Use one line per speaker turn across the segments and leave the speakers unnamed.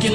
quién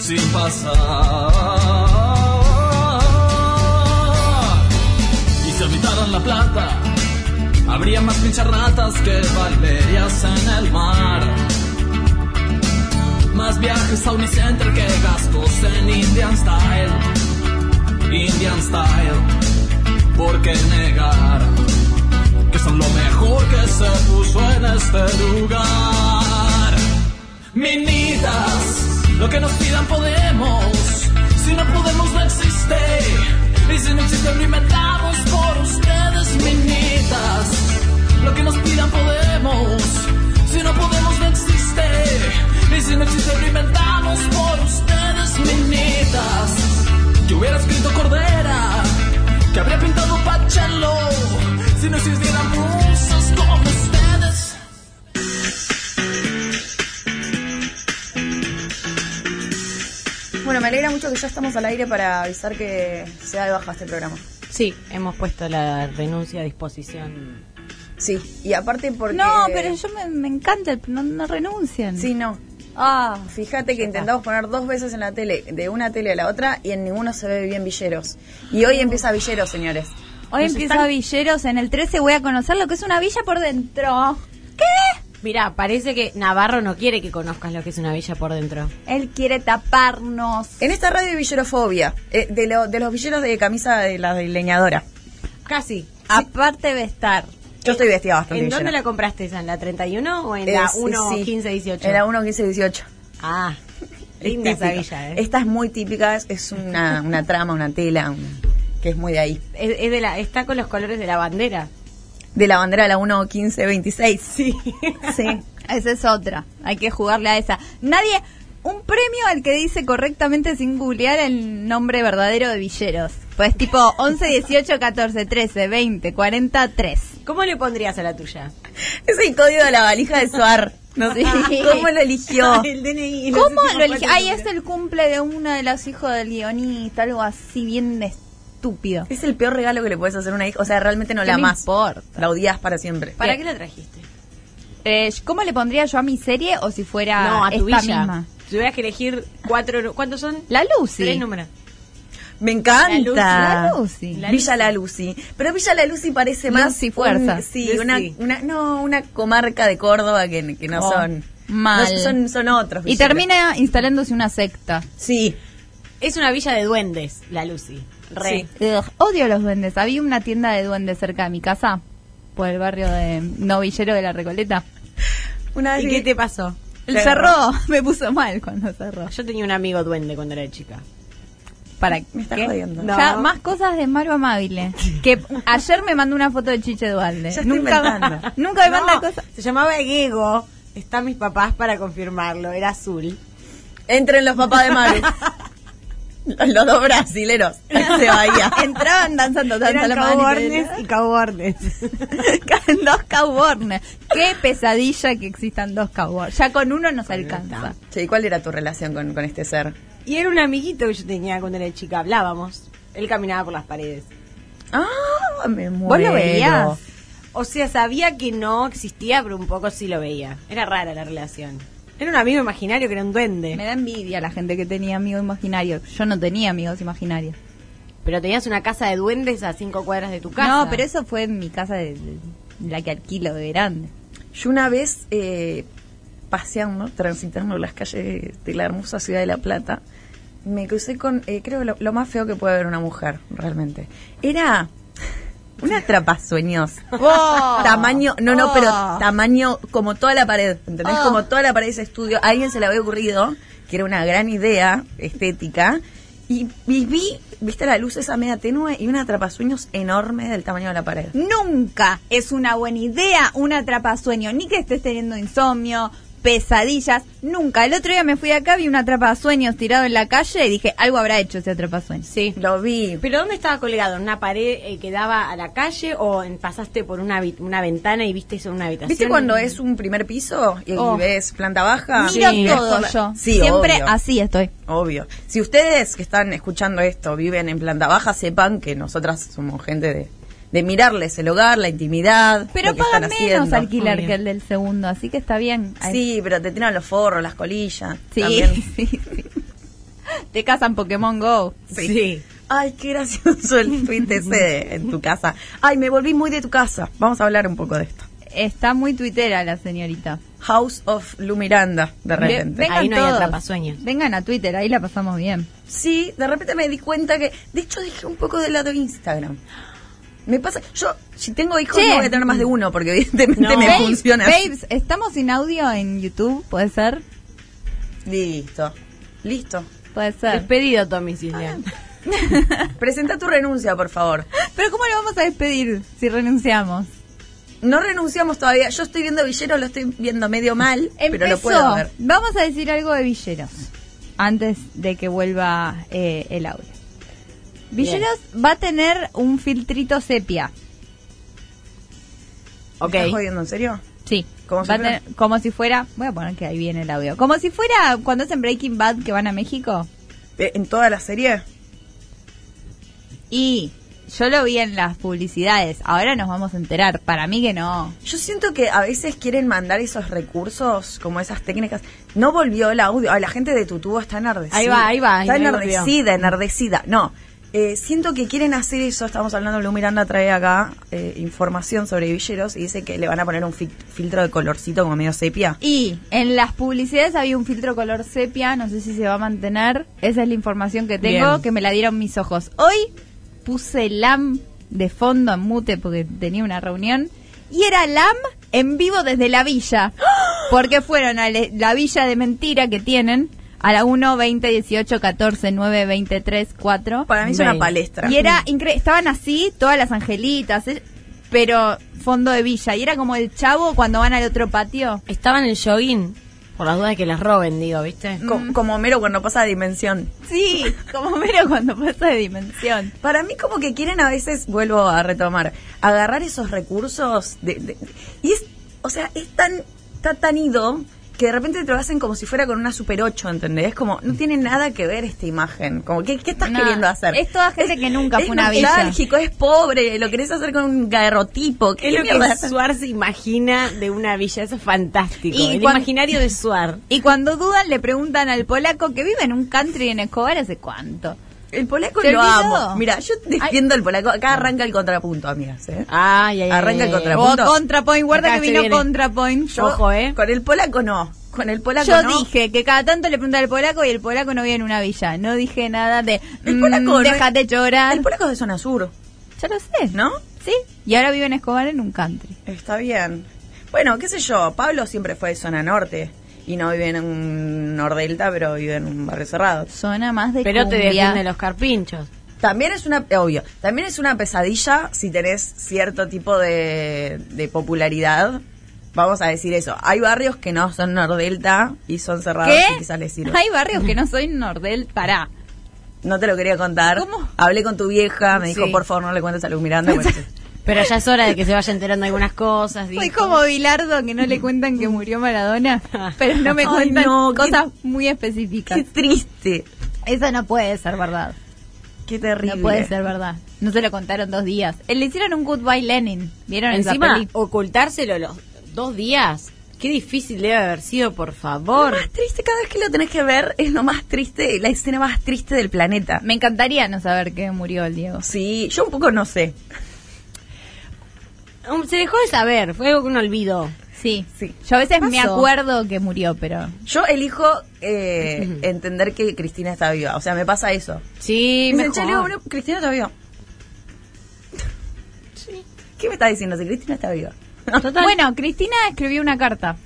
Sin pasar. Y si habitaran la plata, habría más pincharratas que valerias en el mar. Más viajes a Unicenter que gastos en Indian Style. Indian Style, ¿por qué negar que son lo mejor que se puso en este lugar? Minitas, lo que nos pidan podemos. Si no podemos, no existe. Y si no existe, lo inventamos por ustedes, minitas. Lo que nos pidan podemos. Si no podemos, no existe. Y si no existe, lo inventamos por ustedes, minitas. Yo hubiera escrito Cordera, que habría pintado Pachalo. Si no existieran musas como ustedes.
Bueno, me alegra mucho que ya estamos al aire para avisar que se da de baja este programa.
Sí, hemos puesto la renuncia a disposición.
Sí, y aparte porque...
No, pero yo me, me encanta, el- no, no renuncian.
Sí, no.
Ah,
Fíjate que intentamos poner dos veces en la tele, de una tele a la otra, y en ninguno se ve bien Villeros. Y hoy empieza Villeros, señores.
hoy
Nos
empieza
están-
Villeros, en el 13 voy a conocer lo que es una villa por dentro. ¿Qué?
Mirá, parece que Navarro no quiere que conozcas lo que es una villa por dentro.
Él quiere taparnos.
En esta radio hay villerofobia, eh, de, lo- de los villeros de camisa de la de leñadora.
Casi.
Aparte de estar.
Yo estoy vestida bastante
¿En dónde
villera.
la compraste esa? ¿En la 31 o en
Eh,
la
sí,
1,
sí.
15, 18?
En la 1, 15, 18.
Ah,
Es
linda esa
típica.
villa, ¿eh?
Esta es muy típica, es, es una, una trama, una tela, un- que es muy de ahí.
Es- es de la, está con los colores de la bandera.
De la bandera a la 1, 15, 26.
Sí.
Sí.
Esa es otra. Hay que jugarle a esa. Nadie. Un premio al que dice correctamente sin googlear el nombre verdadero de Villeros. Pues tipo 11, 18, 14, 13, 20, 40, 3.
¿Cómo le pondrías a la tuya?
Es el código de la valija de Suar. No sé
Sí.
cómo lo eligió.
El DNI. los
¿Cómo
últimos
lo eligió?
cuatro
Ahí es
números.
el cumple de uno de los hijos del guionista, algo así bien estúpido.
Es el peor regalo que le puedes hacer a una hija. O sea, realmente no
¿Qué
la
me
amas.
importa?
La odias para siempre.
¿Para qué la trajiste?
Eh, ¿Cómo le pondría yo a mi serie o si
Ah,
fuera
no, a tu
esta
villa.
misma?
Si tuvieras que elegir cuatro... ¿Cuántos son?
La Lucy.
Tres números.
Me encanta.
La Lucy.
La
Villa La Lucy. Pero Villa La Lucy parece más.
Lucy Fuerza.
un- sí,
Lucy.
Una, una, no, una comarca de Córdoba que, que no
Oh,
son.
mal.
no son, son otros.
Y
villeros.
termina instalándose una secta.
Sí.
Es una villa de duendes, la Lucy. Re.
Sí.
Ugh, odio los duendes. Había una tienda de duendes cerca de mi casa, por el barrio de Novillero de la Recoleta.
Una vez
¿Y qué
vi-
te pasó?
El
Claro.
cerró, me puso mal cuando cerró.
Yo tenía un amigo duende cuando era chica.
¿Para
Me estás
qué?
jodiendo.
No. Eh,
Ya, más cosas de Maru Amabile. Que ayer me mandó una foto de Chiche Dualde.
Ya estoy inventando.
nunca, nunca me manda
No,
cosas.
Se llamaba Egego. Están mis papás para confirmarlo. Era azul.
Entren los papás de Maru. los, los dos brasileros. Se bahía.
Entraban danzando tanto
Eran
la madre.
cobornes y cobornes.
dos cowbornes. Qué pesadilla que existan dos cowbornes. Ya con uno nos alcanza.
Che, ¿y cuál era tu relación con, con este ser?
Y era un amiguito que yo tenía cuando era chica. Hablábamos. Él caminaba por las paredes.
Ah, me muero.
¿Vos lo veías?
O sea, sabía que no existía, pero un poco sí lo veía. Era rara la relación. Era un amigo imaginario que era un
Me
duende.
da envidia la gente que tenía amigos imaginarios. Yo no tenía amigos imaginarios.
Pero tenías una casa de duendes a cinco cuadras de tu casa.
No, pero eso fue en mi casa de, de- la que alquilo de grande.
Yo una vez eh, paseando, transitando las calles de la hermosa ciudad de La Plata, me crucé con, eh, creo, que lo, lo más feo que puede haber una mujer, realmente. Era una trapasueños.
Oh.
tamaño, no, no,
Oh.
pero tamaño como toda la pared, ¿entendés?
Oh.
Como toda la pared de ese estudio. A alguien se le había ocurrido que era una gran idea estética. Y, y vi, viste la luz esa media tenue y una trapasueños enorme del tamaño de la pared.
Nunca es una buena idea un atrapasueño, ni que estés teniendo insomnio, pesadillas, nunca. El otro día me fui acá, vi un atrapasueños tirado en la calle y dije, algo habrá hecho ese atrapasueños.
Sí.
Lo vi.
¿Pero dónde estaba colgado? ¿En una pared eh, que daba a la calle o en- pasaste por una, habi- una ventana y viste eso en una habitación?
¿Viste cuando es un primer piso y
Oh.
ves planta baja?
Miro
Sí.
todo
Por la-
yo.
Sí,
Siempre
obvio.
así estoy.
Obvio. Si ustedes que están escuchando esto viven en planta baja, sepan que nosotras somos gente de, de mirarles el hogar, la intimidad,
Pero
lo que están
pagan menos
haciendo.
alquiler
Obvio.
que el del segundo, así que está bien. Ay,
Sí, pero te tiran los forros, las colillas.
sí,
también.
sí, sí. Te casan Pokémon Go.
Sí.
Sí.
Ay, qué gracioso el tweet ese de- en tu casa. Ay, me volví muy de tu casa. Vamos a hablar un poco de esto.
Está muy tuitera la señorita.
House of Lu Miranda, de
Ve-
repente.
vengan
Ahí no hay
todos.
atrapasueños.
Vengan a Twitter, ahí la pasamos bien.
Sí, de repente me di cuenta que, de hecho, dejé un poco de lado Instagram. Me pasa, yo, si tengo hijos,
Che.
no voy a tener más de uno, porque evidentemente
No.
me
Babe-
funciona.
Babes, ¿estamos sin audio en YouTube? ¿Puede ser?
Listo, listo.
Puede ser. Ah,
Despedido, Tommy Silvia.
Presenta tu renuncia, por favor.
Pero ¿cómo lo vamos a despedir si renunciamos?
No renunciamos todavía. Yo estoy viendo Villero, lo estoy viendo medio mal, pero lo
Empezó.
puedo ver.
Vamos a decir algo de Villeros antes de que vuelva eh, el audio. Villeros va a tener un filtrito sepia.
Ok.
¿Estás jodiendo, en serio?
Sí.
Como
Va
si
a
fuera-
tener- como si fuera. Voy a poner que ahí viene el audio. Como si fuera cuando hacen Breaking Bad que van a México.
Eh, ¿En toda la serie?
Y yo lo vi en las publicidades. Ahora nos vamos a enterar. Para mí que no.
Yo siento que a veces quieren mandar esos recursos, como esas técnicas. No volvió el audio. Ay, la gente de tu tubo está enardecida.
Ahí va, ahí va,
Está
ahí
enardecida,
volvió.
enardecida. No. Eh, siento que quieren hacer eso. Estamos hablando, Lu Miranda trae acá eh, información sobre villeros y dice que le van a poner un fil- filtro de colorcito como medio sepia.
Y en las publicidades había un filtro color sepia, no sé si se va a mantener. Esa es la información que tengo,
Bien.
que me la dieron mis ojos. Hoy puse LAM de fondo en mute porque tenía una reunión. Y era LAM en vivo desde la villa.
¡Ah!
Porque fueron a le- la villa de mentira que tienen a la 1, 20, 18, 14, 9, 23, 4.
Para mí es una
Bien.
palestra.
Y era increíble, estaban así todas las angelitas, eh, pero fondo de villa. Y era como el chavo cuando van al otro patio.
Estaban en jogging. Por las dudas de que las roben, digo, ¿viste?
Co- como mero cuando pasa de dimensión.
Sí, como mero cuando pasa de dimensión.
Para mí como que quieren a veces, vuelvo a retomar, agarrar esos recursos de, de- y es, o sea, es tan, está tan ido que de repente te lo hacen como si fuera con una Super 8, ¿entendés? Como no tiene nada que ver esta imagen, como ¿qué, qué estás
No,
queriendo hacer?
es toda gente que nunca
es
fue una villa.
nostálgico, es pobre, eh, lo querés hacer con un garrotipo. ¿qué
Es lo
mierda?
que Suar se imagina de una villa, eso es fantástico.
Y
el
cuan-
imaginario de Suar.
Y cuando dudan le preguntan al polaco que vive en un country en Escobar hace cuánto.
El polaco
¿Te
lo
olvidó?
amo. Mira, yo defiendo al polaco. Acá arranca el contrapunto, amigas. ¿eh?
Ay, ay, ay.
Arranca el
O
contrapunto. ¿Punto?
Contrapoint, guarda que
Acá se
vino
viene.
Contrapoint.
Yo,
Ojo, ¿eh?
Con el polaco no. Con el polaco
Yo
no.
dije que cada tanto le preguntan al polaco y el polaco no vive en una villa. No dije nada de
El
mm,
polaco no es-
déjate llorar.
El polaco es de zona sur,
Yo lo sé.
¿no?
Sí. Y ahora vive en Escobar en un country.
Está bien. Bueno, qué sé yo, Pablo siempre fue de zona norte y no vive en un nordelta, pero vive en un barrio cerrado.
Zona más de
Pero te
cumbia.
defiende los carpinchos.
También es una, eh, obvio, también es una pesadilla si tenés cierto tipo de, de popularidad. Vamos a decir eso. Hay barrios que no son nordelta y son cerrados y
¿Qué?
quizás les sirva.
Hay barrios que no soy Nordel, pará.
No te lo quería contar.
¿Cómo?
Hablé con tu vieja, me dijo,
Sí.
por favor, no le cuentes a Luz Miranda. porque-
Pero ya es hora de que se vaya enterando algunas cosas. dijo.
Soy como Bilardo que no le cuentan que murió Maradona, pero no me
Ay,
cuentan
no, qué-
cosas muy
qué
específicas.
triste,
Eso no puede ser verdad.
qué terrible.
No puede ser verdad. No se lo contaron dos días. Eh, Le hicieron un Goodbye Lenin. ¿Vieron esa
Encima,
peli?
ocultárselo los dos días. Qué difícil debe haber sido, por
Lo
favor.
más triste cada vez que lo tenés que ver es lo más triste, la escena más triste del planeta.
Me encantaría no saber que murió el Diego.
Sí, yo un poco no sé.
Um, Se dejó de saber, fue algo que uno olvidó.
Sí,
Sí.
Yo a veces me
Pasó.
acuerdo que murió, pero
Yo elijo eh, entender que Cristina está viva. O sea, me pasa eso.
Sí,
Me dicen, "Che, Leo,
mejor.
boludo, Cristina está viva. ¿Qué me está diciendo? Si Cristina está viva.
Total.
bueno, Cristina escribió una carta.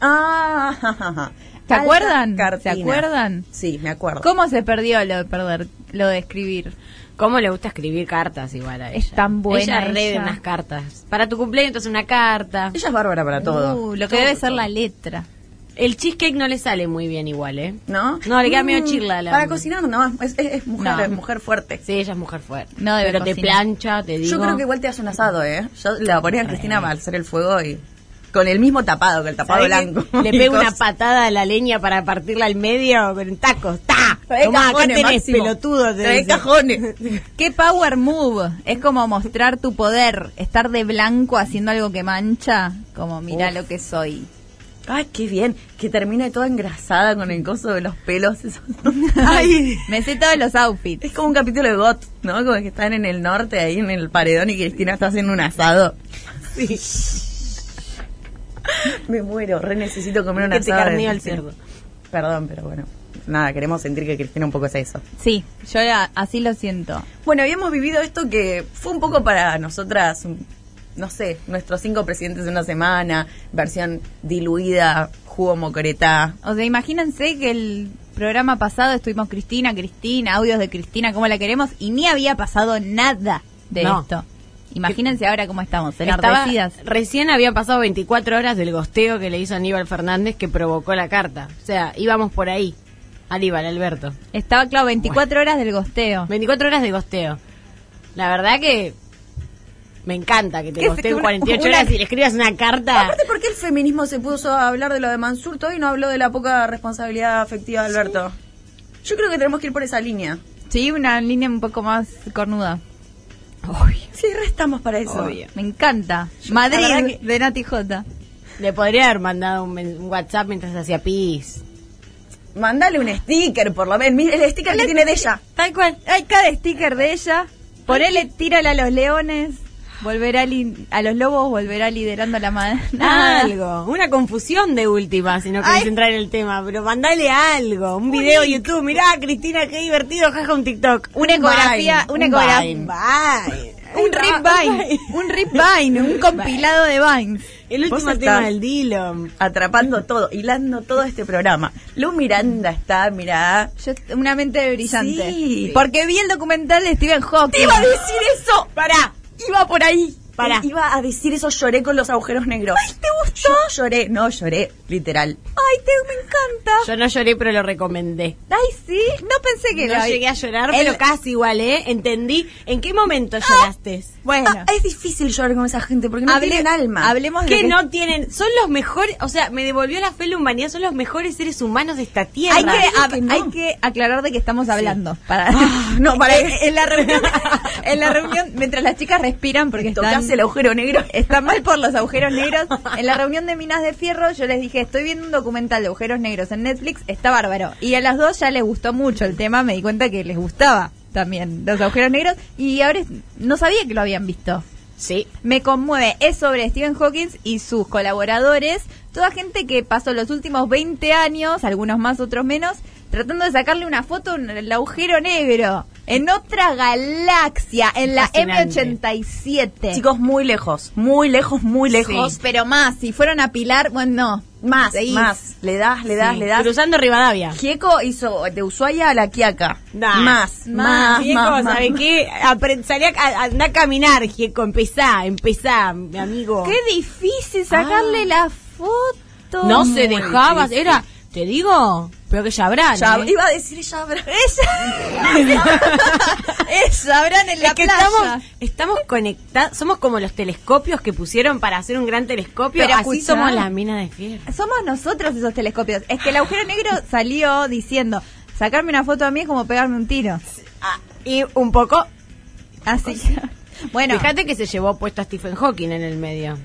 ah,
¿Te
alta
acuerdan?
cartina.
¿Se acuerdan?
Sí, me acuerdo.
¿Cómo se perdió lo de perder, lo de escribir?
¿Cómo le gusta escribir cartas igual a ella?
Es tan buena
Ella re de
ella.
unas cartas. Para tu cumpleaños, entonces una carta. Uh,
Ella es bárbara para todo.
Uh, lo que debe ser la letra.
El cheesecake no le sale muy bien igual, ¿eh?
¿No?
No, le queda medio
Mm,
chirla a la-
Para cocinar no, es, es- es mujer,
No.
es mujer fuerte.
Sí, ella es mujer fuerte.
No debe
Pero te
cocinar.
plancha, te digo.
Yo creo que igual te hace un asado, ¿eh? Yo la ponía a Cristina para hacer el fuego y... Con el mismo tapado, que el tapado
¿Sabés
blanco.
que Le pego
Y
una
cosas.
patada a la leña para partirla al medio pero en tacos. ¡Ta!
Trae
Tomá, acá
cajones,
tenés,
Máximo.
pelotudo. te
Trae
dice.
cajones.
Qué power move. Es como mostrar tu poder. Estar de blanco haciendo algo que mancha. Como mirá
Uf.
lo que soy.
Ay, qué bien. Que termina toda engrasada con el coso de los pelos. Eso.
Ay.
Me sé todos los outfits.
Es como un capítulo de GOT, ¿no? Como que están en el norte, ahí en el paredón, y Cristina está haciendo un asado. Me muero, re necesito comer un
Que te
asado. de
carneó el
Cristina.
cerdo.
Perdón, pero bueno. Nada, queremos sentir que Cristina un poco es eso.
Sí, yo la- así lo siento.
Bueno, habíamos vivido esto que fue un poco para nosotras, un- no sé, nuestros cinco presidentes de una semana, versión diluida, jugo mocoretá.
O sea, imagínense que el programa pasado estuvimos Cristina, Cristina, audios de Cristina, cómo la queremos, y ni había pasado nada de
No.
esto. Imagínense ahora cómo estamos,
Estaba-
enardecidas.
recién habían pasado 24 horas del gosteo que le hizo Aníbal Fernández que provocó la carta. O sea, íbamos por ahí. Aníbal, Alberto.
Estaba, claro, 24 horas del gosteo.
24 horas de gosteo. La verdad que me encanta que te
Qué
gosteen
una-
48
una-
horas y le escribas una carta.
Aparte, ¿por qué el feminismo se puso a hablar de lo de Mansur todavía y no habló de la poca responsabilidad afectiva de Alberto? Yo creo que tenemos que ir por esa línea.
Sí, una línea un poco más cornuda.
Uy,
Sí, restamos para eso.
Obvio.
Me encanta.
la verdad
Madrid,
que-
de Nati J.
le podría haber mandado un, men- un WhatsApp mientras hacía pis.
Mandale un sticker, por lo menos. Mira El sticker que tiene de ella.
Tal cual. Hay cada sticker de ella. Ponele, tírala a los leones. Volverá li- a los lobos, volverá liderando la madre.
Algo. Una confusión de última, si no querés
Ay.
entrar en el tema. Pero mandale algo. Un video de YouTube. Mirá, Cristina, qué divertido. Jaja, un TikTok.
Una ecografía, una ecografía.
Un Vine.
Un
Ah,
rip vine, un rip vine, un compilado de vines.
El último
Vos
tema
estás-
del Dilo.
Atrapando todo, hilando todo este programa. Lu Miranda está, mirá.
Yo, una mente brillante.
Sí.
Porque vi el documental de Stephen Hawking.
¡Te iba a decir eso!
Pará.
Iba por ahí.
Pará.
Iba a decir eso, lloré con los agujeros negros. ¡Ay, te gustó! Yo lloré, no, lloré, literal.
Ay, te, me encanta.
Yo no lloré, pero lo recomendé.
Ay, sí. No pensé que
No
la-
llegué a llorar,
El-
pero casi igual, ¿eh? Entendí. ¿En qué momento lloraste?
Bueno.
Ah, es difícil llorar con esa gente porque no
Hable-
tienen alma.
Hablemos de
Que
lo que-
no tienen, son los mejores, o sea, me devolvió la fe la humanidad, son los mejores seres humanos de esta tierra.
Hay que,
Claro que
ab-
no.
hay que aclarar de qué estamos hablando. Para,
Ah, no, para-
en, en la reunión, en la reunión, mientras las chicas respiran porque están,
Tocás el agujero negro.
están mal por los agujeros negros. En la reunión de Minas de Fierro yo les dije, estoy viendo un documental de agujeros negros en Netflix, está bárbaro. Y a las dos ya les gustó mucho el tema, me di cuenta que les gustaba también los agujeros negros. Y ahora es- no sabía que lo habían visto.
Sí.
Me conmueve. Es sobre Stephen Hawking y sus colaboradores. Toda gente que pasó los últimos 20 años, algunos más, otros menos, tratando de sacarle una foto en el agujero negro. En otra galaxia, en la
Fascinante.
M87.
Chicos, muy lejos, muy lejos, muy lejos.
Sí, pero más. Si fueron a Pilar, bueno, no.
Más,
Seguís.
más. Le das, le das,
Sí.
le das.
Cruzando Rivadavia.
Gieco hizo de Ushuaia a la Quiaca.
Nah.
Más, más,
Gieco,
más, más.
¿sabe qué? Apre- salí a, a- andá a caminar, Gieco, empezá, empezá, mi amigo. Ah.
Qué difícil sacarle la foto.
No
Muy
se dejaba,
difícil.
era, te digo, pero que ya habrán,
Ya-
¿eh?
iba a decir ya, pero-
Eso, habrán en la
Es que
playa.
estamos, estamos conectados, somos como los telescopios que pusieron para hacer un gran telescopio,
Pero
así
escuchá.
somos la mina de fierro.
Somos nosotros esos telescopios. Es que el agujero negro salió diciendo, sacarme una foto a mí es como pegarme un tiro.
Ah, y un poco
Así que, bueno,
Fíjate que se llevó puesto a Stephen Hawking en el medio.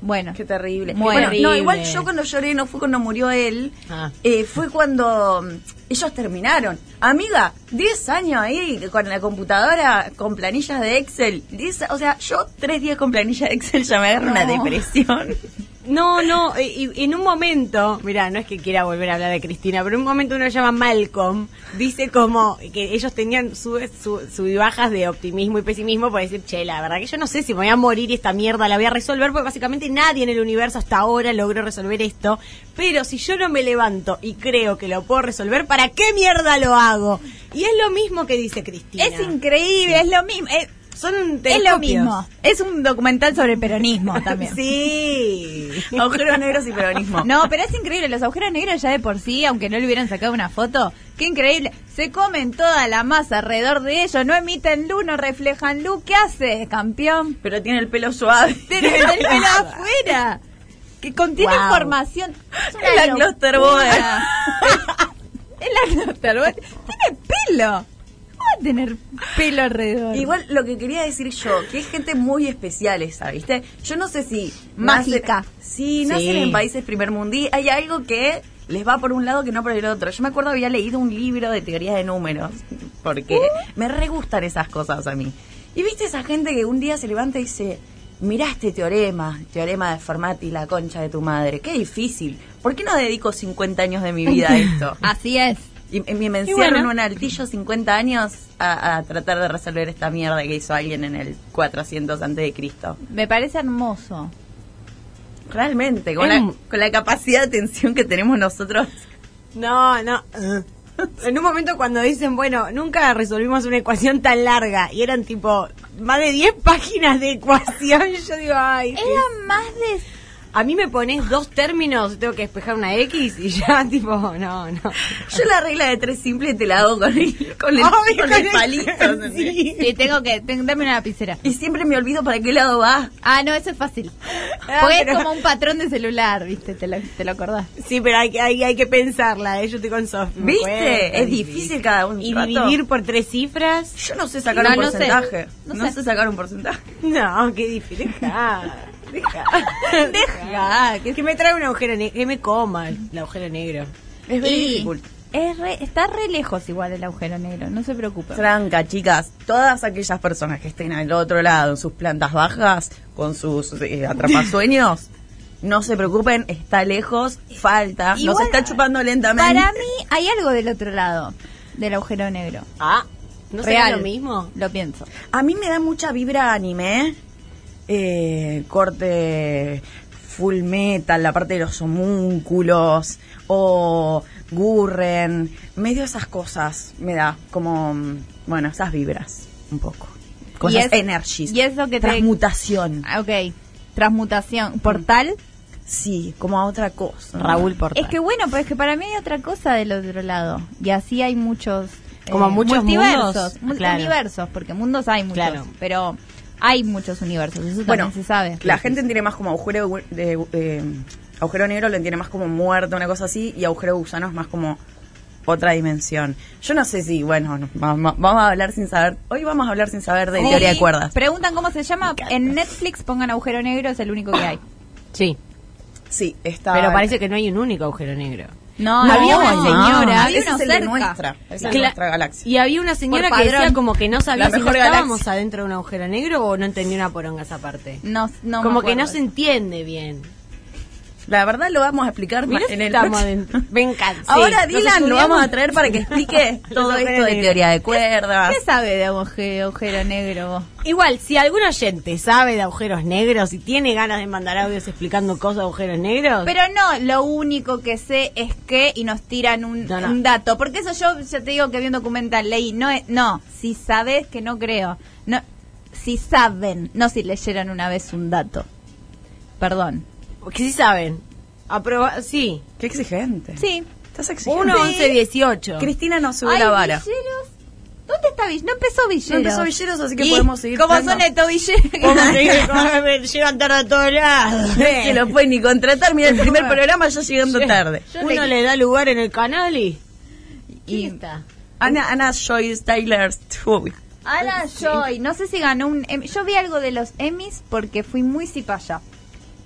bueno.
Qué terrible.
Muy
bueno, no,
terrible.
igual yo cuando lloré no fue cuando murió él,
Ah.
eh, fue cuando mm, ellos terminaron. Amiga, 10 años ahí con la computadora, con planillas de Excel. 10 o sea, yo tres días con planillas de Excel ya me agarro una
No.
depresión.
No, no, eh, y en un momento, mira, no es que quiera volver a hablar de Cristina, pero en un momento uno llama Malcolm, dice como que ellos tenían subes, su- sub y bajas de optimismo y pesimismo por decir, che, la verdad que yo no sé si me voy a morir y esta mierda la voy a resolver, porque básicamente nadie en el universo hasta ahora logró resolver esto, pero si yo no me levanto y creo que lo puedo resolver, ¿para qué mierda lo hago? Y es lo mismo que dice Cristina.
Es increíble, es lo mismo. Es,
Son
Es lo
telescopios.
mismo. Es un documental sobre el peronismo también.
Sí.
Agujeros negros y peronismo.
No, pero es increíble. Los agujeros negros ya de por sí, aunque no le hubieran sacado una foto, qué increíble. Se comen toda la masa alrededor de ellos, no emiten luz, no reflejan luz. ¿Qué haces, campeón?
Pero tiene el pelo suave.
Tenés el pelo afuera. Que contiene
Guau.
información. Es una
Es la
locura.
Clusterboard.
Es la Clusterboard. Tiene pelo. ¿Cómo va a tener pelo alrededor?
Igual lo que quería decir yo, que es gente muy especial esa, ¿viste? Yo no sé si...
Mágica.
nacen- sí, nacen
Sí.
en países primer mundi. Hay algo que les va por un lado que no por el otro. Yo me acuerdo había leído un libro de teoría de números, porque me re gustan esas cosas a mí. Y viste esa gente que un día se levanta y dice... Mirá este teorema, teorema de Fermat y la concha de tu madre. Qué difícil. ¿Por qué no dedico 50 años de mi vida a esto?
Así es.
Y, y me encierro en un altillo 50 años a, a tratar de resolver esta mierda que hizo alguien en el 400 antes de Cristo.
Me parece hermoso.
Realmente, con,
Es
la,
un-
con la capacidad de atención que tenemos nosotros.
No, no. En un momento cuando dicen, bueno, nunca resolvimos una ecuación tan larga y eran tipo más de 10 páginas de ecuación, yo digo, ay. qué-
Era más de
A mí me pones dos términos, tengo que despejar una X y ya tipo, no, no.
Yo la regla de tres simple te la hago con el, con el,
Ay,
con
con
el
el-
palito. ¿entendés?
sí.
Sí, tengo que. ten- dame una lapicera.
Y siempre me olvido para qué lado va.
Ah, no, eso es fácil.
Ah,
Porque es
pero-
como un patrón de celular, ¿viste? Te lo, te lo acordás.
Sí, pero hay, que- hay, hay que pensarla, ¿eh? yo estoy con Sofi. me
¿Viste?
cuesta,
es difícil cada uno.
Y dividir por tres cifras.
Yo no sé sacar
No,
un
no sé.
porcentaje.
No
no
sé.
sé sacar un porcentaje.
No, qué difícil. Deja. Deja.
Deja,
Que, me trae un agujero negro. Que me coma el el agujero negro.
Es
Y es re- está re lejos igual el agujero negro, no se preocupen.
Tranca, chicas, todas aquellas personas que estén al otro lado, en sus plantas bajas, con sus eh, atrapasueños, no se preocupen, está lejos, falta, nos
Igual,
está chupando lentamente.
Para mí hay algo del otro lado del agujero negro.
Ah, ¿no será
Real.
lo mismo?
Lo pienso.
A mí me da mucha vibra anime, eh, corte full metal, la parte de los homúnculos, o gurren, medio esas cosas me da, como, mm, bueno, esas vibras, un poco. Cosas
es-
energies.
y es lo que te-
Transmutación.
Ah, Ok, transmutación. ¿Portal?
Sí, como a otra cosa.
Es que bueno, pero es que para mí hay otra cosa del otro lado. Y así hay muchos. eh,
Como muchos
multiversos.
mundos.
mul-
Claro.
Universos, porque mundos hay muchos.
Claro.
Pero hay muchos universos, eso
bueno,
también se sabe.
la gente entiende más como agujero de, de- eh, agujero negro lo entiende más como muerto, una cosa así, y agujero de gusano es más como otra dimensión. Yo no sé si, bueno, no, va- va- vamos a hablar sin saber. Hoy vamos a hablar sin saber de
Sí.
teoría de cuerdas.
Preguntan cómo se llama. En Netflix pongan agujero negro, es el único que hay.
Sí.
Sí, está.
Pero parece que no hay un único agujero negro.
No,
No,
había una
no.
señora,
Ah,
Ese
había
es
una
el de
cerca.
nuestra, ese es de
Cla-
nuestra galaxia.
Y había una señora
Por
que
padrón.
decía como que no sabía
La
si no
mejor
estábamos
galaxia.
adentro de un agujero negro o no entendía una poronga esa parte.
No, no me
como que no
acuerdo.
se entiende bien.
La verdad lo vamos a explicar
Mirá
más
si
en el
estamos
próximo-
adentro. Me encanta. Sí,
Ahora
nos
Dylan lo
estudiamos.
vamos a traer para que explique todo esto
agujeros
de
negros.
teoría de cuerdas.
¿Qué sabe de agujero, agujero negro vos?
Igual, si algún oyente sabe de agujeros negros y tiene ganas de mandar audios explicando cosas de agujeros negros,
Pero no, lo único que sé es que y nos tiran un,
No, no.
un dato. Porque eso yo ya te digo que vi un documental, leí. No, es- no si sabes que no creo. no Si saben, no si leyeron una vez un dato. Perdón.
que sí saben. Aproba sí.
Qué exigente.
Sí.
Estás exigente.
1, 11, 18.
Cristina no sube
Ay,
la vara.
Villeros. ¿Dónde está Villeros? No empezó Villeros.
No empezó Villeros, así que
Y
podemos seguir
¿Cómo
hablando.
son estos
¿Cómo
Villeros?
se dice? ¿Cómo me Llegan tarde a todos lados.
No se lo pueden ni contratar. Mira, el primer programa ya llegando tarde.
Yo
Uno
le-
le da lugar en el canal y...
Y-
Ana, Ana Joyce Tyler Stewie.
Ana Joy, no sé si ganó un Emmy. Yo vi algo de los Emmys porque fui muy cipaya.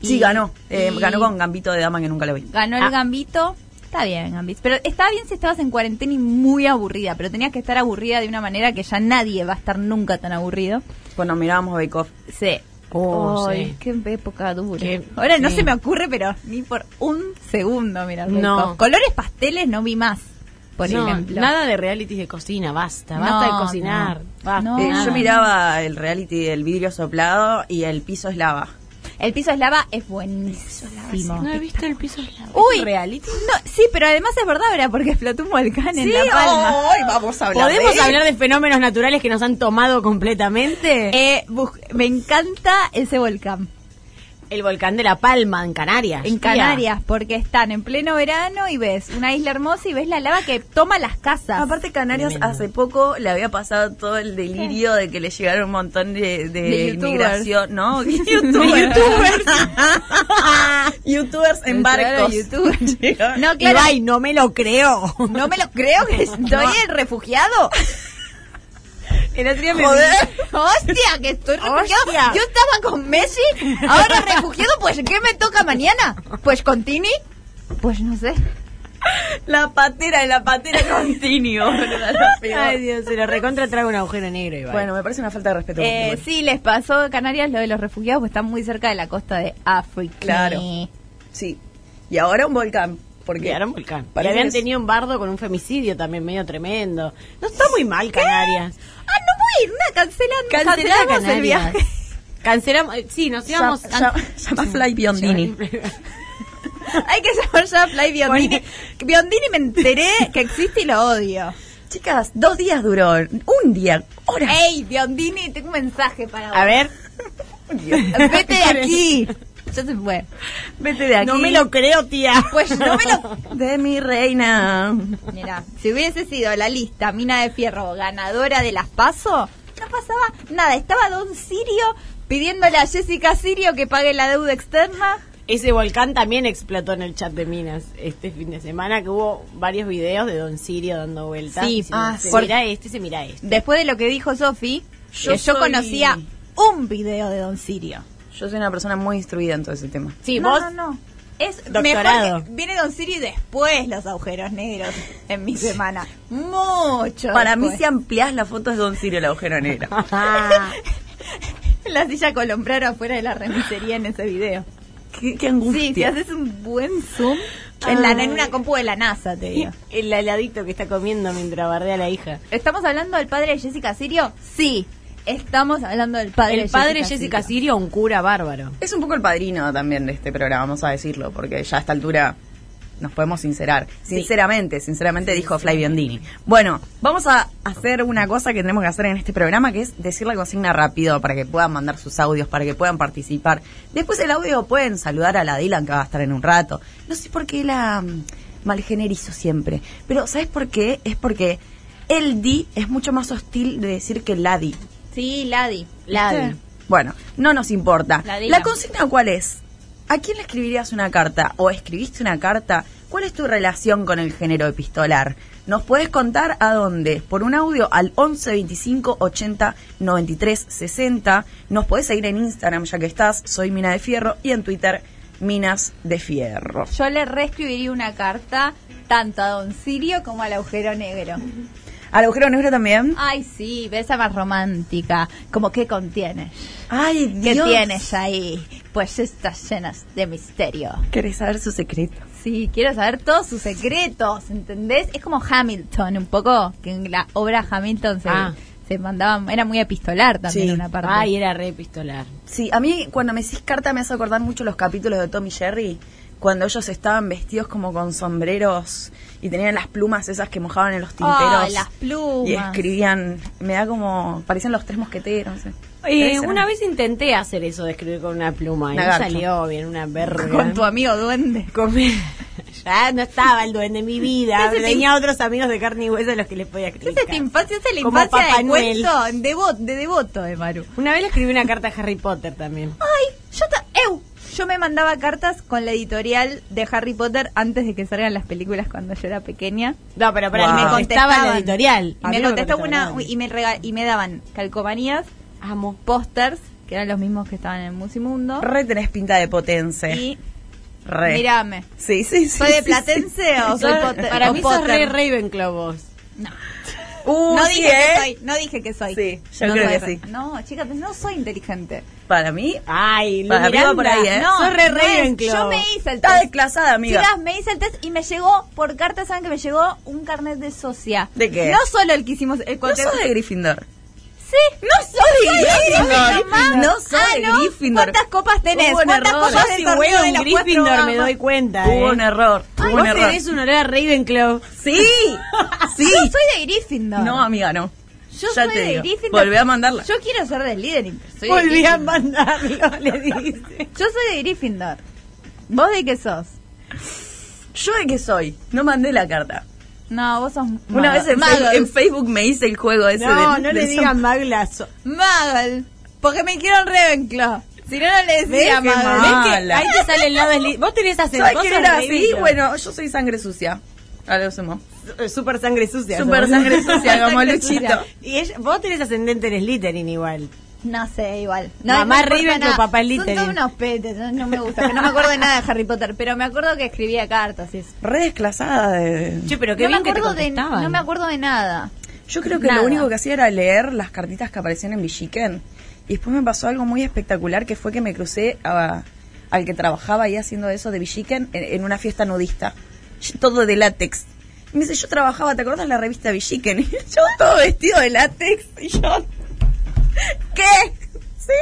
Sí,
Y-
ganó. Eh,
y
Ganó con Gambito de Dama, que nunca lo vi.
Ganó el
Ah.
Gambito. Está bien, Gambito. Pero estaba bien si estabas en cuarentena y muy aburrida. Pero tenías que estar aburrida de una manera que ya nadie va a estar nunca tan aburrido.
Cuando mirábamos Bake Off.
Sí.
Oh,
Ay,
sí.
qué época dura.
Qué-
Ahora no
sí.
se me ocurre, pero ni por un segundo mirar. Bake
No.
Off. Colores pasteles no vi más, por
No,
ejemplo.
Nada de realities de cocina, basta.
No,
Basta de cocinar.
no.
basta.
No.
Eh,
Ah.
yo miraba el reality del vidrio soplado y el piso es lava.
El piso es lava es buenísimo.
No he visto el piso eslavo.
Uy, No, sí, pero además es verdad, ahora porque explotó un volcán en La
oh,
Palma.
hoy vamos a hablar.
¿Podemos
de-
hablar de fenómenos naturales que nos han tomado completamente?
Eh, bus- me encanta ese volcán
el volcán de La Palma, en Canarias.
en
Tía.
Canarias, porque están en pleno verano y ves una isla hermosa y ves la lava que toma las casas.
Aparte Canarias
Tremendo.
hace poco le había pasado todo el delirio de que le llegaron un montón de, de,
De youtubers.
inmigración, ¿no? Youtubers en barcos.
YouTube.
Llegaron.
No, claro.
Ibai, no me lo creo.
No me lo creo que estoy el refugiado.
El otro día me
Joder. Hostia, que estoy refugiado.
Hostia.
Yo estaba con Messi, ahora refugiado, pues ¿qué me toca mañana? Pues con Tini. Pues no sé.
La patera, la patera continuo. boluda, la peor.
Ay, Dios, se lo recontra trae un agujero negro, Ibai.
Bueno, me parece una falta de respeto.
Eh,
Bueno.
sí, les pasó a Canarias lo de los refugiados, pues están muy cerca de la costa de África.
Claro. Sí. Y ahora un volcán. Porque
porque era un volcán. Y
Parece
habían
que es-
tenido un bardo con un femicidio también medio tremendo. No está muy mal Canarias.
Ah, no voy a ir, nada, cancelan, cancelamos el viaje.
Cancelamos, eh, sí, nos
Llam-
íbamos
llam- llama a Fly Biondini.
Hay que llamar ya a Fly Biondini. Biondini me enteré que existe y lo odio.
Chicas, dos días duró. Un día. Horas.
Ey, Biondini, tengo un mensaje para vos.
A ver,
Vete de aquí. Ya se fue.
Vete de aquí.
no me lo creo, tía.
Pues no me lo...
De mi reina.
Mira, si hubiese sido la lista Mina de Fierro ganadora de las PASO, no pasaba nada. Estaba Don Sirio pidiéndole a Jessica Sirio que pague la deuda externa.
Ese volcán también explotó en el chat de Minas este fin de semana, que hubo varios videos de Don Sirio dando vueltas.
Sí,
diciendo,
ah,
se
sí.
mira este, se mira este.
Después de lo que dijo Sofi,
Yo
que yo
soy-
conocía un video de Don Sirio.
Yo soy una persona muy instruida en todo ese tema.
Sí,
no,
vos,
no, no. Es
Doctorado.
mejor que viene Don Sirio y después los agujeros negros en mi semana. Mucho.
Para mí,
después.
si ampliás la foto, es Don Sirio el agujero negro.
Ah,
la silla colombrero afuera de la remisería en ese video.
qué, qué
Sí, si
angustia.
haces un buen zoom en, la, en una compu de la NASA, te digo.
el heladito que está comiendo mientras bardea a la hija.
¿Estamos hablando del padre de Jessica Sirio? Sí, estamos hablando del padre de
El padre Jessica
Sirio.
Sirio, un cura bárbaro.
Es un poco el padrino también de este programa, vamos a decirlo, porque ya a esta altura nos podemos sincerar. Sinceramente, sinceramente dijo Fly Biondini. Bueno, vamos a hacer una cosa que tenemos que hacer en este programa, que es decir la consigna rápido para que puedan mandar sus audios, para que puedan participar. Después el audio pueden saludar a la Dylan, que va a estar en un rato. No sé por qué la mm, malgenerizo siempre, pero ¿sabes por qué? Es porque el di es mucho más hostil de decir que la di.
Sí, Ladi.
Ladi.
Sí.
Bueno, no nos importa.
La
La,
diga.
consigna cuál es? ¿A quién le escribirías una carta o escribiste una carta? ¿Cuál es tu relación con el género epistolar? Nos puedes contar a dónde, por un audio al 11 25 80 93 60. Nos podés seguir en Instagram ya que estás, soy Mina de Fierro y en Twitter Minas de Fierro.
Yo le reescribiría una carta tanto a Don Sirio como al agujero negro.
Al agujero negro también.
Ay, sí, besa más romántica. Como, ¿qué contienes?
Ay,
¿Qué
Dios.
tienes ahí? Pues estás llenas de misterio.
¿Querés saber su secreto?
Sí, quiero saber todos sus secretos, ¿entendés? Es como Hamilton, un poco, que en la obra Hamilton se,
Ah.
se mandaban, era muy epistolar también
Sí.
una parte.
Ay, era re pistolar.
Sí, a mí cuando me decís carta me hace acordar mucho los capítulos de Tommy Jerry, cuando ellos estaban vestidos como con sombreros y tenían las plumas esas que mojaban en los tinteros.
Ay, las plumas.
Y escribían, me da como, parecían los tres mosqueteros. no sé.
Eh,
Tres eran.
una vez intenté hacer eso de escribir con una pluma y
Una
no
garcha.
salió bien, una verga.
Con tu amigo duende.
Comí- Ya no estaba el duende en mi vida.
Ese
Tenía otros amigos de carne y hueso a los que les podía escribir.
Esa es la infancia, esa es la
Como
infancia
Papá
de
Noel.
cuento, de, vo- de devoto de Maru.
Una vez le escribí una carta a Harry Potter también.
Ay, yo ta- eu, yo me mandaba cartas con la editorial de Harry Potter antes de que salgan las películas cuando yo era pequeña.
No, pero para
Wow.
me contestaba la
Contestaban.
editorial.
Y me contestaba una y me rega- y me daban calcomanías,
Amo.
pósters, que eran los mismos que estaban en el Musimundo.
Re tenés pinta de potense.
Y
Re.
mírame,
Sí, sí, sí.
¿soy de
sí, sí.
Platense o soy Potter?
Para
o
mí sos re
Potter?
Ravenclaw vos.
No,
Uh,
no
sí,
dije
¿eh?
que soy, no dije que soy.
Sí, yo
No
creo
soy
que
re-
sí.
No, chicas, no soy inteligente.
Para mí,
Ay, Lu
Para arriba,
Miranda.
por ahí, ¿eh?
No,
sos re
no es.
Ravenclaw.
Yo me hice el
está
test.
desclasada, amiga.
Chicas, me hice el test y me llegó, por carta, saben que me llegó un carnet de socia.
¿De qué?
No solo el que hicimos el
No
conteo.
sos de Gryffindor.
Sí.
No soy Gryffindor.
Gryffindor.
No soy
Ah, ¿no?
Gryffindor.
¿Cuántas copas tenés?
Hubo un
¿Cuántas
error.
copas
Yo
del
si
torneo
huevo
de
un
las cuatro
Gryffindor me
damas?
doy cuenta,
Hubo
eh.
un error.
Ay,
hubo un
vos
error.
tenés un olor a Ravenclaw.
Sí. Sí.
Yo soy de Gryffindor.
No, amiga, no.
Yo
ya
soy
te
de
digo.
Gryffindor.
Volvé a mandarla.
Yo quiero ser del líder. pero soy de
Volví a
Gryffindor.
mandarlo, le dice.
Yo soy de Gryffindor. ¿Vos de qué sos?
¿Yo de qué soy? No mandé la carta.
No, vos sos
Una vez en,
Muggle.
Facebook- en Facebook me hice el juego ese
No,
del-
no le
del
digan
som-
maglazo.
Muggle. Porque me hicieron Ravenclaw. Si no, no le
¿Ves
decía
que
Muggle.
mal.
¿Ves que ahí te sale el lado esli- Vos tenés acento.
¿Sabes
vos
quién
sos
era así?
Ravenclaw.
Bueno, yo soy sangre sucia. A lo sumo.
Eh, Super sangre sucia.
Super
sos.
sangre sucia,
Super
como
sangre
Luchito.
sucia. Y ella- vos tenés ascendente en Slytherin igual.
No sé, igual.
Mamá
importa
Ravenclaw,
nada.
papá
Son
Slytherin.
todos unos petes, no, no me gusta. que no me acuerdo de nada de Harry Potter, pero me acuerdo que escribía cartas y eso.
Re desclasada de...
Che, pero qué
No me,
bien que te
acuerdo de,
contestaban.
no me acuerdo de nada.
Yo creo que
Nada.
lo único que hacía era leer las cartitas que aparecían en Villiquen. Y después me pasó algo muy espectacular que fue que me crucé a- al que trabajaba ahí haciendo eso de Villiquen en, en una fiesta nudista. Yo- Todo de látex. Y me dice, yo trabajaba, ¿te acordás la revista Villiquen? Y yo todo vestido de látex. Y yo... ¿Qué? Sí.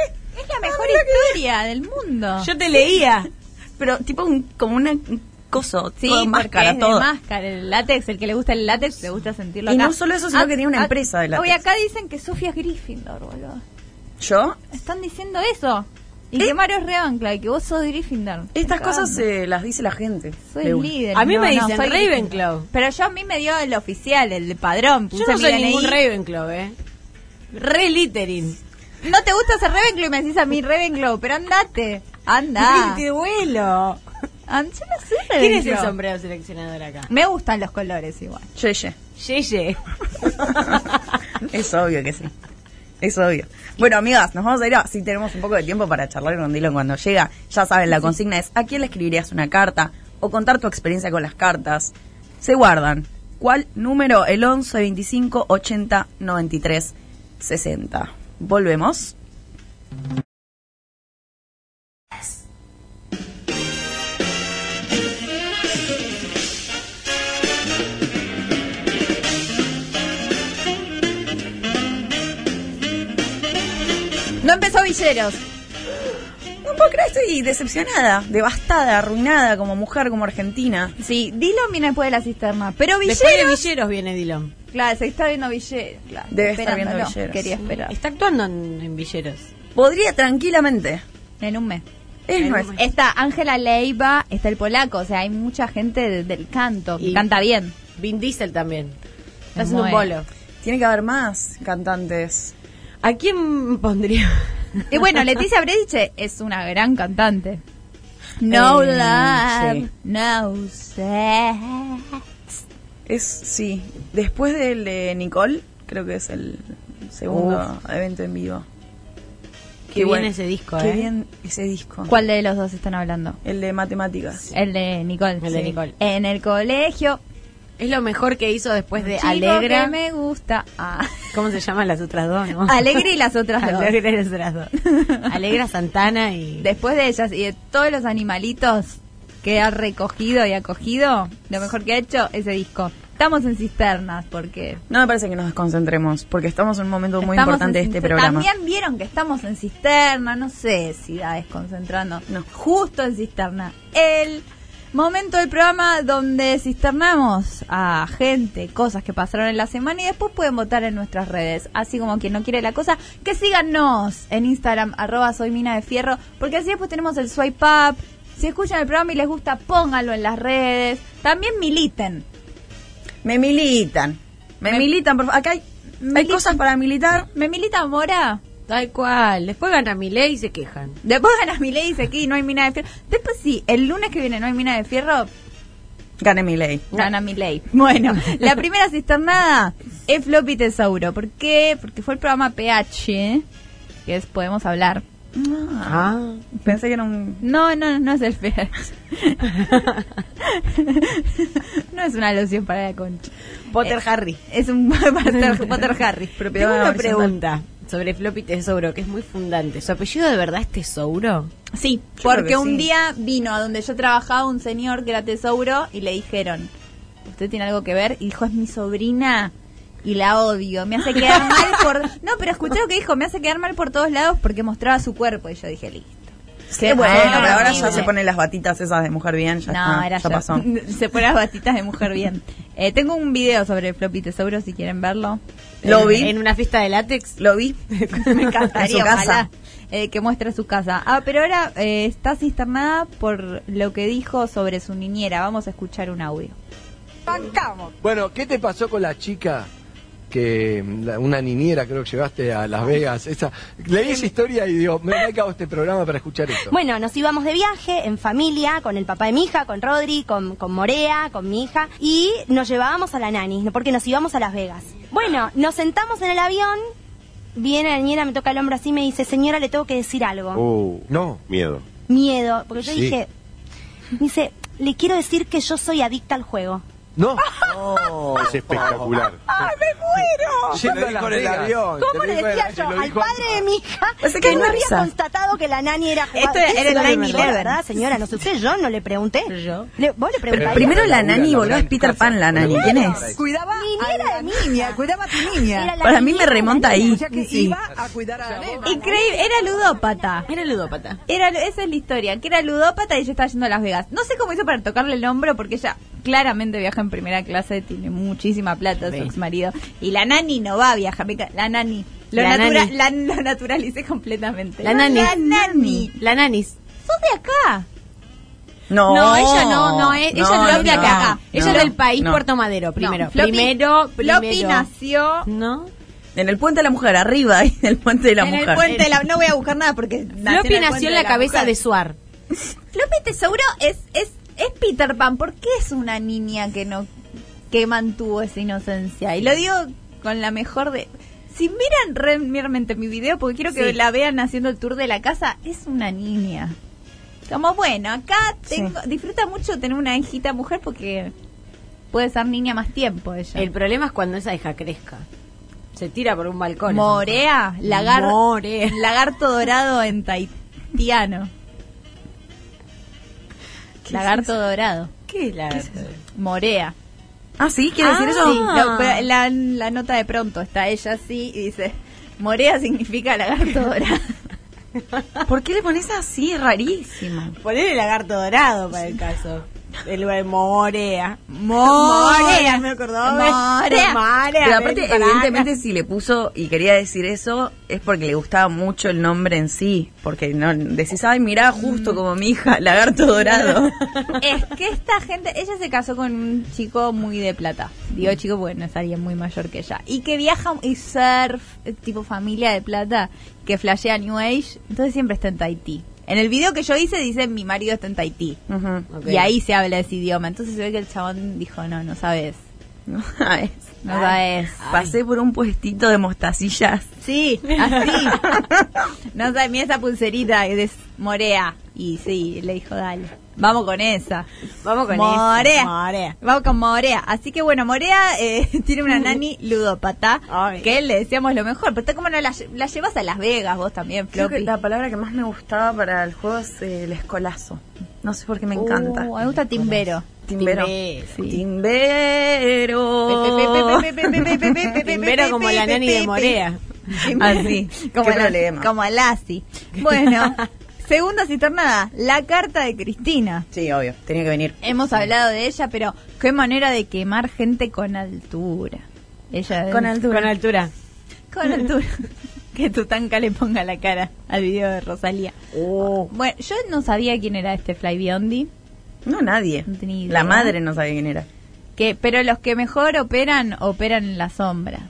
Es la mejor
mira
historia del mundo.
Yo te leía.
Pero tipo un- como una, un coso,
sí,
todo en
porque
máscara,
es
todo.
de máscara, el látex, el que le gusta el látex, le gusta sentirlo
Y
acá. Ah,
no solo eso, sino que tiene una empresa de látex.
Oye, acá dicen que Sofía es Gryffindor, boludo.
Yo,
Están diciendo eso. Y
¿Eh?
que Mario es Ravenclaw y que vos sos Gryffindor.
estas
Acabando.
cosas eh, las dice la gente.
Soy
de una.
líder.
A mí
no,
me
no,
dicen
soy
Ravenclaw.
Pero yo a mí me dio el oficial, el padrón.
Yo
puse
no
mi
soy
DNI.
ningún Ravenclaw, eh. Re Slytherin.
No te gusta ser Ravenclaw y me decís a mí Ravenclaw, pero andate. Anda.
Ay, te vuelo.
An- yo no soy Ravenclaw.
¿Quién es el sombrero seleccionador acá?
Me gustan los colores igual.
Yeye.
Yeye.
es obvio que sí. Es obvio. Bueno, amigas, nos vamos a ir a. Si tenemos un poco de tiempo para charlar con Dylan cuando llega. Ya saben, la consigna es: ¿a quién le escribirías una carta? O contar tu experiencia con las cartas. Se guardan. ¿Cuál número? El 11 25 80 93 60. Volvemos.
No empezó Villeros.
No puedo creer, estoy decepcionada, devastada, arruinada como mujer, como argentina.
Sí, Dylan viene después de la cisterna. Pero Villeros.
Después de Villeros viene Dylan.
Claro, se está viendo Villeros. Claro,
Debe estar
esperándolo.
viendo Villeros.
Quería esperar.
Está actuando en, en Villeros.
Podría tranquilamente.
Mm.
En un mes.
Es nuestra.
Está Ángela Leiva, está el polaco, o sea, hay mucha gente de- del canto, que
Y-
canta bien.
Vin Diesel también. Está
Me
haciendo un
muero.
bolo.
Tiene que haber más cantantes.
¿A quién pondría?
Y bueno, Leticia Brediche es una gran cantante. No
Eh,
love,
sí.
no sex.
Es, sí, después del de Nicole, creo que es el segundo evento en vivo.
Qué bien ese disco,
Qué
eh.
bien ese disco.
¿Cuál de los dos están hablando?
El de matemáticas.
El de Nicole.
El de Nicole.
En el colegio.
Es lo mejor que hizo después de
chico
Alegra.
que me gusta. Ah.
¿Cómo se llaman las otras dos? no?
Alegre y las otras dos. Eh,
Alegra y las otras dos. Alegra Santana y.
Después de ellas y de todos los animalitos que ha recogido y acogido, lo mejor que ha hecho ese disco. Estamos en cisternas porque
No me parece que nos desconcentremos, porque estamos en un momento muy
Estamos
importante de
en
este
cisterna.
programa.
También vieron que estamos en cisterna, no sé si da desconcentrando.
No.
Justo en cisterna. El momento del programa donde cisternamos a gente, cosas que pasaron en la semana y después pueden votar en nuestras redes. Así como quien no quiere la cosa, que síganos en Instagram, arroba soy mina de fierro, porque así después tenemos el swipe up. Si escuchan el programa y les gusta, pónganlo en las redes. También militen.
Me militan. Me, militan, por favor. Acá hay, hay cosas para militar.
¿Me milita Mora?
Tal cual. Después gana Milei y se quejan.
Después ganas mi ley dice aquí no hay mina de fierro. Después sí, el lunes que viene no hay mina de fierro,
Gané mi ley.
gana mi ley. Bueno, la primera cisternada es Floppy Tesauro. ¿Por qué? Porque fue el programa PH, que es Podemos Hablar.
Ah.
Pensé que era un...
No, no, no es el PH. no es una alusión para la concha.
Potter
Eh,
Harry.
Es un Potter, Potter Harry.
Tengo
Propiedad
una
horizontal.
pregunta sobre Floppy Tesauro, que es muy fundante. ¿Su apellido de verdad es Tesauro?
Sí,
Yo creo
porque
que
un
sí.
día vino a donde yo trabajaba un señor que era tesauro y le dijeron, ¿usted tiene algo que ver? Y dijo, es mi sobrina. y la odio. Me hace quedar mal por. No, pero escuché lo que dijo. Me hace quedar mal por todos lados porque mostraba su cuerpo. Y yo dije, listo.
Qué bueno,
horrible.
pero ahora ya se ponen las batitas esas de mujer bien, ya,
no,
está,
era
ya
yo.
pasó.
Se pone las batitas de mujer bien. Eh, tengo un video sobre el floppy tesauro si quieren verlo.
Lo vi,
En una fiesta de látex.
lo vi.
Me encantaría,
En su casa.
ojalá, eh, que muestre su casa. Ah, pero ahora eh, está cisternada por lo que dijo sobre su niñera. Vamos a escuchar un audio.
Bueno, ¿qué te pasó con la chica? que la- una niñera creo que llevaste a Las Vegas, esa, leí esa historia y digo, me voy a este programa para escuchar esto.
Bueno, nos íbamos de viaje en familia, con el papá de mi hija, con Rodri, con, con Morea, con mi hija, y nos llevábamos a la nani, porque nos íbamos a Las Vegas. Bueno, nos sentamos en el avión, viene la niñera, me toca el hombro así, me dice, señora, le tengo que decir algo.
Oh.
Uh,
No,
miedo.
Miedo, porque yo
Sí.
dije, dice, le quiero decir que yo soy adicta al juego.
no,
es espectacular.
yendo a Las Vegas.
¿Cómo le decía yo al padre de mi hija
O sea, que
que,
Pues es
no
una
había
risa.
constatado que la nani era
Esto
jugada?
era el
Eso es
9/11.
¿verdad, señora? No sé usted, yo no le pregunté.
Yo.
Le- ¿Vos le preguntaste?
Primero la
Laura,
nani,
Laura,
boludo, es
en tu
Peter
casa.
Pan la nani. ¿Quién es?
Cuidaba
Niñera
a la
Ah,
de mi
niña, cuidaba a tu niña.
Era la
Para mí me
niñera.
remonta ahí.
O sea que iba a cuidar a la nena.
Increíble, era ludópata.
Era ludópata.
Era, esa es la historia, que era ludópata y ella estaba yendo a Las Vegas. No sé cómo hizo para tocarle el hombro porque ella claramente viaja en primera clase, tiene muchísima plata su
Ve.
ex marido. Y la nani no va a viajar, me ca- la nani. Lo,
La
natura-
nani.
la- lo naturalicé completamente.
La nani.
La nani.
La nanis.
¿Sos de acá?
No,
No, ella no, no, eh, ella no, es de
no,
acá. ella
no,
es del país
no.
Puerto Madero, primero.
No, Floppy-
primero, primero.
Floppy nació
¿No?
En el puente de la mujer, arriba, ahí, en el puente de la
en
mujer.
el puente de la... No voy a buscar nada porque...
Floppy nació en la cabeza de Suar.
Floppy Tesauro es, es, es Peter Pan. ¿Por qué es una niña que no que mantuvo esa inocencia? Y lo digo con la mejor de... Si miran re- realmente mi video, porque quiero que
Sí.
la vean haciendo el tour de la casa, es una niña. Como bueno, acá tengo, disfruta mucho tener una hijita mujer porque puede ser niña más tiempo ella.
El problema es cuando esa hija crezca. Se tira por un balcón.
Morea, lagar-
Morea.
lagarto dorado en taitiano. Lagarto dorado.
¿Qué es la
Morea.
Ah, sí, quiere decir
Ah,
eso.
Sí, lo- pero la, la nota de pronto está ella así y dice, Morea significa lagarto dorado.
¿Por qué le pones así? Rarísimo.
Poner el lagarto dorado para el caso. En lugar de Morea.
Morea.
me acordó.
Morea.
Morea.
Pero aparte,
ven para
evidentemente,
acá.
si le puso y quería decir eso, es porque le gustaba mucho el nombre en sí. Porque no decís, ay, mirá, justo como mi hija, lagarto dorado.
es que esta gente, ella se casó con un chico muy de plata. Digo chico, bueno, es alguien muy mayor que ella. Y que viaja y surf, eh, tipo familia de plata, que flashea New Age. Entonces siempre está en Tahití. En el video que yo hice dice, mi marido está en Tahití.
Ujú.
Ok.
Y ahí se habla ese idioma. Entonces se ve que el chabón dijo, no, no sabes.
Ay,
No sabes.
Pasé por un puestito de mostacillas.
Sí, así. no sabes, mira esa pulserita que es Morea. Y sí, le dijo, dale. Vamos con esa.
Vamos con
Morea.
eso. Morea.
Vamos con Morea. Así que bueno, Morea eh, tiene una nani ludópata.
Ay.
Que le decíamos lo mejor. Pero está como no la, lle- la llevas a Las Vegas vos también,
Creo que
Floppy.
la palabra que más me gustaba para el juego es eh, el escolazo. No sé por qué me encanta.
Uh, me gusta Timbero.
Timbero.
Timbero,
sí.
Timbero.
Oh.
Primero como la nani de Morea.
Ah,
Así.
como,
Qué
a la,
problema.
como a Lassie. Bueno, segunda citernada, la carta de Cristina.
Sí, obvio. Tenía que venir.
Hemos hablado de ella, pero qué manera de quemar gente con altura. Ella
Con altura.
Con altura.
con altura. que Tutanka le ponga la cara al video de Rosalía.
Oh.
Bueno, yo no sabía quién era este Fly Biondi,
No, nadie.
No tenía idea.
La madre no sabía quién era.
que pero los que mejor operan operan en la sombra.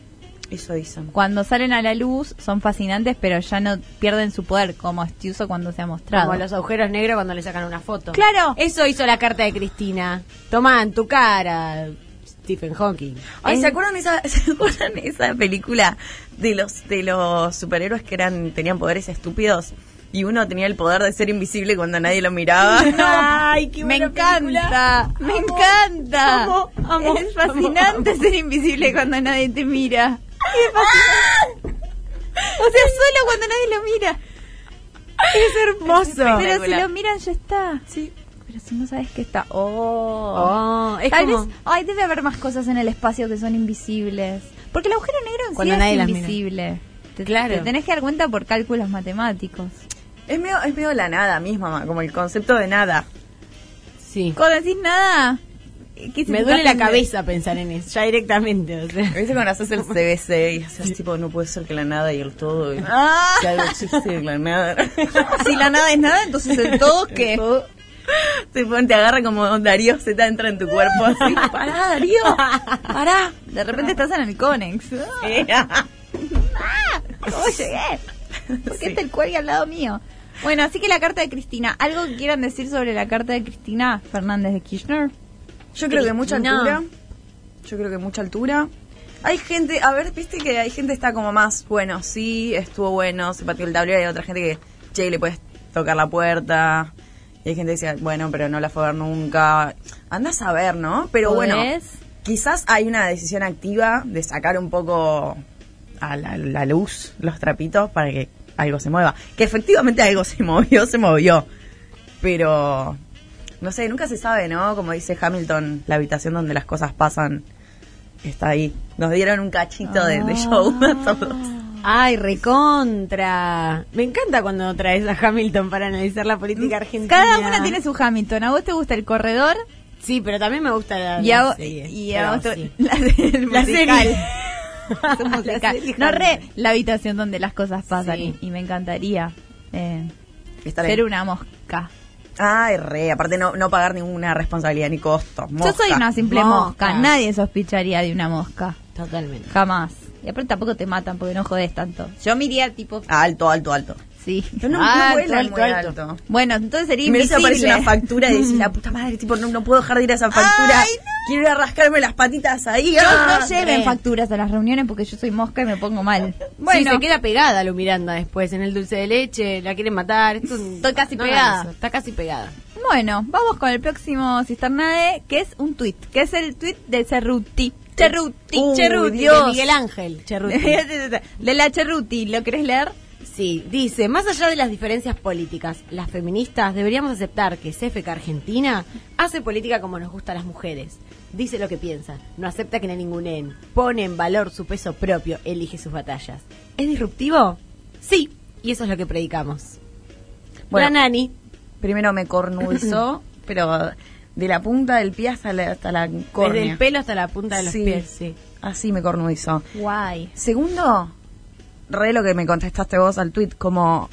Eso dicen.
Cuando salen a la luz son fascinantes, pero ya no pierden su poder como Astiuso cuando se ha mostrado.
Como los agujeros negros cuando le sacan una foto.
Claro.
Eso hizo la carta de Cristina. Tomá en tu cara, Stephen Hawking.
Ay, ¿se acuerdan de esa, ¿se acuerdan de esa película de los de los superhéroes que eran tenían poderes estúpidos? Y uno tenía el poder de ser invisible cuando nadie lo miraba.
Ay, qué
me
buena
encanta, me encanta.
amo, amo,
es fascinante ser invisible cuando nadie te mira. Es fascinante. O sea, solo cuando nadie lo mira.
Es hermoso.
Pero si lo miran ya está. Sí. Pero si no sabes que está. Oh.
Oh, es
Tal
como-
vez, ay, debe haber más cosas en el espacio que son invisibles. Porque el agujero negro en
Cuando
sí
nadie las
es
mira.
invisible. Te,
Claro.
te tenés que dar cuenta por cálculos matemáticos.
Es medio, es medio la nada misma, ma- como el concepto de nada.
Sí.
Cuando decís nada, eh, ¿qué
Me duele la
significa?
cabeza pensar en eso, ya directamente. O sea.
¿Viste cuando haces el CBC y haces tipo, no puede ser que la nada y el todo, y
Ah.
que algo existe de la nada?
Si la nada es nada, entonces el todo qué.
Todo. Te, pon- te agarra como Darío Z entra en tu cuerpo así.
Pará, Darío. Pará. De repente estás en el Conex. Ah, ¿Cómo llegué? ¿Por qué
Sí.
está el cuelgue al lado mío? Bueno, así que la carta de Cristina. ¿Algo que quieran decir sobre la carta de Cristina Fernández de Kirchner?
Yo creo que mucha
No.
altura. Yo creo que mucha altura. Hay gente, a ver, viste que hay gente que está como más, bueno, sí, estuvo bueno, se pateó el tablero, y hay otra gente que, che, le puedes tocar la puerta. Y hay gente que dice, bueno, pero no la fue a ver nunca. Andás a ver, ¿no? Pero bueno,
¿Podés?
quizás hay una decisión activa de sacar un poco a la, la luz los trapitos para que algo se mueva. Que efectivamente algo se movió, se movió. Pero no sé, nunca se sabe, ¿no? Como dice Hamilton, la habitación donde las cosas pasan está ahí. Nos dieron un cachito de, de show a
Ah.
todos.
Ay, recontra. Me encanta cuando traes a Hamilton para analizar la política argentina.
Cada una tiene su Hamilton. ¿A vos te gusta el corredor?
Sí, pero también me gusta la,
Y a,
la
vos-
serie.
y a
Pero
vos te-
sí.
la, el
La
musical.
serie.
Es un musical.
La serie
No
Hamilton.
re la habitación donde las cosas pasan.
Sí.
Y, y me encantaría eh,
Estar ahí.
ser una mosca.
Ay, re, aparte no, no pagar ninguna responsabilidad ni costo.
Yo soy
Mosca.
una simple mosca.
Mosca.
Nadie sospecharía de una mosca.
Totalmente.
Jamás. Y aparte tampoco te matan porque no jodés tanto. Yo me iría tipo.
Alto, alto, alto.
Sí.
Yo no
Alto,
no vuela
alto,
muy
alto.
alto.
Bueno, entonces sería
Y me hizo aparecer
invisible.
una factura y decir, la puta madre, tipo, no, no puedo dejar de ir a esa factura.
Ay,
Quiero ir a rascarme las patitas ahí.
Yo
Ah,
no lleven
re.
facturas a las reuniones porque yo soy mosca y me pongo mal.
Bueno,
Bueno,
se queda pegada lo Miranda después en el dulce de leche, la quieren matar. esto-
Estoy casi
no
pegada.
hagan eso, Está casi pegada.
bueno, vamos con el próximo Cisternade, que es un tweet, que es el tweet de Cerruti. Cerruti,
Uh,
Cerruti,
de Miguel Ángel Cherruti.
Ángel. de la Cerruti, ¿lo querés leer?
Sí, dice, más allá de las diferencias políticas, las feministas deberíamos aceptar que CFK Argentina hace política como nos gusta a las mujeres. Dice lo que piensa, no acepta que le ninguneen, pone en valor su peso propio, elige sus batallas. ¿Es disruptivo? Sí, y eso es lo que predicamos.
Bueno.
la nani,
Primero me cornulzó, pero de la punta del pie hasta la, hasta la córnea.
desde el pelo hasta la punta de los
Sí.
pies, sí.
Así me cornudizó.
Guay.
Segundo, re lo que me contestaste vos al tweet, como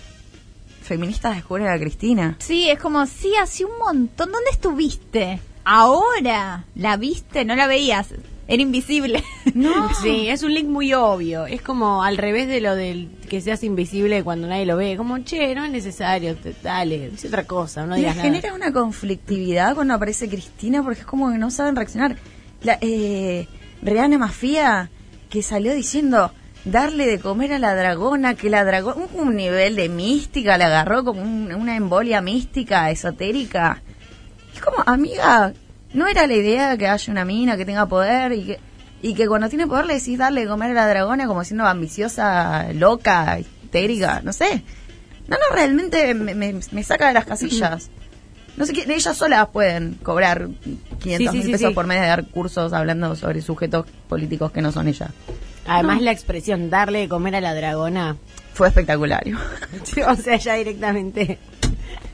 feministas descubren a Cristina.
Sí, es como, sí, hace un montón. ¿Dónde estuviste? Ahora. ¿La viste? No la veías. Era invisible.
Sí, es un link muy obvio. Es como al revés de lo del que seas invisible cuando nadie lo ve. Como, che, no es necesario, te- dale, dice otra cosa, no
Y
digas
les
nada.
genera una conflictividad cuando aparece Cristina porque es como que no saben reaccionar. La, eh, Reana Mafia, que salió diciendo darle de comer a la dragona, que la dragona. Un, un nivel de mística, la agarró como un- una embolia mística, esotérica. Es como, amiga, no era la idea que haya una mina que tenga poder y que. Y que cuando tiene poder le decís darle de comer a la dragona como siendo ambiciosa, loca, histérica, no sé. No, no, realmente me, me- me saca de las casillas. No sé, qué, ellas solas pueden cobrar 500
Sí,
mil
sí, sí,
pesos
sí.
por mes de dar cursos hablando sobre sujetos políticos que no son ellas.
Además la expresión darle de comer a la dragona.
Fue espectacular.
o sea, ya directamente.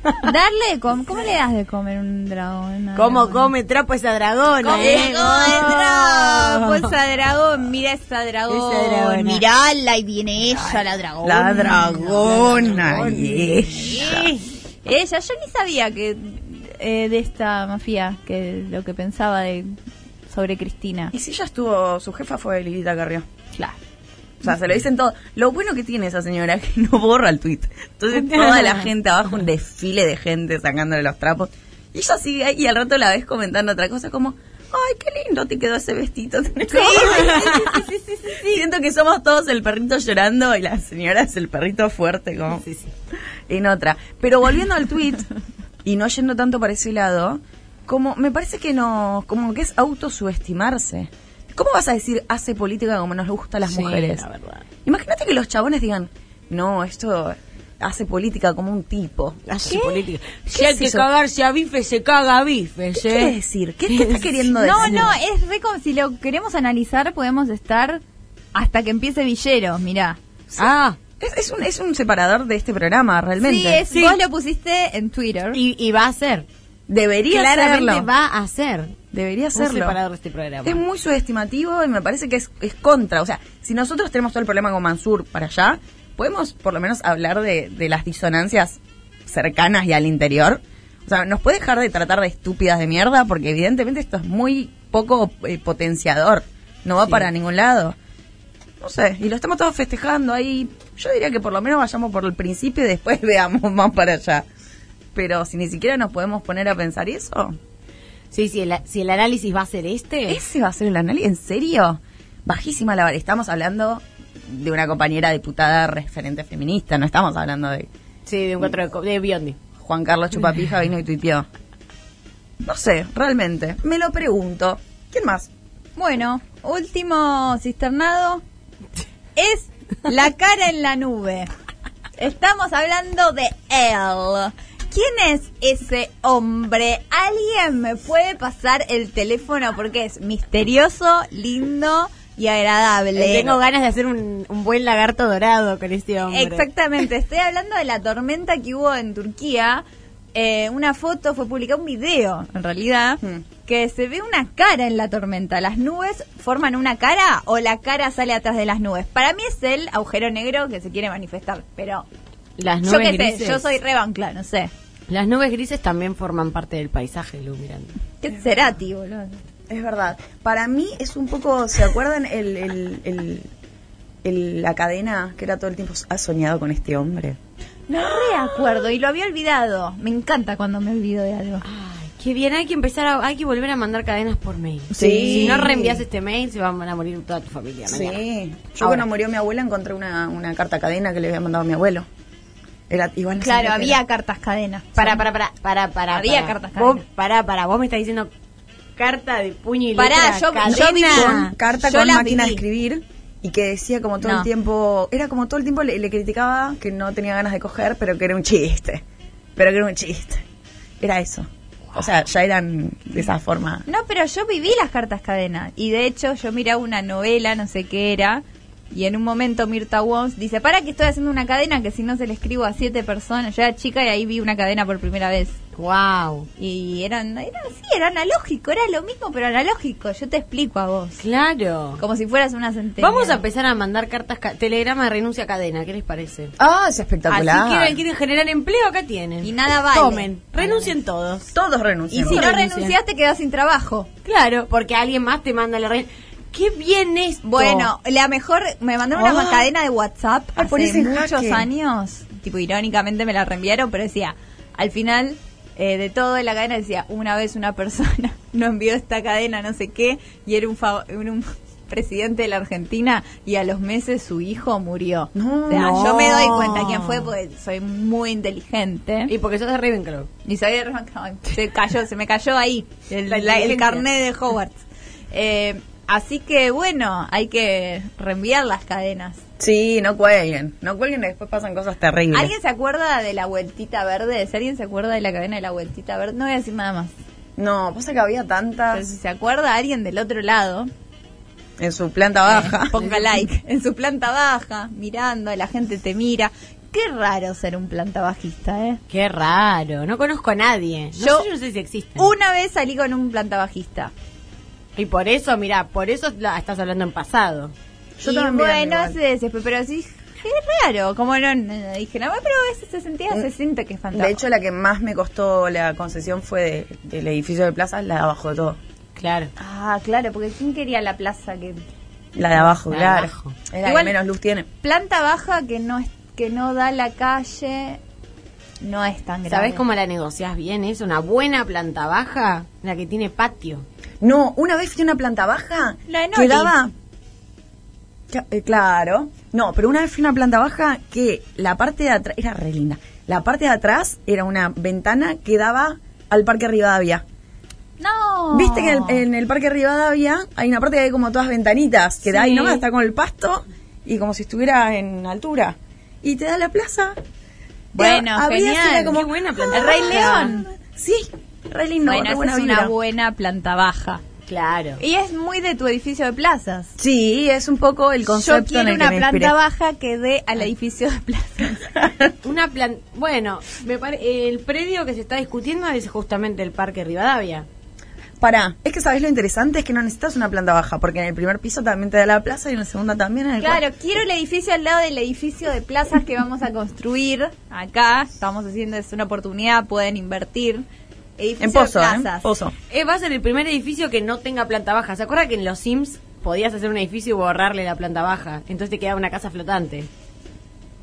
Darle de comer. ¿Cómo le das de comer un dragón?
¿Cómo
Una
come trapo esa dragona?
¿Cómo
eh?
come el dragón? Esa dragón, mira esa dragón.
Esa dragona.
Mirala y viene ella, la dragón.
La dragona y
Eh, Ella, yo ni sabía que eh, de esta mafia, que lo que pensaba de sobre Cristina.
Y si ella estuvo, su jefa fue Lilita Carrió.
Claro.
O sea, se lo dicen todo. Lo bueno que tiene esa señora que no borra el tweet. Entonces toda la gente abajo, un desfile de gente sacándole los trapos. Y ella sigue ahí y al rato la ves comentando otra cosa como, ay, qué lindo te quedó ese vestido. Tenés como- Siento que somos todos el perrito llorando y la señora es el perrito fuerte como
Sí, sí.
en otra. Pero volviendo al tweet y no yendo tanto para ese lado, como me parece que no, como que es autosubestimarse. ¿Cómo vas a decir hace política como nos gusta a las
Sí,
mujeres?
la verdad.
Imagínate que los chabones digan, no, esto hace política como un tipo.
Hace política. Si
¿Qué
hay
es
que
eso?
cagarse a bifes, se caga a bifes,
¿Qué quiere
¿eh?
decir? ¿Qué, qué está queriendo decir?
No, no, es re como si lo queremos analizar, podemos estar Hasta que empiece Villeros, mirá.
Ah,
Es, es un, es un separador de este programa, realmente.
Sí, es,
Sí.
vos lo pusiste en Twitter.
y, y va a ser.
Debería
Claramente
serlo.
va a ser.
Debería
Un
serlo.
separador de este programa.
Es muy subestimativo y me parece que es, es contra. O sea, si nosotros tenemos todo el problema con Mansur para allá, podemos por lo menos hablar de, de las disonancias cercanas y al interior. O sea, ¿nos puede dejar de tratar de estúpidas de mierda? Porque evidentemente esto es muy poco eh, potenciador. No va para ningún lado. No sé, y lo estamos todos festejando ahí. Yo diría que por lo menos vayamos por el principio y después veamos más para allá. Pero si ni siquiera nos podemos poner a pensar eso,
Sí, sí, el, si el análisis va a ser este.
¿Ese va a ser el análisis? ¿En serio? Bajísima la vara. Estamos hablando de una compañera diputada referente feminista. No estamos hablando de
Sí, de un cuatro de, co- de Biondi.
Juan Carlos Chupapija vino y tuiteó. No sé, realmente. Me lo pregunto. ¿Quién más?
Bueno, último cisternado es la cara en la nube. Estamos hablando de él. ¿Quién es ese hombre? ¿Alguien me puede pasar el teléfono? Porque es misterioso, lindo y agradable.
Tengo ganas de hacer un, un buen lagarto dorado con este hombre.
Exactamente, estoy hablando de la tormenta que hubo en Turquía. Eh, una foto fue publicada, un video en realidad,
Hmm.
Mm.
que se ve una cara en la tormenta. ¿Las nubes forman una cara o la cara sale atrás de las nubes? Para mí es el agujero negro que se quiere manifestar, pero
Las
yo
nubes
qué sé,
grises.
yo soy rebancla, no sé.
Las nubes grises también forman parte del paisaje, Lu Miranda.
¿Qué será, tío, boludo?
Es verdad. Para mí es un poco. ¿Se acuerdan el, el- el- el- la cadena que era todo el tiempo? ¿Has soñado con este hombre?
No me acuerdo y lo había olvidado. Me encanta cuando me olvido de algo.
Ay, qué bien, hay que empezar a, hay que volver a mandar cadenas por mail.
Sí.
Si no reenvías este mail, se van a morir toda tu familia. mañana.
Sí. Yo
Ahora.
cuando murió mi abuela encontré una, una carta cadena que le había mandado a mi abuelo. Era igual. no sé
Claro,
lo que
había
era.
cartas cadenas.
Para, para, para, para, para.
Había
para.
cartas
Vos,
cadenas.
para, para, vos me estás diciendo carta de puño y
Pará,
letra.
yo-
cadena.
yo viví-
Con carta
Yo
con
las
máquina de
viví.
escribir y que decía como todo
No.
el tiempo, era como todo el tiempo le, le criticaba que no tenía ganas de coger, pero que era un chiste. Pero que era un chiste. Era eso. O sea, ya eran de esa forma.
No, pero yo viví las cartas cadena. Y de hecho, yo miraba una novela, no sé qué era. Y en un momento Mirta Wons dice: Para que estoy haciendo una cadena que si no se le escribo a siete personas. Yo era chica y ahí vi una cadena por primera vez.
Wow.
Y eran, era así, era analógico. Era lo mismo, pero analógico. Yo te explico a vos.
Claro.
Como si fueras una sentencia.
Vamos a empezar a mandar cartas, ca- telegrama de renuncia a cadena, ¿qué les parece?
Ah, es
Así quieren,
espectacular.
quieren generar empleo, acá tienen.
Y nada vale.
Tomen, renuncien todos.
Todos
Y
renuncian.
si no
renuncia.
renunciaste, quedas sin trabajo.
Claro, porque alguien más te manda la red. ¡Qué bien esto!
Bueno, la mejor, me mandaron una
Ah.
cadena de WhatsApp
Ay, por
hace
ese
muchos
jaque.
años. Tipo, irónicamente me la reenviaron, pero decía, al final eh, de todo de la cadena decía, una vez una persona no envió esta cadena, no sé qué, y era un, fa- era un presidente de la Argentina y a los meses su hijo murió.
No.
O sea, yo
No.
me doy cuenta quién fue porque soy muy inteligente.
Y porque sos de Ravenclaw.
Ni sabía de Ravenclaw. Se cayó, se me cayó ahí el,
La
la- el
inteligencia.
carnet de Hogwarts. Eh, así que bueno, hay que reenviar las cadenas.
Sí, no cuelguen. No cuelguen y después pasan cosas terribles.
¿Alguien se acuerda de la vueltita verde? Si alguien se acuerda de la cadena de la vueltita verde, no voy a decir nada más.
No, pasa que había
Pero si
tantas
se acuerda alguien del otro lado,
en su planta baja.
ponga like en su planta baja, mirando, la gente te mira. Qué raro ser un planta bajista, ¿eh?
Qué raro, no conozco a nadie. No
Yo-
sé, yo no sé si existen.
Una vez salí con un planta bajista.
Y por eso, mira, por eso la- estás hablando en pasado.
Yo
y
también,
bueno,
igual.
se desesperó, pero sí, qué raro. Como no, no, no, dije, no, pero ese se sentía,
Mm.
se siente que es fantasma.
De hecho, la que más me costó la concesión fue de- del edificio de plaza, la de abajo de todo.
Claro.
Ah, claro, porque ¿quién quería la plaza que...
La de abajo,
La de
claro.
abajo.
Es la
Igual-
que menos luz tiene.
Planta baja que no, es- que no da la calle, no es tan grave.
¿Sabés cómo la negociás bien? Es una buena planta baja, la que tiene patio.
No, una vez fui a una planta baja
La de Noli.
que daba... Cla- eh, Claro. No, pero una vez fui a una planta baja que la parte de atrás... Era re linda. La parte de atrás era una ventana que daba al Parque Rivadavia.
No.
Viste que en
Ah.
el, en el Parque Rivadavia hay una parte que hay como todas ventanitas, que da ahí
Sí.
nomás, está con el pasto y como si estuviera en altura. Y te da la plaza.
Bueno,
había
genial.
sido como,
Qué buena planta.
"Ah".
El Rey León.
Sí, re lindo.
bueno,
re
esa
buena
es una
vibra.
buena planta baja.
Claro.
Y es muy de tu edificio de plazas.
Sí, es un poco el
Yo
concepto en
quiero
el
una
que me
planta
inspiré.
baja que dé al edificio de plazas.
Una plan... Bueno, me pare- el predio que se está discutiendo es justamente el Parque Rivadavia.
Pará, es que sabes lo interesante es que no necesitas una planta baja, porque en el primer piso también te da la plaza y en el segundo también. En el
Claro, quiero el edificio al lado del edificio de plazas que vamos a construir acá. Estamos haciendo, es una oportunidad, pueden invertir. Edificio
En Pozo,
de
¿eh?
plazas.
Pozo.
Eh, va a ser el primer edificio que no tenga planta baja. ¿Se acuerda que en los Sims podías hacer un edificio y borrarle la planta baja? Entonces te quedaba una casa flotante.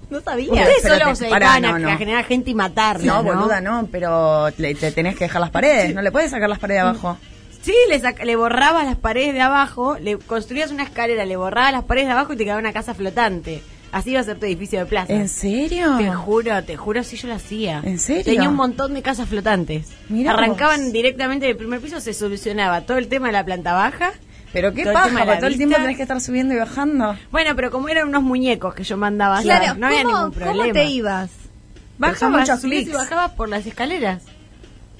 No sabía.
Ustedes
pero
solo
te-
se
pará,
dedicaban
no,
a,
no.
a generar gente y matarla,
No,
¿no?
boluda, no, pero le- te tenés que dejar las paredes, no le puedes sacar las paredes de abajo.
Mm. Sí, le, sac- le borrabas las paredes de abajo, le construías una escalera, le borrabas las paredes de abajo y te quedaba una casa flotante. Así iba a ser tu edificio de plaza.
¿En serio?
Te juro, te juro, si yo lo hacía.
¿En serio?
Tenía un montón de casas flotantes.
Mirá
Arrancaban
vos.
directamente del primer piso, se solucionaba todo el tema de la planta baja.
Pero qué
Todo el
paja,
tema de la
porque todo el tiempo
vista.
tenés que estar subiendo y bajando.
Bueno, pero como eran unos muñecos que yo mandaba, a hacer,
Claro,
no había
¿cómo,
ningún
cómo
problema.
te ibas?
Pero son
Bajabas,
muchos
subías y
clics.
bajabas por las escaleras.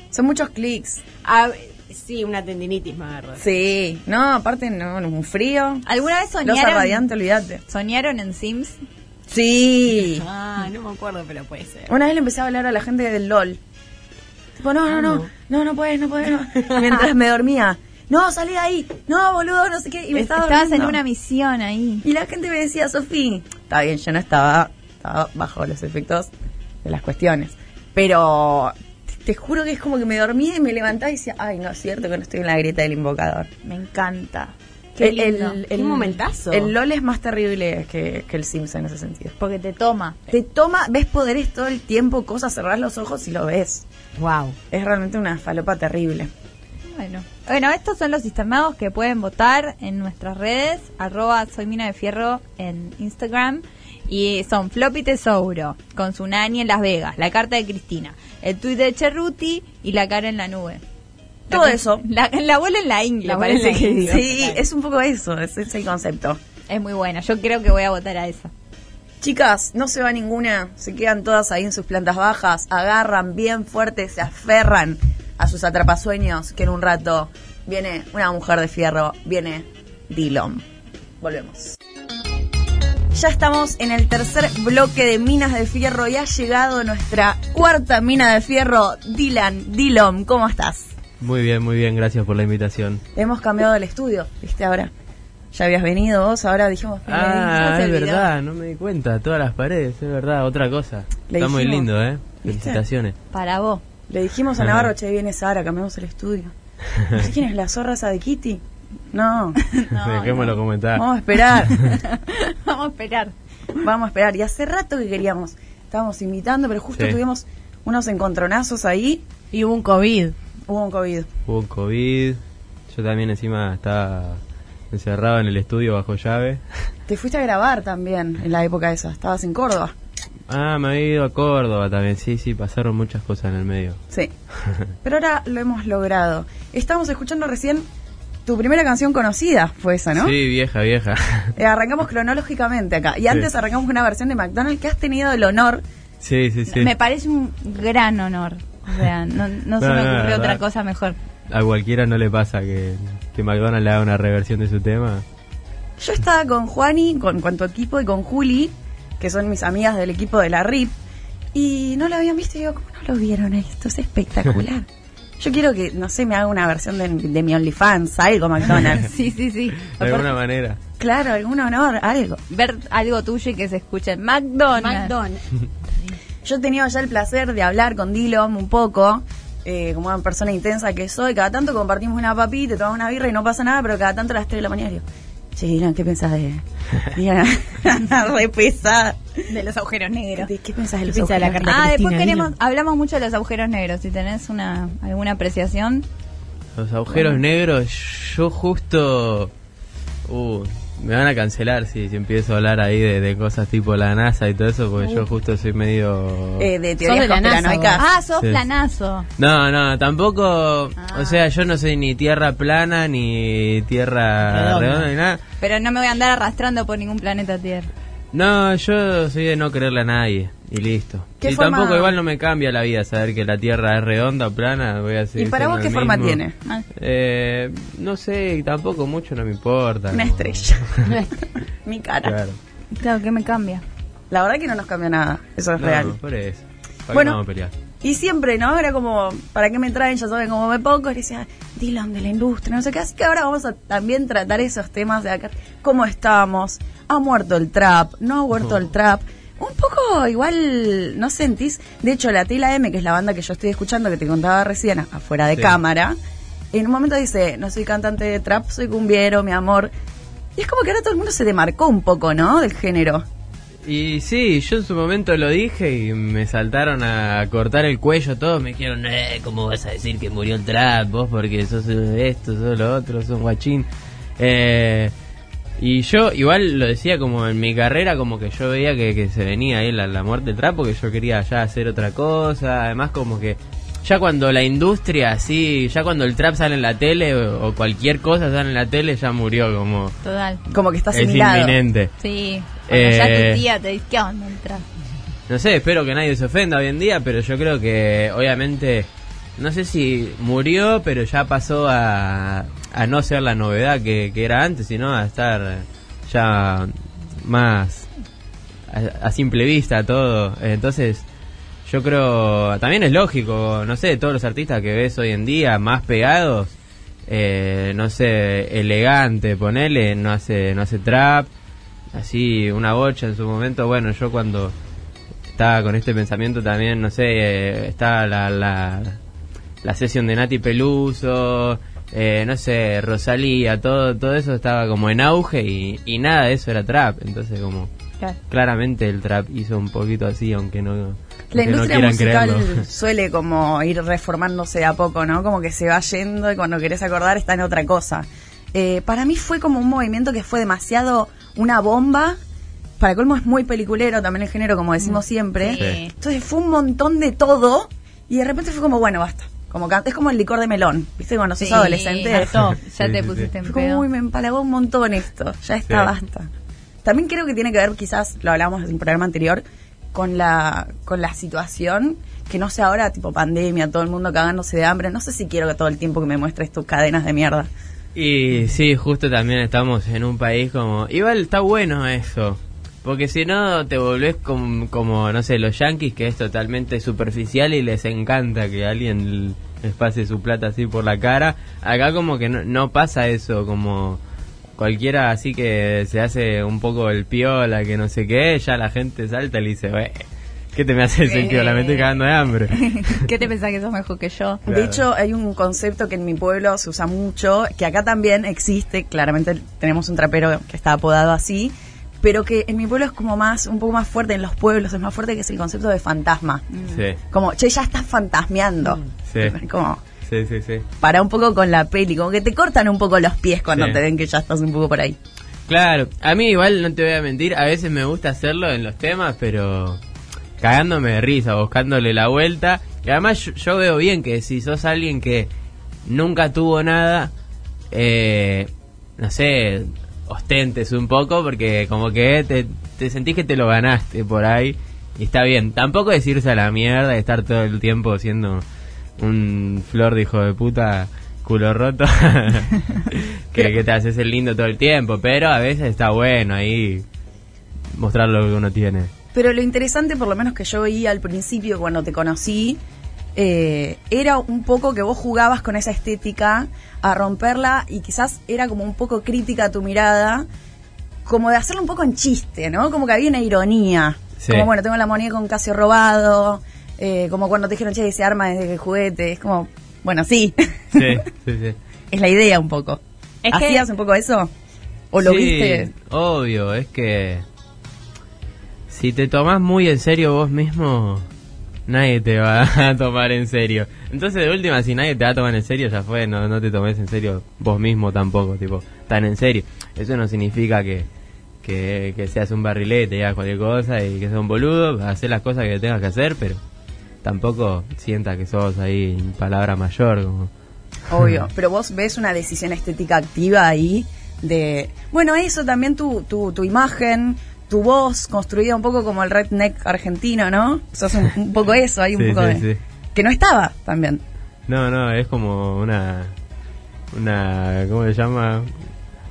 Son muchos clics.
Ah, sí, una tendinitis me agarró.
Sí. No, aparte, no, un frío.
¿Alguna vez
Losa radiante,
soñaron?
olvídate.
¿Soñaron en Sims?
Sí.
Ah, no me acuerdo, pero puede ser.
Una vez le empecé a hablar a la gente del LOL. Tipo, no, no, no, no, no puedes, no puedes. no. Mientras me dormía. No, salí de ahí. No, boludo, no sé qué. Y me estaba
Estabas en
durmiendo.
una misión ahí.
Y la gente me decía, Sofía, está bien, yo no estaba, estaba bajo los efectos de las cuestiones. Pero te, te juro que es como que me dormía y me levantaba y decía, ay, no es cierto que no estoy en la grieta del invocador.
Me encanta. Qué
El, el-
lindo.
Qué
el-
momentazo.
El LOL es más terrible que, que el Sims en ese sentido.
Porque te toma.
Te toma, ves poderes todo el tiempo, cosas, cerrás los ojos y lo ves.
Wow.
Es realmente una falopa terrible.
Bueno. Bueno, estos son los sistemados que pueden votar en nuestras redes, arroba soy mina de fierro en Instagram. Y son Floppy Tesouro, con su nani en Las Vegas, la carta de Cristina, el tuit de Cerruti y la cara en la nube. La
Todo
con-
eso.
La, la bola en la ingle,
La bola en
parece
la
que digo.
ingle.
Sí, es un poco eso, ese es el concepto.
Es muy buena, yo creo que voy a votar a esa.
Chicas, no se va ninguna, se quedan todas ahí en sus plantas bajas, agarran bien fuerte, se aferran a sus atrapasueños, que en un rato viene una mujer de fierro, viene Dillon. Volvemos. Ya estamos en el tercer bloque de Minas de Fierro y ha llegado nuestra cuarta mina de fierro, Dylan. Dillon, ¿cómo estás?
Muy bien, muy bien, gracias por la invitación.
Hemos cambiado el estudio, ¿viste? Ahora ya habías venido vos, ahora dijimos...
Ah,
"Ay, se
es
olvidó".
verdad, no me di cuenta, todas las paredes, es verdad, otra cosa.
Le
Está muy
dijimos.
lindo, ¿eh?
¿Viste?
Felicitaciones.
Para vos.
Le dijimos a Navarro, che, viene Sara, cambiamos el estudio. No sé quién es la zorra esa de Kitty. No,
Dejémoslo comentar.
vamos a esperar.
Vamos a esperar.
Vamos a esperar. Y hace rato que queríamos. Estábamos invitando, pero justo
Sí.
tuvimos unos encontronazos ahí.
Y hubo un COVID.
Hubo un COVID.
Hubo un COVID, yo también encima estaba encerrado en el estudio bajo llave.
Te fuiste a grabar también en la época esa. Estabas en Córdoba.
Ah, me había ido a Córdoba también, sí, sí, pasaron muchas cosas en el medio.
Sí. Pero ahora lo hemos logrado. Estábamos escuchando recién tu primera canción conocida, fue esa, ¿no?
Sí, vieja, vieja.
Eh, arrancamos cronológicamente acá. Y antes
Sí.
arrancamos con una versión de McDonald's que has tenido el honor
sí, sí, sí.
Me parece un gran honor. O sea, no, no se
No,
me
no, la
ocurrió otra
verdad.
cosa mejor.
A cualquiera no le pasa que, que McDonald's le haga una reversión de su tema.
Yo estaba con Juani, con, con tu equipo y con Juli, que son mis amigas del equipo de la RIP, y no lo habían visto y digo, ¿cómo no lo vieron esto? Es espectacular. Yo quiero que, no sé, me haga una versión de, de mi OnlyFans, algo McDonald's.
Sí, sí, sí.
De alguna manera.
claro, algún honor, algo.
ver algo tuyo y que se escuche en McDonald's.
Yo he tenido ya el placer de hablar con Dylan un poco, eh, como una persona intensa que soy. Cada tanto compartimos una papita, tomamos una birra y no pasa nada, pero cada tanto a las 3 de la mañana digo, che, Dylan, ¿qué pensás de...? Dylan, re pesada.
de los agujeros negros.
¿Qué pensás de los
Pizza de la
agujeros?
Carta
Ah, después
Cristina,
queremos,
dilo.
hablamos mucho de los agujeros negros. Si tenés una alguna apreciación,
Los agujeros negros, yo justo... Uh, me van a cancelar si, si empiezo a hablar ahí de, de cosas tipo la NASA y todo eso, porque yo justo soy medio...
Eh, de teorías
de la NASA,
conspiranoicas.
ah, sos
Sí.
planazo.
No, no, tampoco...
Ah.
O sea, yo no soy ni tierra plana, ni tierra
Redonda.
redonda, ni nada.
Pero no me voy a andar arrastrando por ningún planeta Tierra.
No, yo soy de no creerle a nadie. Y listo.
¿Qué
y
forma-
tampoco igual no me cambia la vida saber que la Tierra es redonda, plana, voy a seguir
¿Y para
siendo
vos qué
el
forma
mismo.
tiene? Ah.
Eh, no sé, tampoco mucho no me importa.
Una estrella. Mi cara.
Claro.
Claro, ¿qué me cambia? La verdad que no nos cambia nada. Eso es
No,
real.
Por eso. ¿Para qué
Bueno.
vamos a pelear?
Y siempre, ¿no? Era como, ¿para qué me traen? Ya saben cómo me pongo. Y decía, Dylan de la industria, no sé qué. Así que ahora vamos a también tratar esos temas de acá. ¿Cómo estamos? ¿Ha muerto el trap? ¿No ha muerto el trap? Un poco igual, ¿no sentís? De hecho, la Tila M, que es la banda que yo estoy escuchando, que te contaba recién, afuera de
Sí.
cámara, en un momento dice, no soy cantante de trap, soy cumbiero, mi amor. Y es como que ahora todo el mundo se demarcó un poco, ¿no? Del género.
Y sí, yo en su momento lo dije y me saltaron a cortar el cuello todos. Me dijeron, eh, ¿cómo vas a decir que murió el trap? Vos porque sos esto, sos lo otro, sos guachín. Eh, y yo igual lo decía como en mi carrera, como que yo veía que, que se venía ahí la, la muerte del trap porque yo quería ya hacer otra cosa. Además como que ya cuando la industria así, ya cuando el trap sale en la tele o, o cualquier cosa sale en la tele, ya murió como...
Total.
Como que está
Es asimilado. inminente.
Sí. Cuando ya
Eh.
tu tía te dice, ¿qué onda el trap?
No sé, espero que nadie se ofenda hoy en día, pero yo creo que obviamente, no sé si murió, pero ya pasó a, a no ser la novedad que, que era antes, sino a estar ya más a, a simple vista todo. Entonces, yo creo, también es lógico, no sé, todos los artistas que ves hoy en día más pegados, eh, no sé, elegante, ponele, no hace, no hace trap, así una bocha en su momento, bueno, yo cuando estaba con este pensamiento también, no sé, eh, estaba la, la, la sesión de Nati Peluso, eh, no sé, Rosalía, todo, todo eso estaba como en auge y, y nada de eso era trap, entonces como...
Claro.
Claramente el trap hizo un poquito así, aunque no,
La
aunque no
industria
quieran
musical
creerlo.
suele como ir reformándose de a poco, ¿no? Como que se va yendo y cuando querés acordar está en otra cosa. Eh, para mí fue como un movimiento que fue demasiado una bomba. Para colmo es muy peliculero también el género, como
Mm,
decimos siempre.
Sí.
Entonces fue un montón de todo y de repente fue como, bueno, basta. Como que es como el licor de melón, ¿viste? Cuando sos
Sí,
adolescente.
hartó. Ya Sí, te sí, sí. pusiste en
Fue como,
pedo.
uy, me empalagó un montón esto. Ya está,
Sí.
basta. También creo que tiene que ver, quizás, lo hablamos en el programa anterior, con la, con la situación, que no sé ahora, tipo pandemia, todo el mundo cagándose de hambre. No sé si quiero que todo el tiempo que me muestres tus cadenas de mierda.
Y sí, justo también estamos en un país como... Igual está bueno eso. Porque si no, te volvés com- como, no sé, los yanquis, que es totalmente superficial y les encanta que alguien les pase su plata así por la cara. Acá como que no, no pasa eso, como cualquiera así que se hace un poco el piola, que no sé qué, ya la gente salta y le dice, "Wey, ¿qué te me haces el piola? Me estoy cagando de hambre.
¿Qué te pensás que sos mejor que yo?
Claro.
De hecho, hay un concepto que en mi pueblo se usa mucho, que acá también existe, claramente tenemos un trapero que está apodado así, pero que en mi pueblo es como más, un poco más fuerte, en los pueblos es más fuerte, que es el concepto de fantasma.
Sí, Mm.
Como, che, ya estás fantasmeando.
sí.
Como,
Sí, sí, sí.
para un poco con la peli, como que te cortan un poco los pies cuando
Sí.
te ven que ya estás un poco por ahí.
Claro, a mí igual no te voy a mentir, a veces me gusta hacerlo en los temas, pero cagándome de risa, buscándole la vuelta. Y además yo, yo veo bien que si sos alguien que nunca tuvo nada, eh, no sé, ostentes un poco porque como que te, te sentís que te lo ganaste por ahí y está bien. Tampoco es irse a la mierda y estar todo el tiempo siendo un flor de hijo de puta culo roto que, que te haces el lindo todo el tiempo, pero a veces está bueno ahí mostrar lo que uno tiene.
Pero lo interesante, por lo menos que yo veía al principio cuando te conocí, eh, era un poco que vos jugabas con esa estética a romperla y quizás era como un poco crítica a tu mirada, como de hacerlo un poco en chiste, ¿no? Como que había una ironía.
Sí.
Como bueno, tengo la muñeca con Casio robado, eh, como cuando te dijeron, che, ese arma es de juguete, es como, bueno, sí,
Sí, sí, sí.
es la idea un poco.
Es que-
¿Hacías un poco eso? ¿O lo
Sí,
viste?
Obvio, es que si te tomás muy en serio vos mismo, nadie te va a tomar en serio. Entonces, de última, si nadie te va a tomar en serio, ya fue, no, no te tomes en serio vos mismo tampoco, tipo, tan en serio. Eso no significa que, que, que seas un barrilete, ya cualquier cosa, y que seas un boludo, hacer las cosas que tengas que hacer, pero tampoco sientas que sos ahí palabra mayor. Como.
Obvio, pero vos ves una decisión estética activa ahí de, bueno, eso también tu, tu, tu imagen, tu voz construida un poco como el redneck argentino, ¿no? Sos un, un poco eso, hay un
Sí,
poco
sí,
de...
sí.
Que no estaba también.
No, no, es como una. Una. ¿Cómo se llama?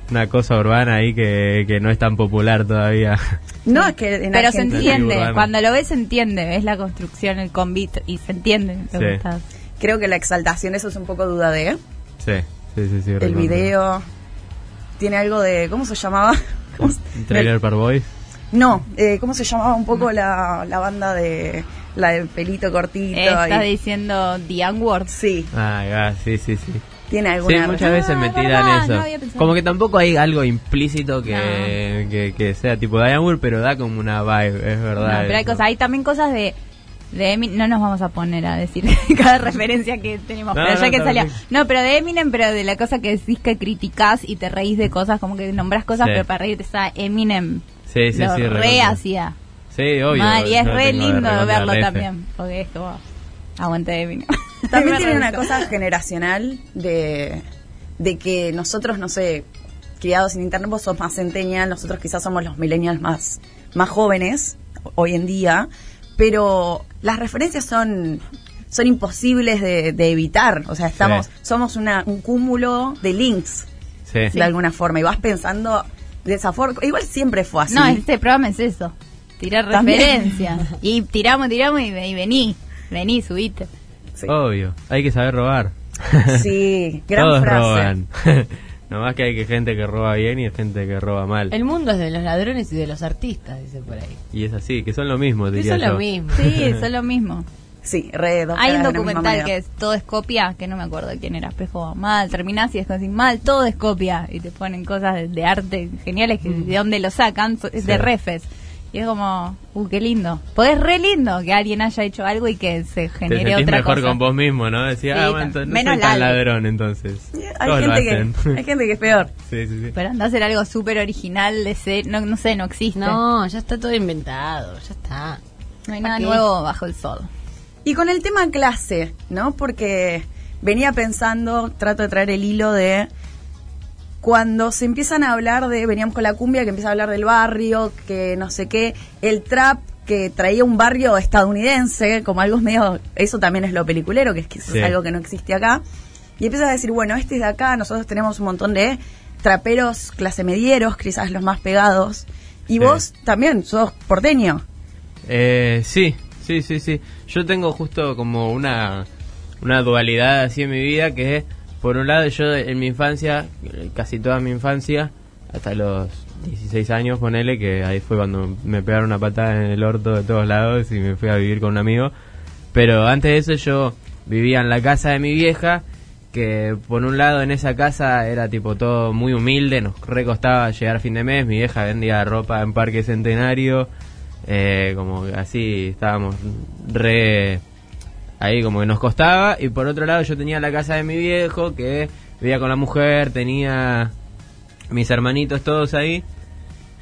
Una cosa urbana ahí que, que no es tan popular todavía.
No, es que en
Pero se
Argentina-
entiende,
Urbana.
cuando lo ves se entiende, ves la construcción, el convite y se entiende. lo que
Sí.
estás-
Creo que la exaltación, eso es un poco duda de...
Sí, sí, sí. sí
El
recontra.
video tiene algo de... ¿Cómo se llamaba? ¿Cómo se-
Trailer Park Boys.
No, eh, ¿cómo se llamaba un poco la, la banda de... La del pelito cortito.
Eh, estás
y-
diciendo The Unword.
Sí,
Ah, ah, sí, sí, sí.
tiene
Sí,
alguna...
muchas veces me
verdad,
tiran
Ah, no había
eso.
pensado.
como que tampoco hay algo implícito que, que, que sea tipo Diane Moore, pero da como una vibe, es verdad.
No, pero hay
eso.
cosas, hay también cosas de de Eminem, no nos vamos a poner a decir cada referencia que tenemos,
No,
pero
no,
ya que
está
salió.
bien.
No, pero de Eminem, pero de la cosa que decís que criticás y te reís de cosas, como que nombrás cosas,
Sí.
pero para reírte está Eminem.
Sí, sí,
lo
sí,
re
recontra.
hacía.
Sí, obvio.
Mal, y es
yo
re
tengo
lindo
recontra
verlo
refe.
también, porque es como, aguante Eminem.
También
Me
tiene una
reviso.
cosa generacional de, de que nosotros, no sé, criados sin internet, vos sos más centenial, nosotros quizás somos los millennials más, más jóvenes hoy en día, pero las referencias son son imposibles de, de evitar, o sea, estamos
Sí.
somos una, un cúmulo de links
Sí.
de alguna forma y vas pensando de esa forma, igual siempre fue así.
No, este programa es eso, tirar
También.
referencias. Y tiramos, tiramos y, y vení, vení, subite.
sí.
Obvio, hay que saber robar.
Sí, gran
Todos
frase.
roban. Nomás que hay que gente que roba bien y gente que roba mal.
Eh.
El mundo es de los ladrones y de los artistas, dice por ahí.
Y es así, que son lo mismo,
Que
diría
son lo
yo.
mismo.
Sí, son lo mismo.
Sí, re, dos
Hay
caras de la
un
misma
documental
moneda.
que es todo es copia, que no me acuerdo de quién era, pero es como mal, terminás y es como así, mal, todo es copia. Y te ponen cosas de, de arte geniales que de dónde lo sacan, so- es de
Mm. Sí.
refes. Y es como, uh, qué lindo. Pues es re lindo que alguien haya hecho algo y que se
Te
genere
sentís
otra
mejor
cosa.
con vos mismo, ¿no? Decía,
Sí,
ah,
tam-
bueno, entonces no
menos
soy tan
ladro.
ladrón, entonces.
hay
Todos lo
gente
hacen.
que hay gente que es peor.
sí, sí, sí.
Pero anda a hacer algo súper original, de ser, no, no sé, no existe.
No, ya está todo inventado, ya está.
No hay
¿Para
nada
qué?
nuevo bajo el sol.
Y con el tema clase, ¿no? Porque venía pensando, trato de traer el hilo de cuando se empiezan a hablar de, veníamos con la cumbia que empieza a hablar del barrio, que no sé qué, el trap que traía un barrio estadounidense, como algo medio, eso también es lo peliculero, que es, que eso
Sí.
es algo que no existe acá. Y empiezas a decir, bueno, este es de acá, nosotros tenemos un montón de traperos clase medieros, quizás los más pegados. Y
Sí.
vos también sos porteño.
Eh, sí, sí, sí, sí. Yo tengo justo como una, una dualidad así en mi vida que es, por un lado, yo en mi infancia, eh, casi toda mi infancia, hasta los 16 años, ponele, que ahí fue cuando me pegaron una patada en el orto de todos lados y me fui a vivir con un amigo. Pero antes de eso yo vivía en la casa de mi vieja, que por un lado en esa casa era tipo todo muy humilde, nos recostaba llegar a fin de mes, mi vieja vendía ropa en Parque Centenario, eh, como así estábamos re ahí como que nos costaba y por otro lado yo tenía la casa de mi viejo que vivía con la mujer, tenía mis hermanitos todos ahí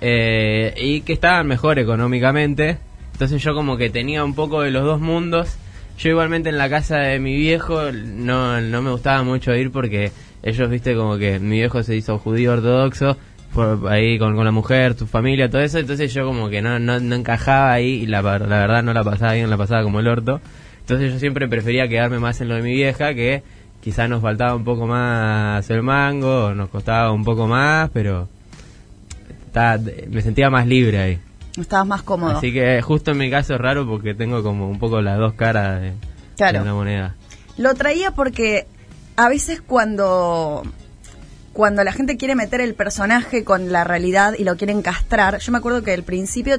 eh, y que estaban mejor económicamente. Entonces yo como que tenía un poco de los dos mundos. Yo igualmente en la casa de mi viejo no, no me gustaba mucho ir porque ellos, viste, como que mi viejo se hizo judío ortodoxo, por ahí con, con la mujer, tu familia, todo eso. Entonces yo como que no, no, no encajaba ahí y la, par- la verdad no la pasaba bien, la pasaba como el orto. Entonces yo siempre prefería quedarme más en lo de mi vieja que quizá nos faltaba un poco más el mango, o nos costaba un poco más, pero estaba- me sentía más libre ahí.
Estabas más cómodo.
Así que justo en mi caso es raro porque tengo como un poco las dos caras de,
Claro.
de la moneda.
Lo traía porque a veces cuando cuando la gente quiere meter el personaje con la realidad y lo quieren castrar, yo me acuerdo que al principio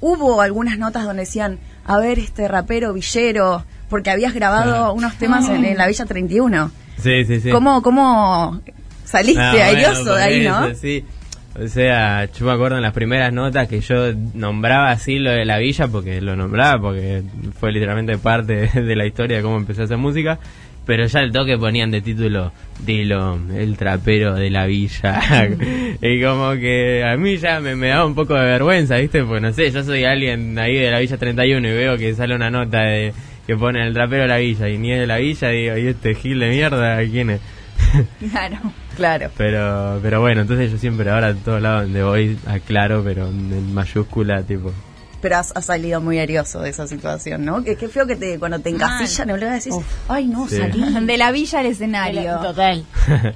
hubo algunas notas donde decían, a ver este rapero villero, porque habías grabado
Ah.
unos temas en, en la Villa 31.
Sí, sí, sí.
¿Cómo, cómo saliste
Ah, bueno,
airoso
por
de ahí, no?
eso, sí. O sea, yo me acuerdo en las primeras notas que yo nombraba así lo de la villa, porque lo nombraba, porque fue literalmente parte de, de la historia de cómo empecé a hacer música. Pero ya el toque ponían de título Dylan, el trapero de la villa. y como que a mí ya me, me daba un poco de vergüenza, ¿viste? Porque no sé, yo soy alguien ahí de la villa 31 y veo que sale una nota de que pone el trapero de la villa y ni es de la villa, digo, ¿y este gil de mierda quién es?
Claro, claro.
Pero, pero bueno, entonces yo siempre ahora en todos lados donde voy aclaro, pero en mayúscula, tipo.
Pero has, has salido muy arioso de esa situación, ¿no? Que, que feo que te, cuando te encasillan, no le decís, ay, no,
Sí.
salí.
De la villa al escenario.
De la- total.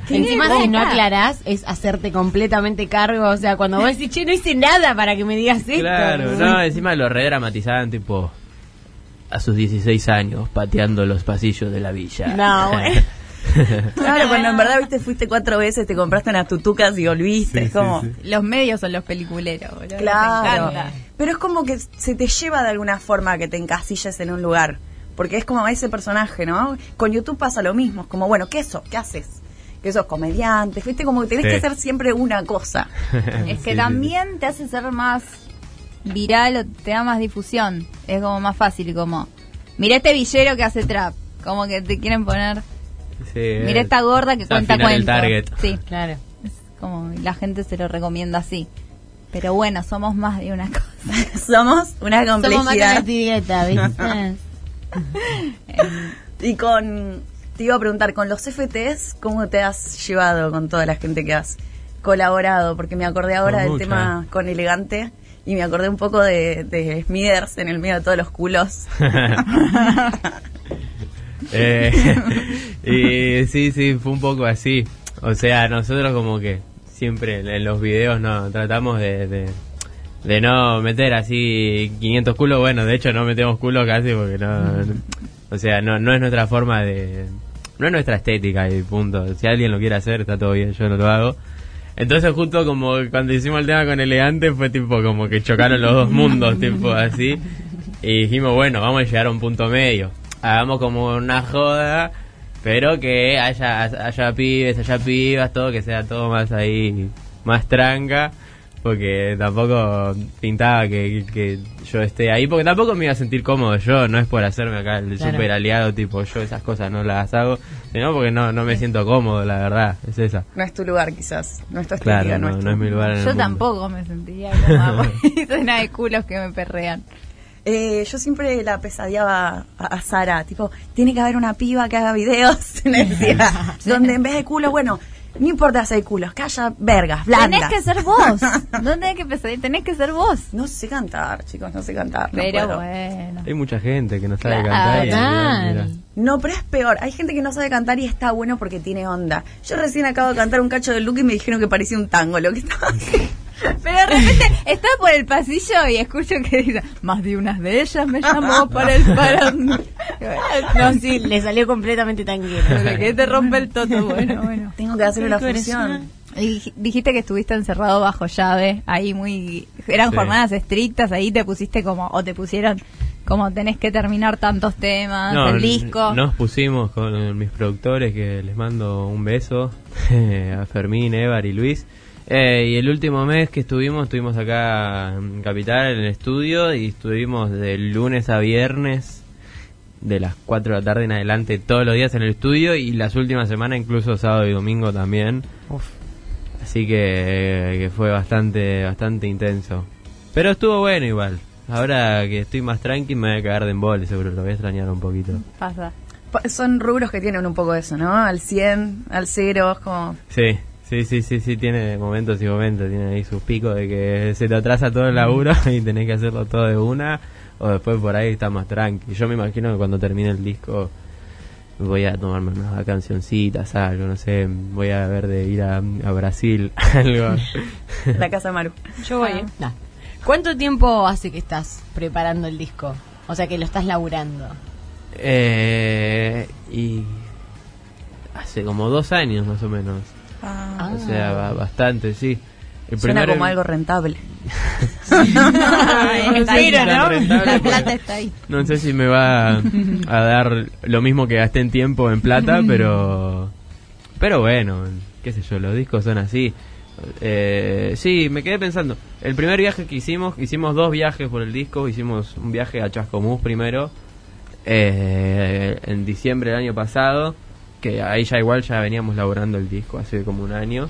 ¿Qué
Encima,
mierda
si no
acá?
aclarás, es hacerte completamente cargo. O sea, cuando vos decís, che, no hice nada para que me digas esto.
Claro, no, encima lo redramatizaban, tipo, a sus 16 años, pateando los pasillos de la villa.
No, bueno. Claro, cuando en verdad viste fuiste cuatro veces, te compraste unas tutucas y volviste, es como...
Los medios son los peliculeros, boludo.
Claro.
Me encanta.
Pero es como que se te lleva de alguna forma a que te encasilles en un lugar. Porque es como ese personaje, ¿no? Con YouTube pasa lo mismo. Es como, bueno, ¿qué eso? ¿Qué haces? Que sos comediante. Fuiste como que tenés
Sí.
que ser siempre una cosa.
Es que
Sí, sí,
también te hace ser más viral o te da más difusión. Es como más fácil, como, mira este villero que hace trap. Como que te quieren poner,
Sí,
mira esta gorda que
es Eh, al
cuenta
final
cuentos.
el target.
Sí, claro. Es como, y la gente se lo recomienda así. Pero bueno, somos más de una cosa.
somos una
Somos más que
complejidad.
una tigreta, ¿viste?
y con... Te iba a preguntar, con los FTs, ¿cómo te has llevado con toda la gente que has colaborado? Porque me acordé ahora
Con
del
mucha.
tema con Elegante y me acordé un poco de, de Smithers en el medio de todos los culos.
Eh, y sí, sí, fue un poco así. O sea, nosotros como que siempre en- en los videos no tratamos de, de, de no meter así 500 culos. Bueno, de hecho no metemos culos casi porque no... no- o sea, no, no es nuestra forma de... No es nuestra estética y punto. Si alguien lo quiere hacer, está todo bien, yo no lo hago. Entonces justo como cuando hicimos el tema con Elegante fue tipo como que chocaron los dos mundos, tipo así. Y dijimos, bueno, vamos a llegar a un punto medio. Hagamos como una joda, pero que haya, haya pibes, haya pibas, todo, que sea todo más ahí, más tranca. Porque tampoco pintaba que, que yo esté ahí, porque tampoco me iba a sentir cómodo yo, no es por hacerme acá el
Claro.
super aliado, tipo yo esas cosas no las hago, sino porque no, no me siento cómodo, la verdad, es esa.
No es tu lugar, quizás. No es tu estética,
Claro,
no,
no,
es tu-
no es mi lugar en el
Yo
mundo.
tampoco me sentiría como llena de culos que me perrean.
Eh, yo siempre la pesadeaba a, a Sara, tipo, tiene que haber una piba que haga videos, me decía, donde en vez de culo, bueno, no importa si hay culos, que haya vergas, blandas.
Tenés que ser vos. No tenés que pensar, tenés que ser vos.
No sé cantar, chicos, no sé cantar. no
Pero
puedo.
bueno.
Hay mucha gente que no sabe
Claro. Ah,
cantar. y- mira.
No, pero es peor. Hay gente que no sabe cantar y está bueno porque tiene onda. Yo recién acabo de cantar un cacho de Luke y me dijeron que parecía un tango lo que estaba
Pero de repente estás por el pasillo y escucho que dicen, más de unas de ellas me llamó para el parón.
No, sí, le salió completamente tanguero.
que te rompe el toto, bueno, bueno.
Tengo que hacer una
Tú eres
función.
una- Y dij- dijiste que estuviste encerrado bajo llave, ahí muy... Eran
Sí.
jornadas estrictas, ahí te pusiste como, o te pusieron como tenés que terminar tantos temas, Ah, el disco.
Nos pusimos con mis productores, que les mando un beso, a Fermín, Evar y Luis. Eh, y el último mes que estuvimos, estuvimos acá en Capital, en el estudio, y estuvimos de lunes a viernes, de las 4 de la tarde en adelante, todos los días en el estudio, y las últimas semanas, incluso sábado y domingo también. Así que, que fue bastante, bastante intenso. Pero estuvo bueno igual. Ahora que estoy más tranqui me voy a cagar de embole, seguro lo voy a extrañar un poquito.
Pasa.
Pa- Son rubros que tienen un poco eso, ¿no? Al 100, al 0, es como...
Sí, sí, sí, sí, sí, tiene momentos y momentos, tiene ahí sus picos de que se te atrasa todo el
Mm.
laburo y tenés que hacerlo todo de una, o después por ahí está más tranqui. Yo me imagino que cuando termine el disco voy a tomarme unas cancioncitas, algo, no sé, voy a ver de ir a, a Brasil, algo.
La casa Maru. Ah.
Yo voy. eh. Nah. ¿Cuánto tiempo hace que estás preparando el disco? O sea, que lo estás laburando.
Eh, y hace como dos años más o menos.
Ah.
O sea, ba- bastante, sí. El
Suena
primer-
como algo rentable.
Está ahí, Mira, ¿no? rentable,
La
pues.
plata está ahí.
No sé si me va a dar lo mismo que gasté en tiempo en plata, pero. Pero bueno, qué sé yo, los discos son así. Eh, sí, me quedé pensando. El primer viaje que hicimos, hicimos dos viajes por el disco. Hicimos un viaje a Chascomús primero, eh, en diciembre del año pasado. Que ahí ya igual ya veníamos laburando el disco hace como un año.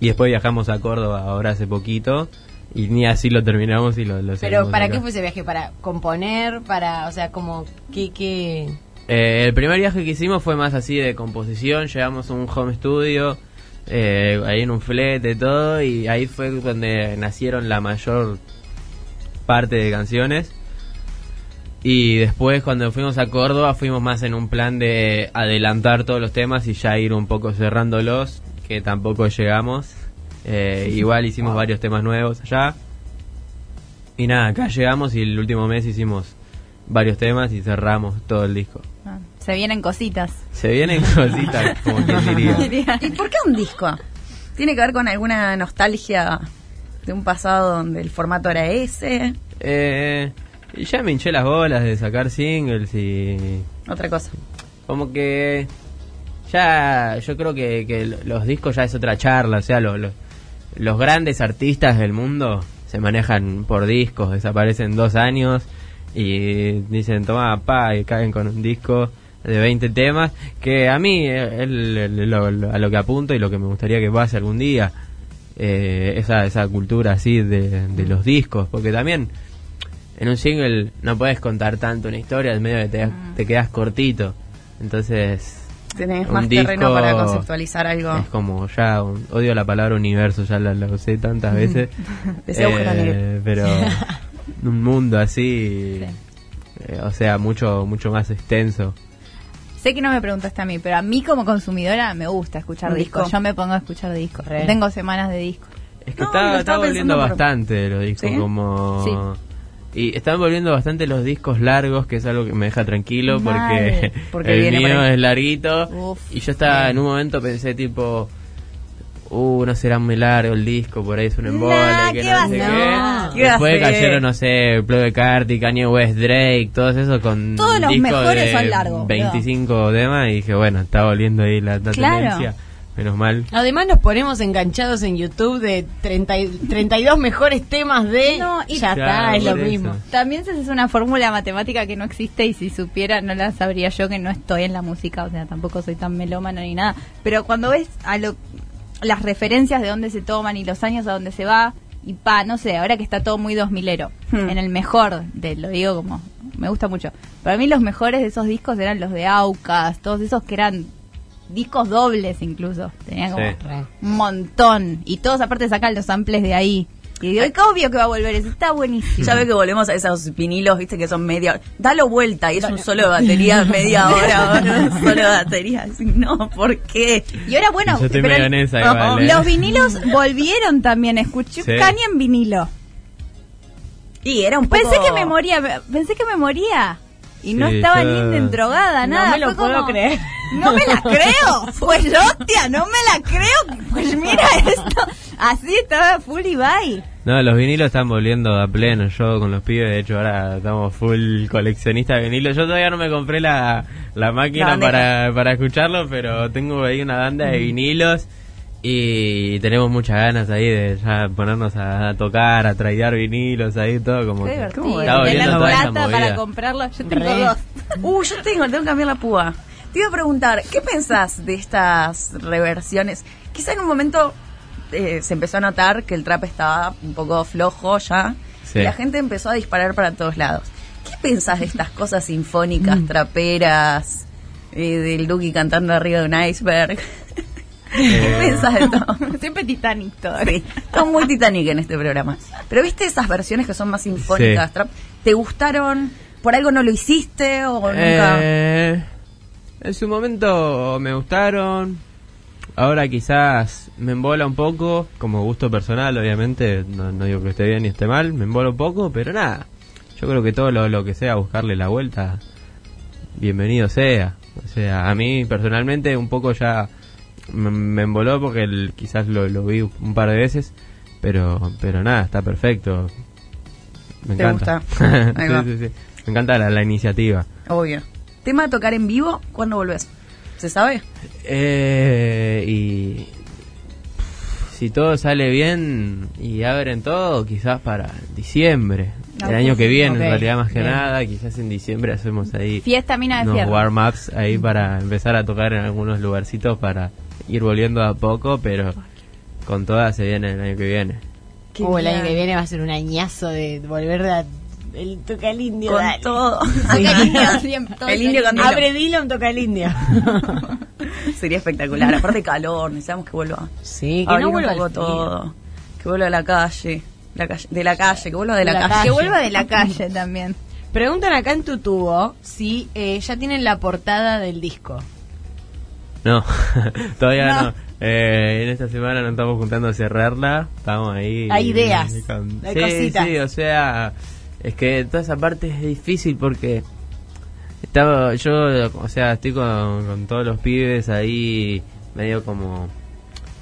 Y después viajamos a Córdoba ahora hace poquito. Y ni así lo terminamos y lo, lo
Pero
seguimos
¿para
acá.
qué fue ese viaje? ¿Para componer? ¿Para, o sea, como, qué, qué,
Eh, el primer viaje que hicimos fue más así de composición, llegamos a un home studio, eh, ahí en un flete y todo, y ahí fue donde nacieron la mayor parte de canciones. Y después cuando fuimos a Córdoba fuimos más en un plan de adelantar todos los temas y ya ir un poco cerrándolos, que tampoco llegamos. Eh, igual hicimos varios temas nuevos allá. Y nada, acá llegamos y el último mes hicimos varios temas y cerramos todo el disco.
Ah, Se vienen cositas.
Se vienen cositas, como quien diría.
¿Y por qué un disco? ¿Tiene que ver con alguna nostalgia de un pasado donde el formato era ese?
Eh, y ya me hinché las bolas de sacar singles y...
Otra cosa.
Como que... Ya, yo creo que, que lo- los discos ya es otra charla, o sea, lo- lo- los grandes artistas del mundo se manejan por discos, desaparecen dos años y dicen, toma, pa, y caen con un disco de 20 temas, que a mí eh, es lo- lo- a lo que apunto y lo que me gustaría que pase algún día, eh, esa, esa cultura así de, de los discos, porque también en un single no puedes contar tanto una historia, en medio que te, te quedas cortito, entonces...
Tenés
un
más terreno
disco-
para conceptualizar algo.
es como ya, un- odio la palabra universo, ya la, la usé tantas veces. Eh,
Ese agujero negro.
Pero un mundo así, eh, o sea, mucho mucho más extenso.
Sé que no me preguntaste a mí, pero a mí como consumidora me gusta escuchar
Un
discos.
disco.
Yo me pongo a escuchar discos.
Re.
Tengo semanas de discos.
Es que
No,
está,
lo
está
estaba pensando
volviendo
por-
bastante los discos,
¿Sí?
como... Y están volviendo bastante los discos largos, que es algo que me deja tranquilo
Mal,
porque,
porque
el
viene por
mío
ahí.
es larguito.
Uf,
y yo estaba en un momento pensé tipo, uh, no será muy largo el disco, por ahí es un embole,
Nah,
que
¿qué
no
va a
sé
ser?
qué.
¿Qué va a
Después
ser?
cayeron, no sé, Plug Carti, Kanye West, Drake, todos esos con
Todos los
discos
mejores
de
son largos,
25 temas y dije, bueno, está volviendo ahí la, la
Claro.
tendencia. Menos mal.
Además nos ponemos enganchados en YouTube de 30 y- 32 mejores temas de... ya está,
Claro,
es lo
por eso.
mismo.
También se hace una fórmula matemática que no existe y si supiera no la sabría yo que no estoy en la música, o sea, tampoco soy tan melómano ni nada. Pero cuando ves a lo, las referencias de dónde se toman y los años a dónde se va, y pa, no sé, ahora que está todo muy 2000ero,
Hmm.
en el mejor, de, lo digo como, me gusta mucho. Para mí los mejores de esos discos eran los de Aucas, todos esos que eran discos dobles incluso, tenían como
Sí. Re.
un montón, y todos aparte sacan los samples de ahí. Y digo, "Ay, qué obvio que va a volver, eso está buenísimo.
Ya ve que volvemos a esos vinilos, viste, que son media hora. Dalo vuelta y es un solo de batería media hora, ahora, un solo de batería. Así, No, ¿por qué?
Y ahora, bueno,
Yo estoy medio en esa igual, ¿eh?
los vinilos volvieron también. Escuché
Sí.
Kanye en vinilo.
Y era un
Pensé
poco-
que me moría, pensé que me moría. Y no
Sí,
estaba
yo-
ni de drogada,
No
nada.
me lo
Fue como,
puedo creer.
No me la creo. Pues hostia, no me la creo. Pues mira esto. Así estaba full y bye.
No, los vinilos están volviendo a pleno. Yo con los pibes, de hecho, ahora estamos full coleccionista de vinilos. Yo todavía no me compré la, la
La Mm.
máquina
bandeja.
para, para escucharlo, pero tengo ahí una banda de vinilos y tenemos muchas ganas ahí de ya ponernos a, a tocar, a traidear vinilos ahí, todo como.
Qué
que
divertido.
Está volviendo toda esa movida.
comprarlo, yo
tengo dos. Uh, yo tengo, tengo que cambiar la púa. Te iba a preguntar, ¿qué pensás de estas reversiones? Quizá en un momento eh, se empezó a notar que el trap estaba un poco flojo ya.
Sí.
Y la gente empezó a disparar para todos lados. ¿Qué pensás de estas cosas sinfónicas, traperas, eh, del Duki cantando arriba de un iceberg? ¿Qué
Eh,
pensás de todo?
Siempre Titanic todo.
Sí, estamos muy Titanic en este programa. Pero viste esas versiones que son más sinfónicas,
Sí.
trap? ¿Te gustaron? ¿Por algo no lo hiciste o nunca?
Eh, en su momento me gustaron. Ahora quizás me embola un poco, como gusto personal, obviamente. No, no digo que esté bien ni esté mal, me embola un poco, pero nada. Yo creo que todo lo, lo que sea buscarle la vuelta, bienvenido sea. O sea, a mí personalmente un poco ya me, me emboló porque el- quizás lo, lo vi un par de veces, pero, pero nada, está perfecto. Me
Te
encanta.
gusta. Ahí
Sí,
va.
sí, sí. Me encanta la- la iniciativa.
Obvio. ¿Tema de tocar en vivo? ¿Cuándo volvés? ¿Se sabe?
Eh, y si todo sale bien y abren todo, quizás para diciembre,
No,
el año que viene,
ok,
en realidad más que
bien.
nada, quizás en diciembre hacemos ahí
Fiesta mina de
unos
fierro.
warm-ups ahí para empezar a tocar en algunos lugarcitos para ir volviendo a poco, pero con todas se viene el año que viene.
Uh, el año que viene va a ser un añazo de volver a
el toca el indio.
Con
dale.
todo.
Sí.
Toca el indio, siempre, todo El toca indio el con indio.
Abre Dillon, toca el indio.
Sería espectacular. Aparte calor, necesitamos que vuelva.
Sí,
que no vuelva todo. Que vuelva a la calle. La calle, de la calle, que vuelva de la, calle.
Que vuelva de la calle también.
Preguntan acá en tu tubo si eh, ya tienen la portada del disco.
No, todavía
No.
no. Eh, en esta semana no estamos juntando a cerrarla. Estamos ahí.
Hay ideas,
Con-
hay
sí,
cositas.
sí, o sea, es que toda esa parte es difícil porque estaba yo, o sea, estoy con, con todos los pibes ahí, medio como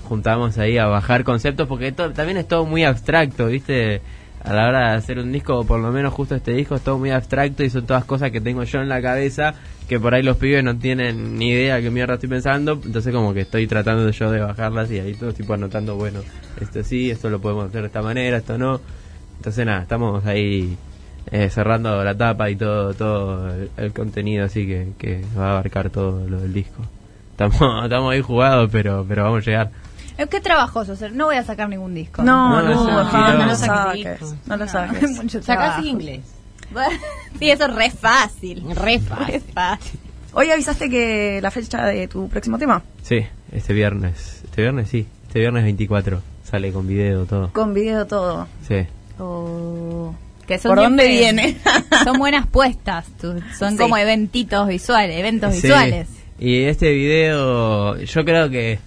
juntamos ahí a bajar conceptos porque to- también es todo muy abstracto, ¿viste? A la hora de hacer un disco, o por lo menos justo este disco, es todo muy abstracto y son todas cosas que tengo yo en la cabeza que por ahí los pibes no tienen ni idea qué mierda estoy pensando, entonces como que estoy tratando yo de bajarlas y ahí todo tipo anotando, bueno, esto sí, esto lo podemos hacer de esta manera, esto no. Entonces nada, estamos ahí eh, cerrando la tapa y todo todo el, el contenido así que, que va a abarcar todo lo del disco. Estamos, estamos ahí jugados, pero, pero vamos a llegar.
Es que Eh, trabajoso, o sea, no voy a sacar ningún disco.
No, no,
No,
no,
no,
no,
no,
lo
no
saques. No lo saques.
Mucho
Sacás
trabajo.
inglés.
sí, eso es re fácil.
Re fácil.
Hoy avisaste que la fecha de tu próximo tema.
Sí, este viernes. Este viernes sí, este viernes 24. Sale con video todo.
Con video todo.
Sí.
Oh, que son
¿Por dónde
siempre- Son buenas puestas, tú- son
Sí.
como eventitos visuales, eventos
Sí.
visuales.
Y este video, yo creo que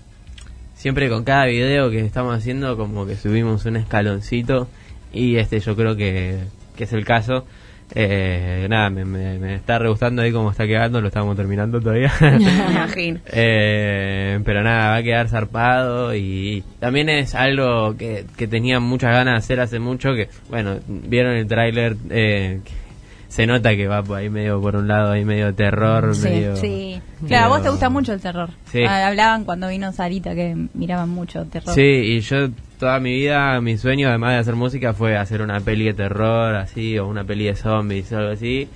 siempre con cada video que estamos haciendo como que subimos un escaloncito y este yo creo que, que es el caso. Eh, nada, me, me- me está re gustando ahí como está quedando, lo estamos terminando todavía.
Me imagino.
Eh, pero nada, va a quedar zarpado y también es algo que, que tenía muchas ganas de hacer hace mucho, que bueno, vieron el tráiler, eh, que se nota que va por ahí medio por un lado, ahí medio terror, medio...
sí.
medio-
Claro, a vos te gusta mucho el terror.
Sí.
Ah, Hablaban cuando vino Sarita que miraban mucho terror.
Sí, y yo toda mi vida, mi sueño además de hacer música fue hacer una peli de terror, así, o una peli de zombies, algo así.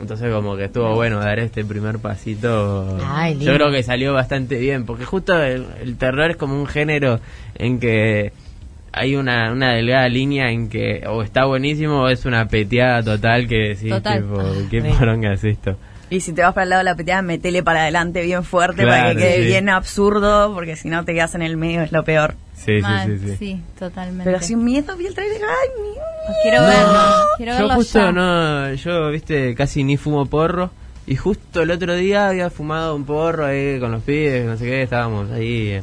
Entonces como que estuvo bueno dar este primer pasito.
Ay, lindo.
yo creo que salió bastante bien, porque justo el, el terror es como un género en que hay una, una delgada línea en que o está buenísimo o es una peteada total que decís,
Total.
tipo, ¿qué
Ah,
poronga es esto?
Y si te vas para el lado de la peteada, metele para adelante bien fuerte para
Claro,
que quede
sí.
bien absurdo, porque si no te quedas en el medio, es lo peor.
Sí,
Mal,
sí, sí, sí.
totalmente.
Pero sin miedo vi el trailer. ¡Ay, miedo!
Quiero verlo, quiero
yo
verlo
justo
ya.
no, yo viste, casi ni fumo porro. Y justo el otro día había fumado un porro ahí con los pibes, no sé qué, estábamos ahí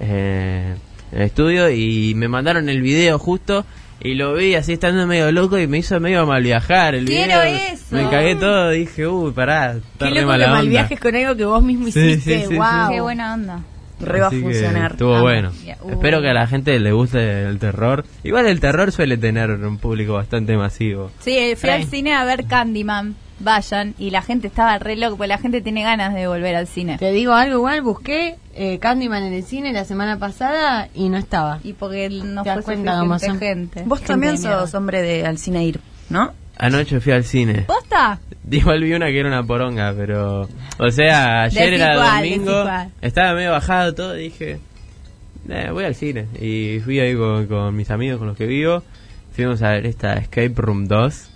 eh, en el estudio y me mandaron el video justo y lo vi así estando medio loco y me hizo medio mal viajar el
Quiero
video.
eso.
Me cagué todo, dije, uy, pará,
Qué
está
loco
re
que
mala
mal
onda".
viajes con algo que vos mismo
Sí,
hiciste.
sí, sí,
wow.
Qué buena onda.
Re va a
Así que
funcionar.
Estuvo
Ah,
bueno.
ya, uh.
Espero que a la gente le guste el terror. Igual el terror suele tener un público bastante masivo.
Sí, eh, fui al
Trae.
cine a ver Candyman. Vayan, y la gente estaba re loca, porque la gente tiene ganas de volver al cine.
Te digo algo igual, busqué eh, Candyman en el cine la semana pasada y no estaba.
Y porque no
Te das
fue
cuenta cómo
suficiente
son.
gente.
Vos
Gente
también
de mierda.
sos hombre de al cine ir, ¿no?
Anoche fui al cine.
¿Posta?
Igual vi una que era una poronga, pero. O sea, ayer
Decís
era
cuál, decís
domingo,
cuál.
estaba medio bajado todo, dije. "Eh, voy al cine. Y fui ahí con, con mis amigos con los que vivo. Fuimos a ver esta Escape Room 2.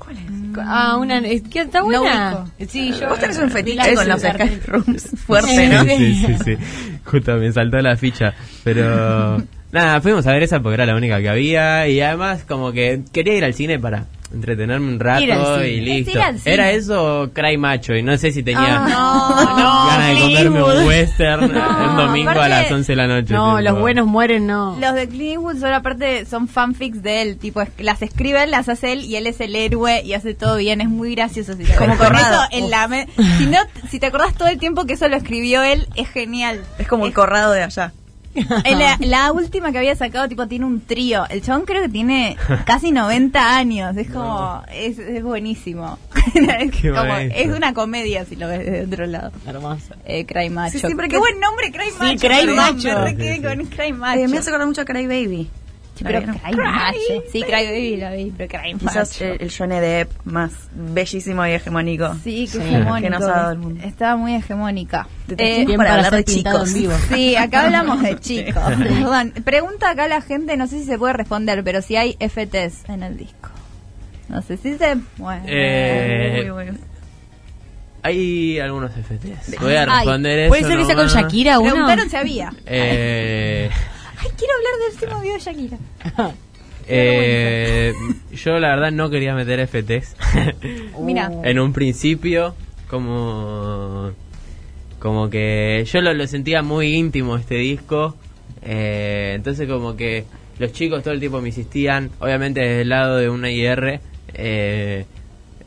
¿Cuál es?
Ah, una. es que está buena.
ubico.
sí, yo.
Vos tenés un fetiche
Las-
con los
Las-
escape rooms fuerte, ¿no?
sí, sí, sí. Justo me saltó la ficha. Pero. Nada, fuimos a ver esa porque era la única que había. Y además, como que quería ir al cine para entretenerme un
Ir al
rato
cine.
y
Es
listo.
ir al cine.
Era eso o Cry Macho. Y no sé si tenía.
Ah.
No, no.
ganas de comerme un
Fleetwood.
western
No,
el domingo
aparte-
a las 11 de la noche.
No,
tipo.
los buenos mueren, no.
Los de Clint Eastwood son aparte son fanfics de él, tipo es- las escriben, las hace él y él es el héroe y hace todo bien, es muy gracioso. Si te
Como
acordás. Por
Corrado.
eso, en la me- si no, si te acordás todo el tiempo que eso lo escribió él, es genial.
Es como el corrado de allá.
En la, la última que había sacado, tipo, tiene un trío. El chabón creo que tiene casi 90 años. Es como, es, es buenísimo. es,
Qué
como-
maestro.
es una comedia si lo ves de otro lado.
Hermosa.
Eh, Cry Macho.
Sí, sí, porque-
Qué buen nombre, Cry Macho.
Cry
perdón,
Macho.
Me re quedé con Cry Macho.
Eh, me hace acordar mucho a Cry Baby.
Sí, pero
¿La vieron?
Cry Macho. Sí, Cry Baby la vi, pero Cry
Quizás eh,
Macho.
el, el Johnny Depp más bellísimo y hegemónico.
Sí, qué hegemónico.
Que nos ha dado el mundo.
Estaba muy hegemónica.
Te
Eh,
trajimos
bien
para
para
hablar de
ser pintado
chicos.
en vivo.
Sí, acá hablamos de chicos. Perdón. Pregunta acá la gente, no sé si se puede responder, pero si hay FTs en el disco. No sé si se... Bueno.
Eh,
Uy, uy, uy.
Hay algunos FTs.
De-
Voy a
Ay,
responder eso.
¿puede ser que sea con
nomás.
Shakira uno?
Preguntaron si había.
Eh,
Ay, quiero hablar del último video de Shakira.
eh, yo la verdad no quería meter FTs.
Mira.
en un principio, como. Como que yo lo, lo sentía muy íntimo este disco. eh, entonces, como que los chicos todo el tiempo me insistían, obviamente desde el lado de una IR. eh,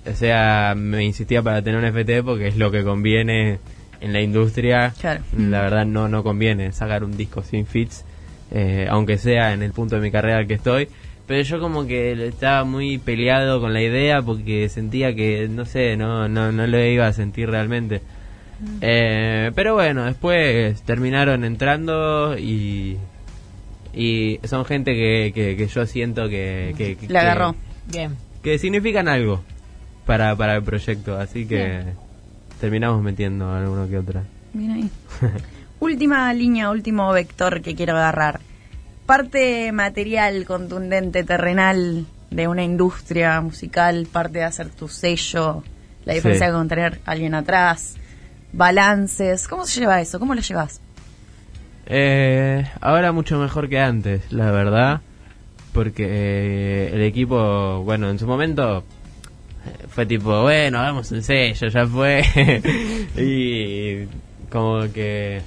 o sea, me insistía para tener un FT porque es lo que conviene en la industria.
Claro.
La verdad, no, no conviene sacar un disco sin fits, eh, aunque sea en el punto de mi carrera al que estoy. Pero yo como que estaba muy peleado con la idea porque sentía que, no sé, no, no, no lo iba a sentir realmente. Eh, pero bueno, después terminaron entrando y... Y son gente que, que, que yo siento que... que, que-
La agarró.
Bien.
Que, significan algo para, para el proyecto, así que terminamos metiendo alguno que otra.
Bien ahí. Última línea, último vector que quiero agarrar. Parte material, contundente, terrenal de una industria musical, parte de hacer tu sello, la diferencia
Sí.
con tener a alguien atrás, balances. ¿Cómo se lleva eso? ¿Cómo lo llevas?
Eh, ahora mucho mejor que antes, la verdad. Porque eh, el equipo, bueno, en su momento eh, fue tipo, bueno, hagamos un sello, ya fue. y como que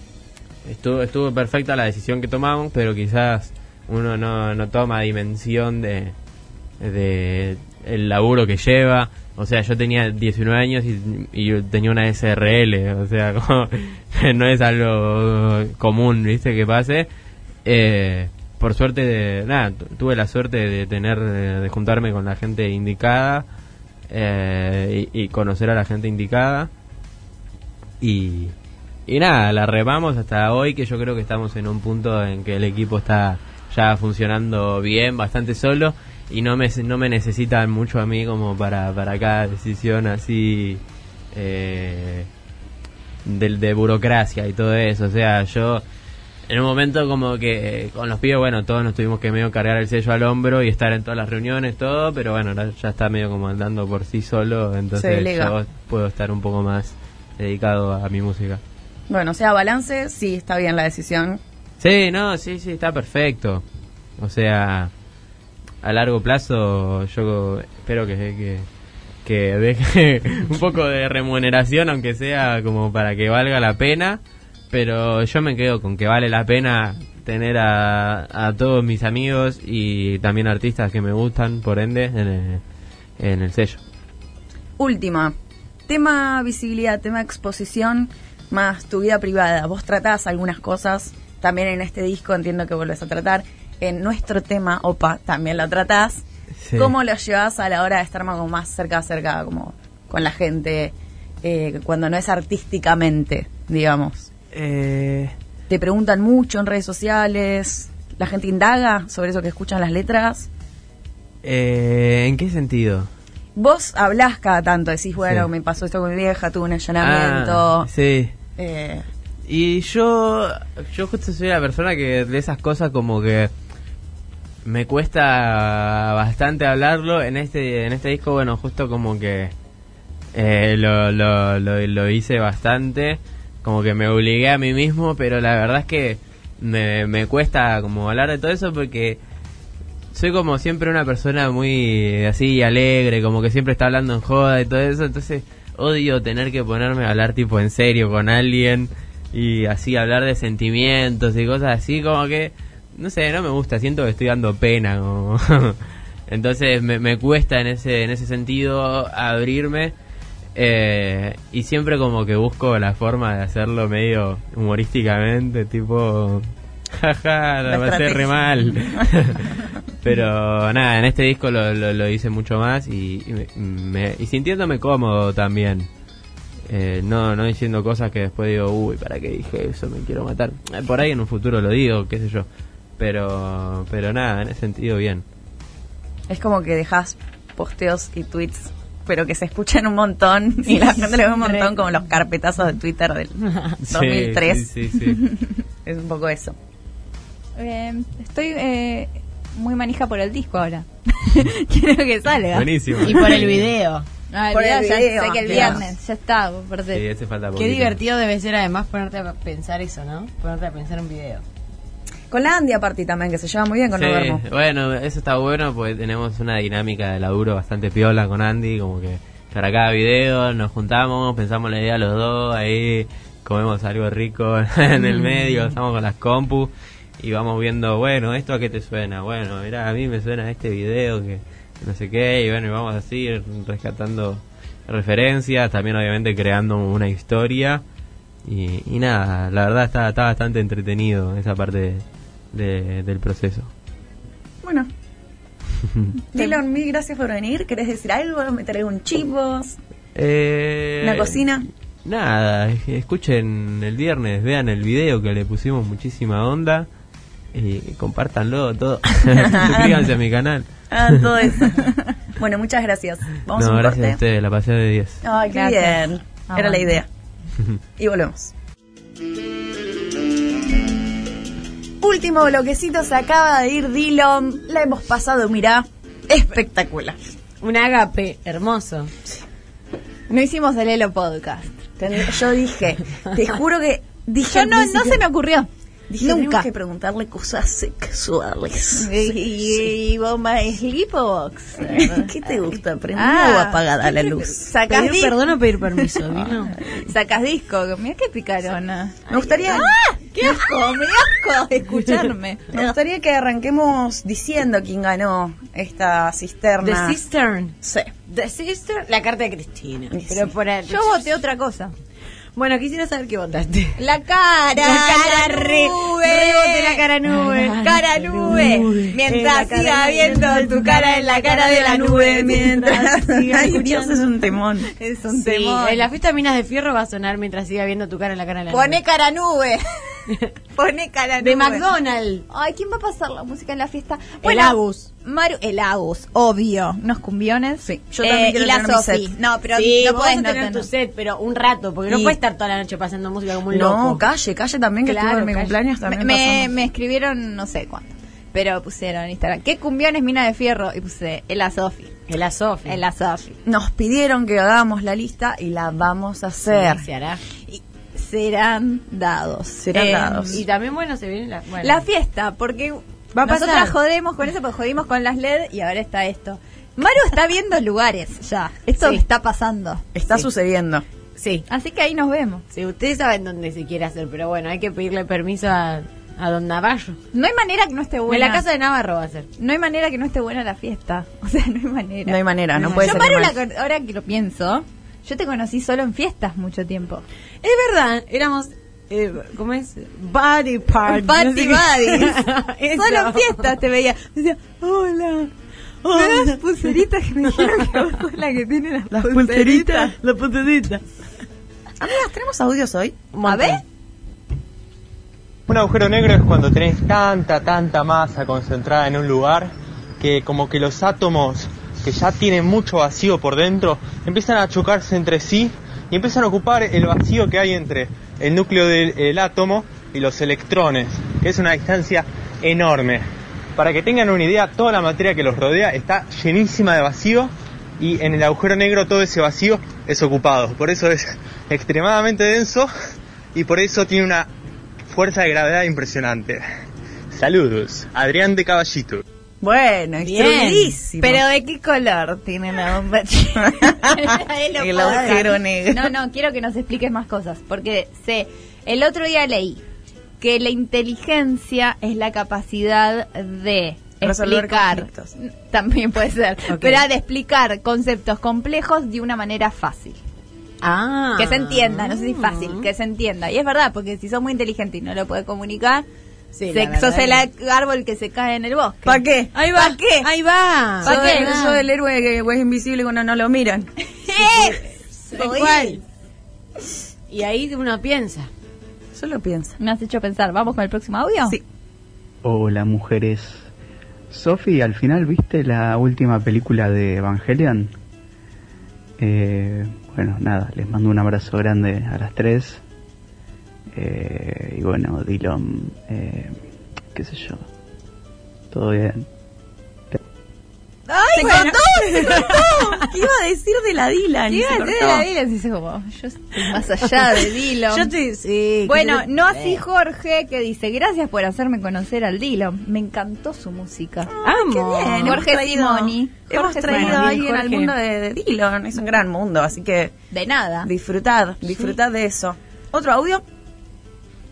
estuvo, estuvo perfecta la decisión que tomamos, pero quizás uno no, no toma dimensión de, de el laburo que lleva. O sea, yo tenía 19 años y, y yo tenía una SRL. O sea, como, no es algo común, ¿viste? Que pase. Eh, por suerte, de, nada, tu- tuve la suerte de tener, de, de juntarme con la gente indicada eh, y, y conocer a la gente indicada. Y, y nada, la remamos hasta hoy, que yo creo que estamos en un punto en que el equipo está ya funcionando bien, bastante solo, y no me, no me necesitan mucho a mí como para, para cada decisión así eh, del de burocracia y todo eso. O sea, yo en un momento como que eh, con los pibes, bueno, todos nos tuvimos que medio cargar el sello al hombro y estar en todas las reuniones, todo, pero bueno, ahora ya está medio como andando por sí solo, entonces
delega.
yo puedo estar un poco más dedicado a mi música.
Bueno, o sea, balance, sí, está bien la decisión.
Sí, no, sí, sí, está perfecto. O sea, a largo plazo yo espero que, que, que deje un poco de remuneración, aunque sea como para que valga la pena. Pero yo me quedo con que vale la pena tener a, a todos mis amigos y también artistas que me gustan, por ende, en el, en el sello.
Última. Tema visibilidad, tema exposición, más tu vida privada. Vos tratás algunas cosas, también en este disco entiendo que volvés a tratar. En nuestro tema, OPA, también lo tratás.
Sí.
¿Cómo lo llevas a la hora de estar como más cerca, cerca, como con la gente, eh, cuando no es artísticamente, digamos? Te preguntan mucho en redes sociales, la gente indaga sobre eso que escuchan las letras.
Eh, ¿En qué sentido?
Vos hablás cada tanto, decís, bueno,
Sí.
me pasó esto con mi vieja, tuve un allanamiento.
Ah, sí.
Eh,
Y yo, yo justo soy la persona que de esas cosas como que me cuesta bastante hablarlo. En este, en este disco, bueno, justo como que eh, lo, lo, lo, lo hice bastante. Como que me obligué a mí mismo, pero la verdad es que me, me cuesta como hablar de todo eso porque soy como siempre una persona muy eh, así alegre, como que siempre está hablando en joda y todo eso, entonces odio tener que ponerme a hablar tipo en serio con alguien y así hablar de sentimientos y cosas así, como que no sé, no me gusta, siento que estoy dando pena como entonces me, me cuesta en ese en ese sentido abrirme eh, y siempre como que busco la forma de hacerlo medio humorísticamente, tipo jaja, la
La
pasé re
estrategia.
mal. Pero nada, en este disco lo, lo, lo hice mucho más y, y me- me- y sintiéndome cómodo también. Eh, no, no diciendo cosas que después digo, uy, ¿para qué dije eso? Me quiero matar. Eh, Por ahí en un futuro lo digo, qué sé yo. Pero, pero nada, en ese sentido bien.
es como que dejas posteos y tweets, pero que se escuchan un montón y la gente lo ve un montón, como los carpetazos de Twitter del 2003.
Sí, sí, sí.
Es un poco eso.
Em, Eh, estoy eh, muy manija por el disco ahora. Quiero que salga.
Buenísimo.
Y por el video.
Ah, el
Por
video
el
ya
video, Ah,
sé que el
claro.
viernes, ya está, por perder.
Sí, este falta
Qué
poquito.
divertido debe ser además ponerte a pensar eso, ¿no? Ponerte a pensar un video.
Con la Andy aparte también, que se lleva muy bien con
Sí,
Norbermo.
bueno, eso está bueno porque tenemos una dinámica de laburo bastante piola con Andy, como que para cada video nos juntamos, pensamos la idea los dos, ahí comemos algo rico en el
Mm.
medio, estamos con las compu y vamos viendo, bueno, ¿esto a qué te suena? Bueno, mira, a mí me suena este video que no sé qué, y bueno, y vamos así rescatando referencias, también obviamente creando una historia. Y, y nada, la verdad está, está bastante entretenido esa parte de- de- del proceso.
Bueno. Dylan, mil gracias por venir. ¿Querés decir algo? ¿Meter un chivos?
Eh,
¿Una cocina?
Nada, escuchen el viernes, vean el video que le pusimos muchísima onda y compártanlo todo. Suscríbanse a mi canal.
Ah, todo eso. bueno, muchas gracias. Vamos a
no,
un
gracias a
corte.
ustedes, la pasé de 10.
Ay, qué
Gracias.
bien.
Ah,
Era la
bueno.
idea. Y volvemos. Último bloquecito se acaba de ir Dylan. La hemos pasado, mirá, espectacular.
Un agape hermoso.
No hicimos el Elo Podcast.
Yo dije, te juro que dije.
Yo no-
al principio-
no se me ocurrió.
Dije,
Nunca.
tenemos que preguntarle cosas sexuales.
Y, bomba Sleepbox.
¿Qué te gusta? ¿Prendida
Ah,
o apagada la luz?
sacás Pedir di- perdón o
pedir permiso, ¿vino?
Sacas disco, mira qué picarona.
Me gustaría.
¡Ah! ¡Qué asco! ¡Me da asco de escucharme!
Me gustaría que arranquemos diciendo quién ganó esta
The
cisterna.
Cistern.
Sí.
The Cistern, la carta de Cristina.
Sí.
Pero por ahí-
Yo voté otra cosa.
Bueno, quisiera saber qué votaste.
La cara,
La cara re- re boté la cara nube.
Cara nube. Mientras
En la
siga
cara
viendo tu cara en la cara de la nube. Mientras siga
Ay, Dios, es un temón.
Es
Sí,
un temor.
eh, La fiesta Minas de Fierro va a sonar mientras siga viendo tu cara en la cara de la
Pone cara nube. Pone cara nube.
De McDonald's.
Ay, ¿quién va a pasar la música en la fiesta?
Agus.
Maru, el Agus, obvio. Unos cumbiones. Sí.
Yo también quiero
Eh, y la
tener mi
Sofi.
set.
No, pero
sí,
no
vos
puedes
vas a
no
tener tu
tener.
set, pero un rato, porque no
Sí.
puedes estar toda la noche pasando música como un
No,
loco.
calle, calle también, que
Claro,
estuvo en mi
calle.
cumpleaños
Me,
también.
me,
pasamos.
me escribieron no sé cuánto. Pero pusieron en Instagram. ¿Qué cumbiones mina de fierro? Y puse el Sofi.
El asofi.
El Sofi.
Nos pidieron que hagamos la lista y la vamos a hacer.
Sí, se hará.
Serán dados. Em,
Serán dados.
Y también, bueno, se viene la... bueno.
Eh, La fiesta, porque
Va a
nosotras
pasar.
jodemos con eso, porque jodimos con las LED y ahora está esto. Maru está viendo lugares ya. Esto
Sí.
está pasando.
Está
Sí.
sucediendo.
Sí.
Así que ahí nos vemos.
Sí, ustedes saben dónde se quiere hacer, pero bueno, hay que pedirle permiso a, a don Navarro.
No hay manera que no esté buena.
En la casa de Navarro va a ser.
No hay manera que no esté buena la fiesta. O sea, no hay manera.
No hay manera, no puede
yo
ser
Maru,
mal.
la con- ahora que lo pienso, yo te conocí solo en fiestas mucho tiempo.
Es verdad, éramos... eh, ¿Cómo es? Body party.
Party
no sé qué.
buddies.
Eso.
Solo en fiestas te veía. Me decía, hola.
Oh,
Me das pulseritas que me dijeron que vos sos la que tiene las, pulseritas.
La puntadita.
Amigas, ¿tenemos audios hoy?
A ver.
Un agujero negro es cuando tenés tanta, tanta masa concentrada en un lugar que como que los átomos que ya tienen mucho vacío por dentro empiezan a chocarse entre sí y empiezan a ocupar el vacío que hay entre el núcleo del el átomo y los electrones, que es una distancia enorme. Para que tengan una idea, toda la materia que los rodea está llenísima de vacío y en el agujero negro todo ese vacío es ocupado. Por eso es extremadamente denso y por eso tiene una fuerza de gravedad impresionante. Saludos, Adrián de Caballito.
Bueno,
Bien.
instruidísimo.
Pero de qué color tiene la bomba china? Lo
El
puedo
agujero
dar.
negro.
No, no, quiero que nos expliques más cosas, porque sé, el otro día leí que la inteligencia es la capacidad de
Resolver
explicar,
conflictos.
también puede ser,
Ok.
pero de explicar conceptos complejos de una manera fácil.
Ah.
Que se entienda, no sé si fácil, que se entienda. Y es verdad, porque si sos muy inteligente y no lo puedes comunicar,
Sí,
se-
la
sos el
verdad
árbol que se cae en el bosque.
¿Para qué?
Ahí va.
¿Pa' qué?
Ahí va.
¿Pa'
Soy
qué?
el- soy el héroe que que es invisible cuando no lo miran.
Tal
Soy-
cual. Y ahí uno piensa.
Solo piensa.
Me has hecho pensar. ¿Vamos con el próximo audio?
Sí.
Hola mujeres. Sofi, al final viste la última película de Evangelion. Eh, bueno, nada, les mando un abrazo grande a las tres. Eh, y bueno, Dylan, eh, qué sé yo. Todo bien.
¡Ay,
Se
bueno.
cortó, se cortó. ¿Qué iba a decir de la Dylan?
¿Qué
Se
iba a decir de
cortó.
la Dylan? Dice como, yo estoy más allá de Dylan.
Yo estoy- sí,
Bueno,
que-
no así
eh.
Jorge, que dice, gracias por hacerme conocer al Dylan. Me encantó su música.
Amo.
bien. Jorge Simoni.
Hemos
Jorge
traído
Simoni.
a alguien al
Jorge.
mundo de, de Dylan. Es un gran mundo, así que.
De nada.
Disfrutad, disfrutad de eso. ¿Otro audio?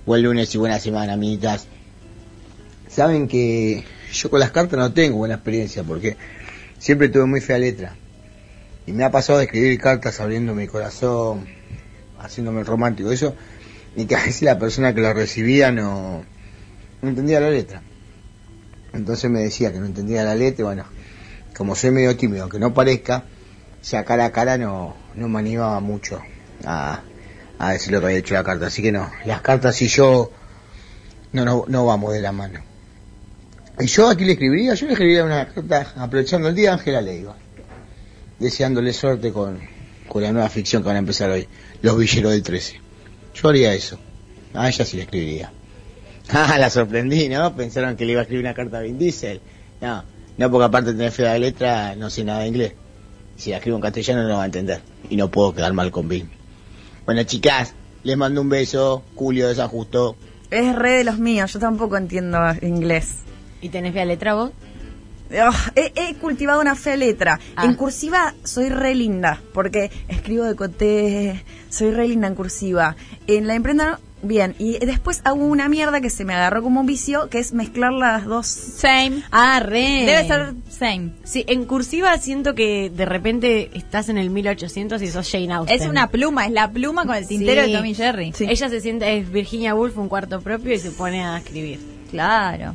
Buen lunes y buena semana, amiguitas. Saben que yo con las cartas no tengo buena experiencia porque siempre tuve muy fea letra. Y me ha pasado de escribir cartas abriendo mi corazón, haciéndome el romántico, eso. Y que a veces la persona que la recibía no, no entendía la letra. Entonces me decía que no entendía la letra y bueno, como soy medio tímido, aunque no parezca, ya cara a cara no, no me animaba mucho a, a decir ah, lo que había hecho la carta. Así que no, las cartas y yo no, no, no vamos de la mano. Y yo aquí le escribiría, yo le escribiría una carta aprovechando el día a Ángela Leiva, deseándole suerte con, con la nueva ficción que van a empezar hoy, Los Villeros del 13. Yo haría eso, a ella sí le escribiría. Ah, la sorprendí, ¿no? Pensaron que le iba a escribir una carta a Vin Diesel. No, no porque aparte de tener fea letra, no sé nada de inglés. Si la escribo en castellano no lo va a entender. Y no puedo quedar mal con Vin. Bueno, chicas, les mando un beso. Julio de San Justo.
Es re de los míos, yo tampoco entiendo inglés. Oh,
¿Y tenés fea letra vos?
he, he cultivado una fea letra.
Ah.
En cursiva soy re linda, porque escribo de coté, soy re linda en cursiva. En la imprenta, no, bien. Y después hago una mierda que se me agarró como un vicio, que es mezclar las dos.
Same.
Ah, re.
Debe ser same.
Sí, en cursiva siento que de repente estás en el 1800 y sos Jane Austen.
Es una pluma, es la pluma con el tintero
Sí.
de Tommy Jerry.
Ella se sienta, es Virginia Woolf, un cuarto propio y se pone a escribir.
Claro.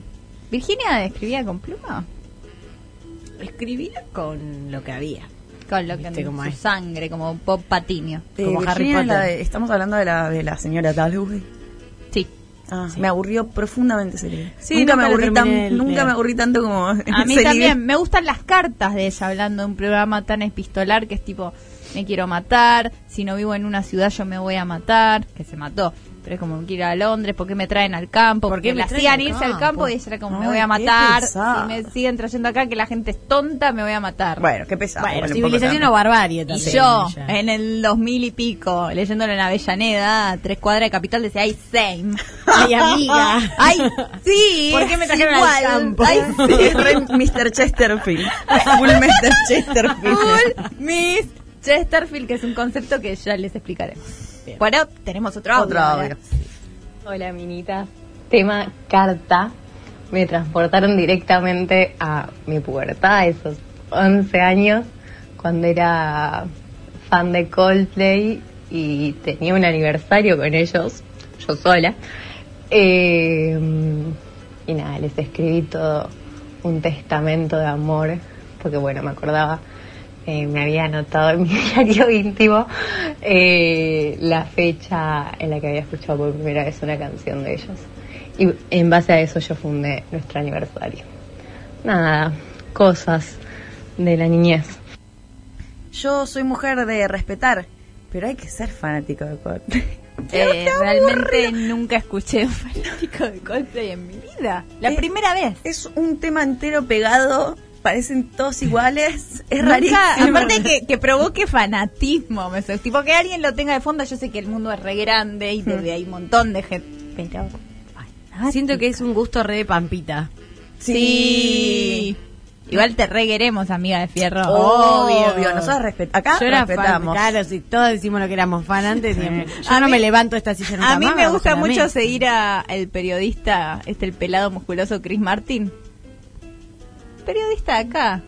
¿Virginia escribía con pluma?
Escribía con lo que había.
Con lo que
Viste cómo
su
es.
sangre, como Pop Patiño.
Eh,
como Harry
Virginia es
Potter.
la de- estamos hablando de la, de la señora Dalloway.
Sí.
Me aburrió profundamente ese libro.
Sí,
nunca,
nunca
me
lo
aburrí
terminé de
tan- nunca
leer.
me aburrí tanto como
A mí
ese
también.
libro.
Me gustan las cartas de ella hablando de un programa tan espistolar que es tipo, me quiero matar, si no vivo en una ciudad yo me voy a matar, que se mató. Pero es como, quiero ir a Londres, ¿por qué me traen al campo?
¿Por qué
Porque
me
la
traen
hacían
al
irse al
campo?
campo y ella era como,
Ay,
me voy a
qué
matar,
pesada.
si me siguen trayendo acá que la gente es tonta, me voy a matar.
Bueno, qué pesado.
Bueno, civilización o barbarie
Y
también.
yo,
ella.
en el 2000 y pico, leyéndolo en Avellaneda, a tres cuadras de capital, decía, ay, same.
Ay, amiga.
Ay, sí.
¿Por qué me
es
trajeron al
igual.
campo?
Ay, sí.
Es re Mr. Chesterfield. Full Mr. Chesterfield.
Full Miss Chesterfield, que es un concepto que ya les explicaremos. Por ahora tenemos otro audio.
Otro audio.
Hola, minitas. Tema carta. Me transportaron directamente a mi pubertad, a Ah, esos 11 años, cuando era fan de Coldplay y tenía un aniversario con ellos, yo sola. Eh, y nada, les escribí todo un testamento de amor, porque bueno, me acordaba, eh, me había anotado en mi diario íntimo eh, la fecha en la que había escuchado por primera vez una canción de ellos. Y en base a eso yo fundé nuestro aniversario. Nada, cosas de la niñez.
Yo soy mujer de respetar, pero hay que ser fanático de Coldplay.
Eh, realmente nunca escuché un fanático de Coldplay en mi vida. La
Eh,
primera vez.
Es un tema entero pegado, parecen todos iguales, es
Nunca-
rarísimo.
Aparte que, que provoque fanatismo. Me sé. Tipo que alguien lo tenga de fondo. Yo sé que el mundo es re grande y desde hay un montón de gente. Pero
Mm. Siento que es un gusto re de pampita.
Sí. Igual te regueremos, amiga de fierro.
Obvio, nosotros respetamos. Acá
Yo era fan,
respetamos.
claro, si todos decimos lo que éramos fan antes, digamos, yo no me levanto de esta silla nunca
A mí
más,
me
vamos
gusta
a la
mucho
mesa.
seguir a el periodista, este el pelado musculoso Chris Martin. Periodista de acá.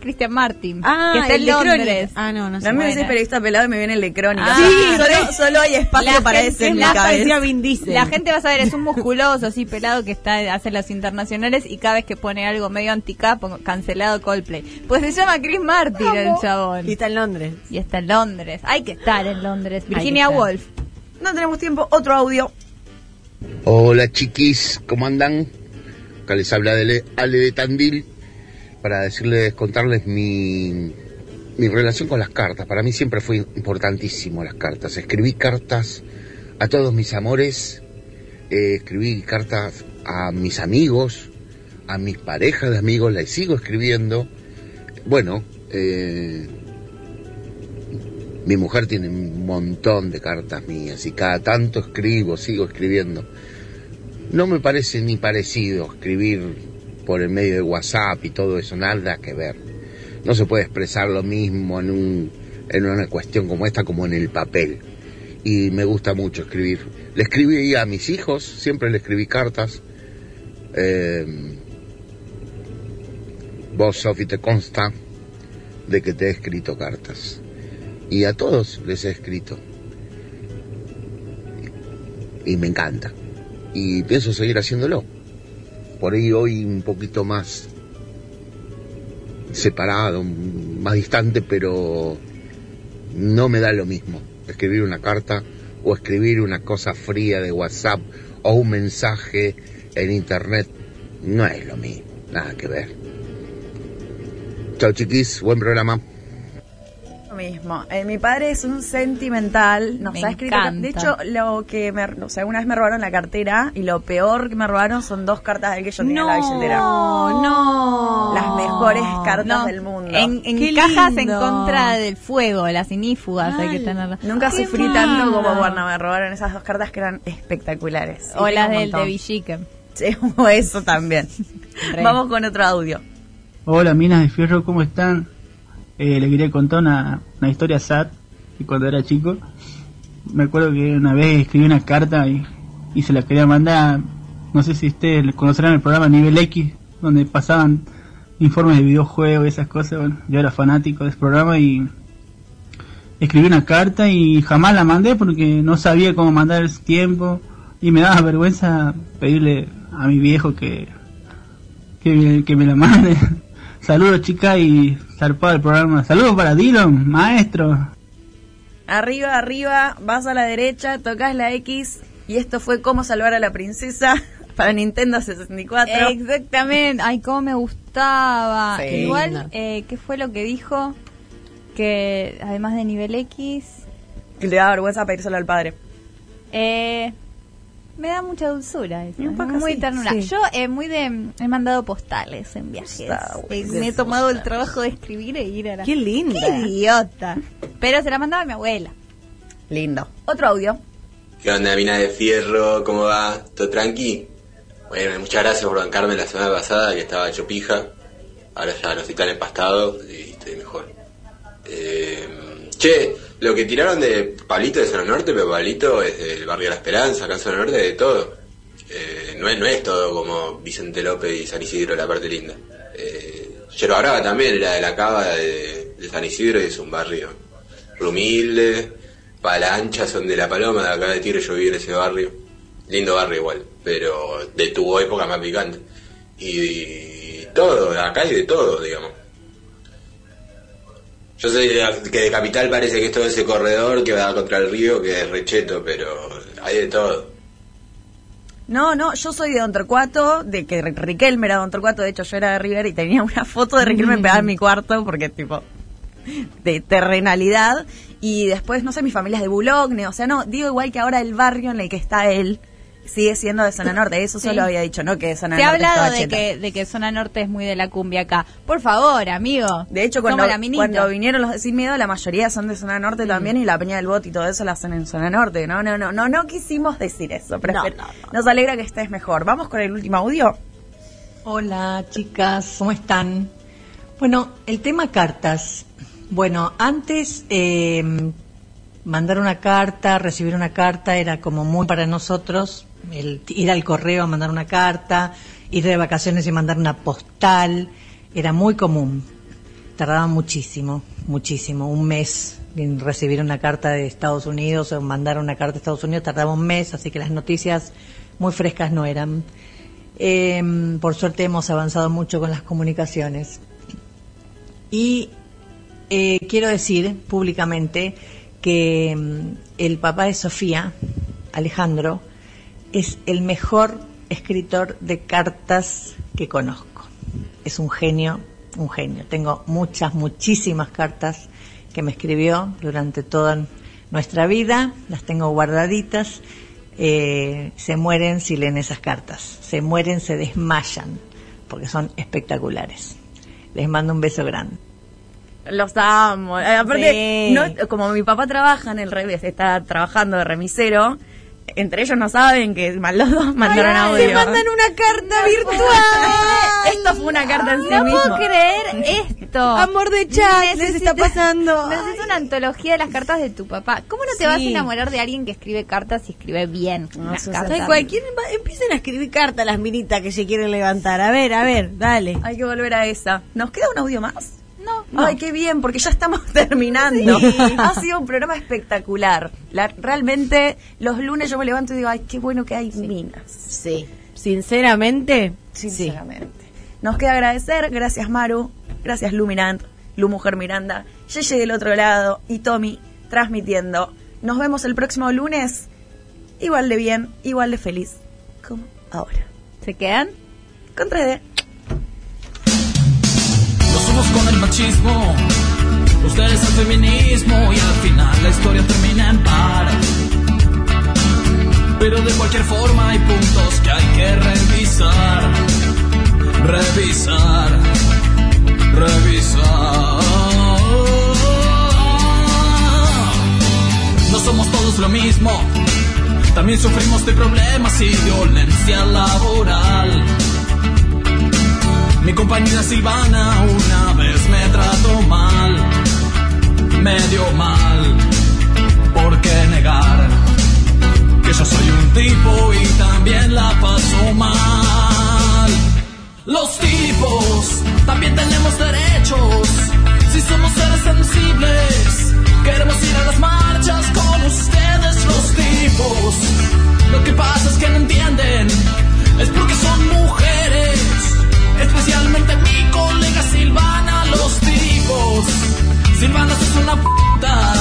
Cristian Martin,
Ah,
que está
el
en
de
Londres.
Crónica. Ah, no, no sé.
No me decís
Bueno.
periodista pelado y me viene el de crónica.
Ah, sí,
solo,
re-
solo hay espacio
La
para
gente-
eso en mi
la-
cabeza.
La gente va a saber, es un musculoso así pelado que está hace los internacionales y cada vez que pone algo medio anticá, pongo, cancelado Coldplay. Pues se llama Chris Martin el chabón.
Y está en Londres.
Y está en Londres. Hay que estar en Londres.
que
Virginia
estar.
Woolf.
No tenemos tiempo, otro audio.
Hola chiquis, ¿cómo andan? Acá les habla de Ale de Tandil para decirles, contarles mi, mi relación con las cartas. Para mí siempre fue importantísimo las cartas. Escribí cartas a todos mis amores, eh, escribí cartas a mis amigos, a mis parejas de amigos, les sigo escribiendo. Bueno, eh, mi mujer tiene un montón de cartas mías y cada tanto escribo, sigo escribiendo. No me parece ni parecido escribir por el medio de WhatsApp y todo eso, nada que ver. No se puede expresar lo mismo en, un, en una cuestión como esta como en el papel. Y me gusta mucho escribir. Le escribí a mis hijos, siempre le escribí cartas. Eh, vos, Sofi, te consta de que te he escrito cartas. Y a todos les he escrito. Y me encanta. Y pienso seguir haciéndolo. Por ahí hoy un poquito más separado, más distante, pero no me da lo mismo escribir una carta o escribir una cosa fría de WhatsApp o un mensaje en internet. No es lo mismo, nada que ver. Chao chiquis, buen programa.
Lo mismo. Eh, mi padre es un sentimental, nos
Me
ha escrito.
encanta.
De hecho, lo que me, o sea, una vez me robaron la cartera y lo peor que me robaron son dos cartas del que yo tenía en la billetera.
No, no.
Las mejores cartas
No,
del mundo.
En, en
Qué
cajas
lindo.
en contra del fuego, las inífugas hay que tenerlas.
Nunca
Qué
sufrí
mal.
tanto como cuando me robaron esas dos cartas que eran espectaculares.
O
Y
las
tengo un
del de
montón.
Villique.
Sí, o eso también. Vamos con otro audio.
Hola, minas de fierro, ¿cómo están? Eh, les quería contar una, una historia sad que cuando era chico. Me acuerdo que una vez escribí una carta y, y se la quería mandar. No sé si ustedes conocerán el programa Nivel X, donde pasaban informes de videojuegos y esas cosas. Bueno, yo era fanático de ese programa y escribí una carta y jamás la mandé porque no sabía cómo mandar el tiempo y me daba vergüenza pedirle a mi viejo que que, me- que me la mande. Saludos chicas y zarpado el programa. Saludos para Dylan, maestro.
Arriba, arriba, vas a la derecha, tocas la X y esto fue cómo salvar a la princesa para Nintendo 64.
Exactamente. Ay, cómo me gustaba.
Sí.
Igual, eh, ¿qué fue lo que dijo? Que además de nivel X,
Que le da vergüenza pedírselo al padre.
eh, me da mucha dulzura. eso,
Un poco
¿no? muy
sí,
ternura.
sí.
Yo eh, muy de, he mandado postales en viajes. Eh,
bueno.
me he tomado el trabajo de escribir e ir a la...
Qué linda.
¡Qué idiota! Pero se la mandaba a mi abuela.
Lindo.
Otro audio.
¿Qué onda, mina de fierro? ¿Cómo va? ¿Todo tranqui? Bueno, muchas gracias por bancarme la semana pasada que estaba hecho pija. Ahora ya no estoy tan empastado y estoy mejor. Eh, che, lo que tiraron de Pablito de Zona Norte, pero Pablito es del barrio de la Esperanza, acá en Zona Norte, de todo. Eh, no, es, no es todo como Vicente López y San Isidro, la parte linda. Eh, Yerba Brava también era de la cava de, de San Isidro y es un barrio humilde, Palancha son de la Paloma, de acá de Tiro, yo viví en ese barrio. Lindo barrio igual, pero de tu época más picante. Y, y todo, acá hay de todo, digamos. Yo sé que de capital parece que es todo ese corredor que va contra el río, que es recheto, pero hay de todo.
No, no, yo soy de Don Torcuato, de que Ri- Riquelme era Don Torcuato, de hecho yo era de River y tenía una foto de Riquelme
Mm.
pegada en mi cuarto porque tipo de terrenalidad y después no sé, mi familia es de Boulogne, o sea, no, digo igual que ahora el barrio en el que está él sigue siendo de zona norte, eso
Sí.
solo había dicho, no que de zona
Se ha
norte.
hablado
estaba
de
cheta.
que, de que Zona Norte es muy de la cumbia acá. Por favor, amigo.
De hecho, cuando,
Como la minita.
cuando vinieron los de Sin Miedo, la mayoría son de zona norte
Mm.
también y la Peña del Bot y todo eso la hacen en zona norte. No, no, no, no, no quisimos decir eso. prefer-
No, no,
Nos alegra que estés mejor. Vamos con el último audio.
Hola chicas, ¿cómo están? Bueno, el tema cartas. Bueno, antes eh, mandar una carta, recibir una carta era como muy para nosotros, el ir al correo a mandar una carta, ir de vacaciones y mandar una postal, era muy común. Tardaba muchísimo, muchísimo, un mes en recibir una carta de Estados Unidos o mandar una carta de Estados Unidos, tardaba un mes, así que las noticias muy frescas no eran. Eh, por suerte hemos avanzado mucho con las comunicaciones. Y eh, quiero decir públicamente que mm, el papá de Sofía, Alejandro, es el mejor escritor de cartas que conozco. Es un genio, un genio. Tengo muchas, muchísimas cartas que me escribió durante toda nuestra vida. Las tengo guardaditas eh, se mueren si leen esas cartas. Se mueren, se desmayan, porque son espectaculares. Les mando un beso grande.
Los amo. Eh, Aparte,
Sí.
no- como mi papá trabaja en el revés, está trabajando de remisero, entre ellos no saben que mal- los dos mandaron
Ay,
audio.
Se mandan una carta virtual.
Esto fue una carta en sí
No
mismo.
puedo creer esto.
Amor de chat, les está pasando.
Necesito una antología de las cartas de tu papá. ¿Cómo no te
Sí.
vas a enamorar de alguien que escribe cartas y escribe bien? unas
Tal
cartas?
cual, ¿quién va- empiecen a escribir cartas las minitas que se quieren levantar. A ver, a ver, dale.
Hay que volver a esa. ¿Nos queda un audio más?
No.
Ay, qué bien, porque ya estamos terminando. Ha sido un programa espectacular. La- realmente, los lunes yo me levanto y digo, ay, qué bueno que hay minas.
Sí. Sinceramente,
Sinceramente. Nos queda agradecer. Gracias, Maru. Gracias, Lu Miranda, Lu Mujer Miranda. Yeye del otro lado y Tommy transmitiendo. Nos vemos el próximo lunes. Igual de bien, igual de feliz. Como ahora.
¿Se quedan?
Con 3D.
Nos somos con el machismo, ustedes al feminismo y al final la historia termina en par. Pero de cualquier forma hay puntos que hay que revisar, revisar, revisar. No somos todos lo mismo, también sufrimos de problemas y violencia laboral. Mi compañera Silvana una vez me trató mal, medio mal. ¿Por qué negar que yo soy un tipo y también la paso mal? Los tipos también tenemos derechos, si somos seres sensibles, queremos ir a las marchas con ustedes los tipos. Lo que pasa es que no entienden, es porque son mujeres. Especialmente mi colega Silvana, los tipos. Silvana, sos una puta.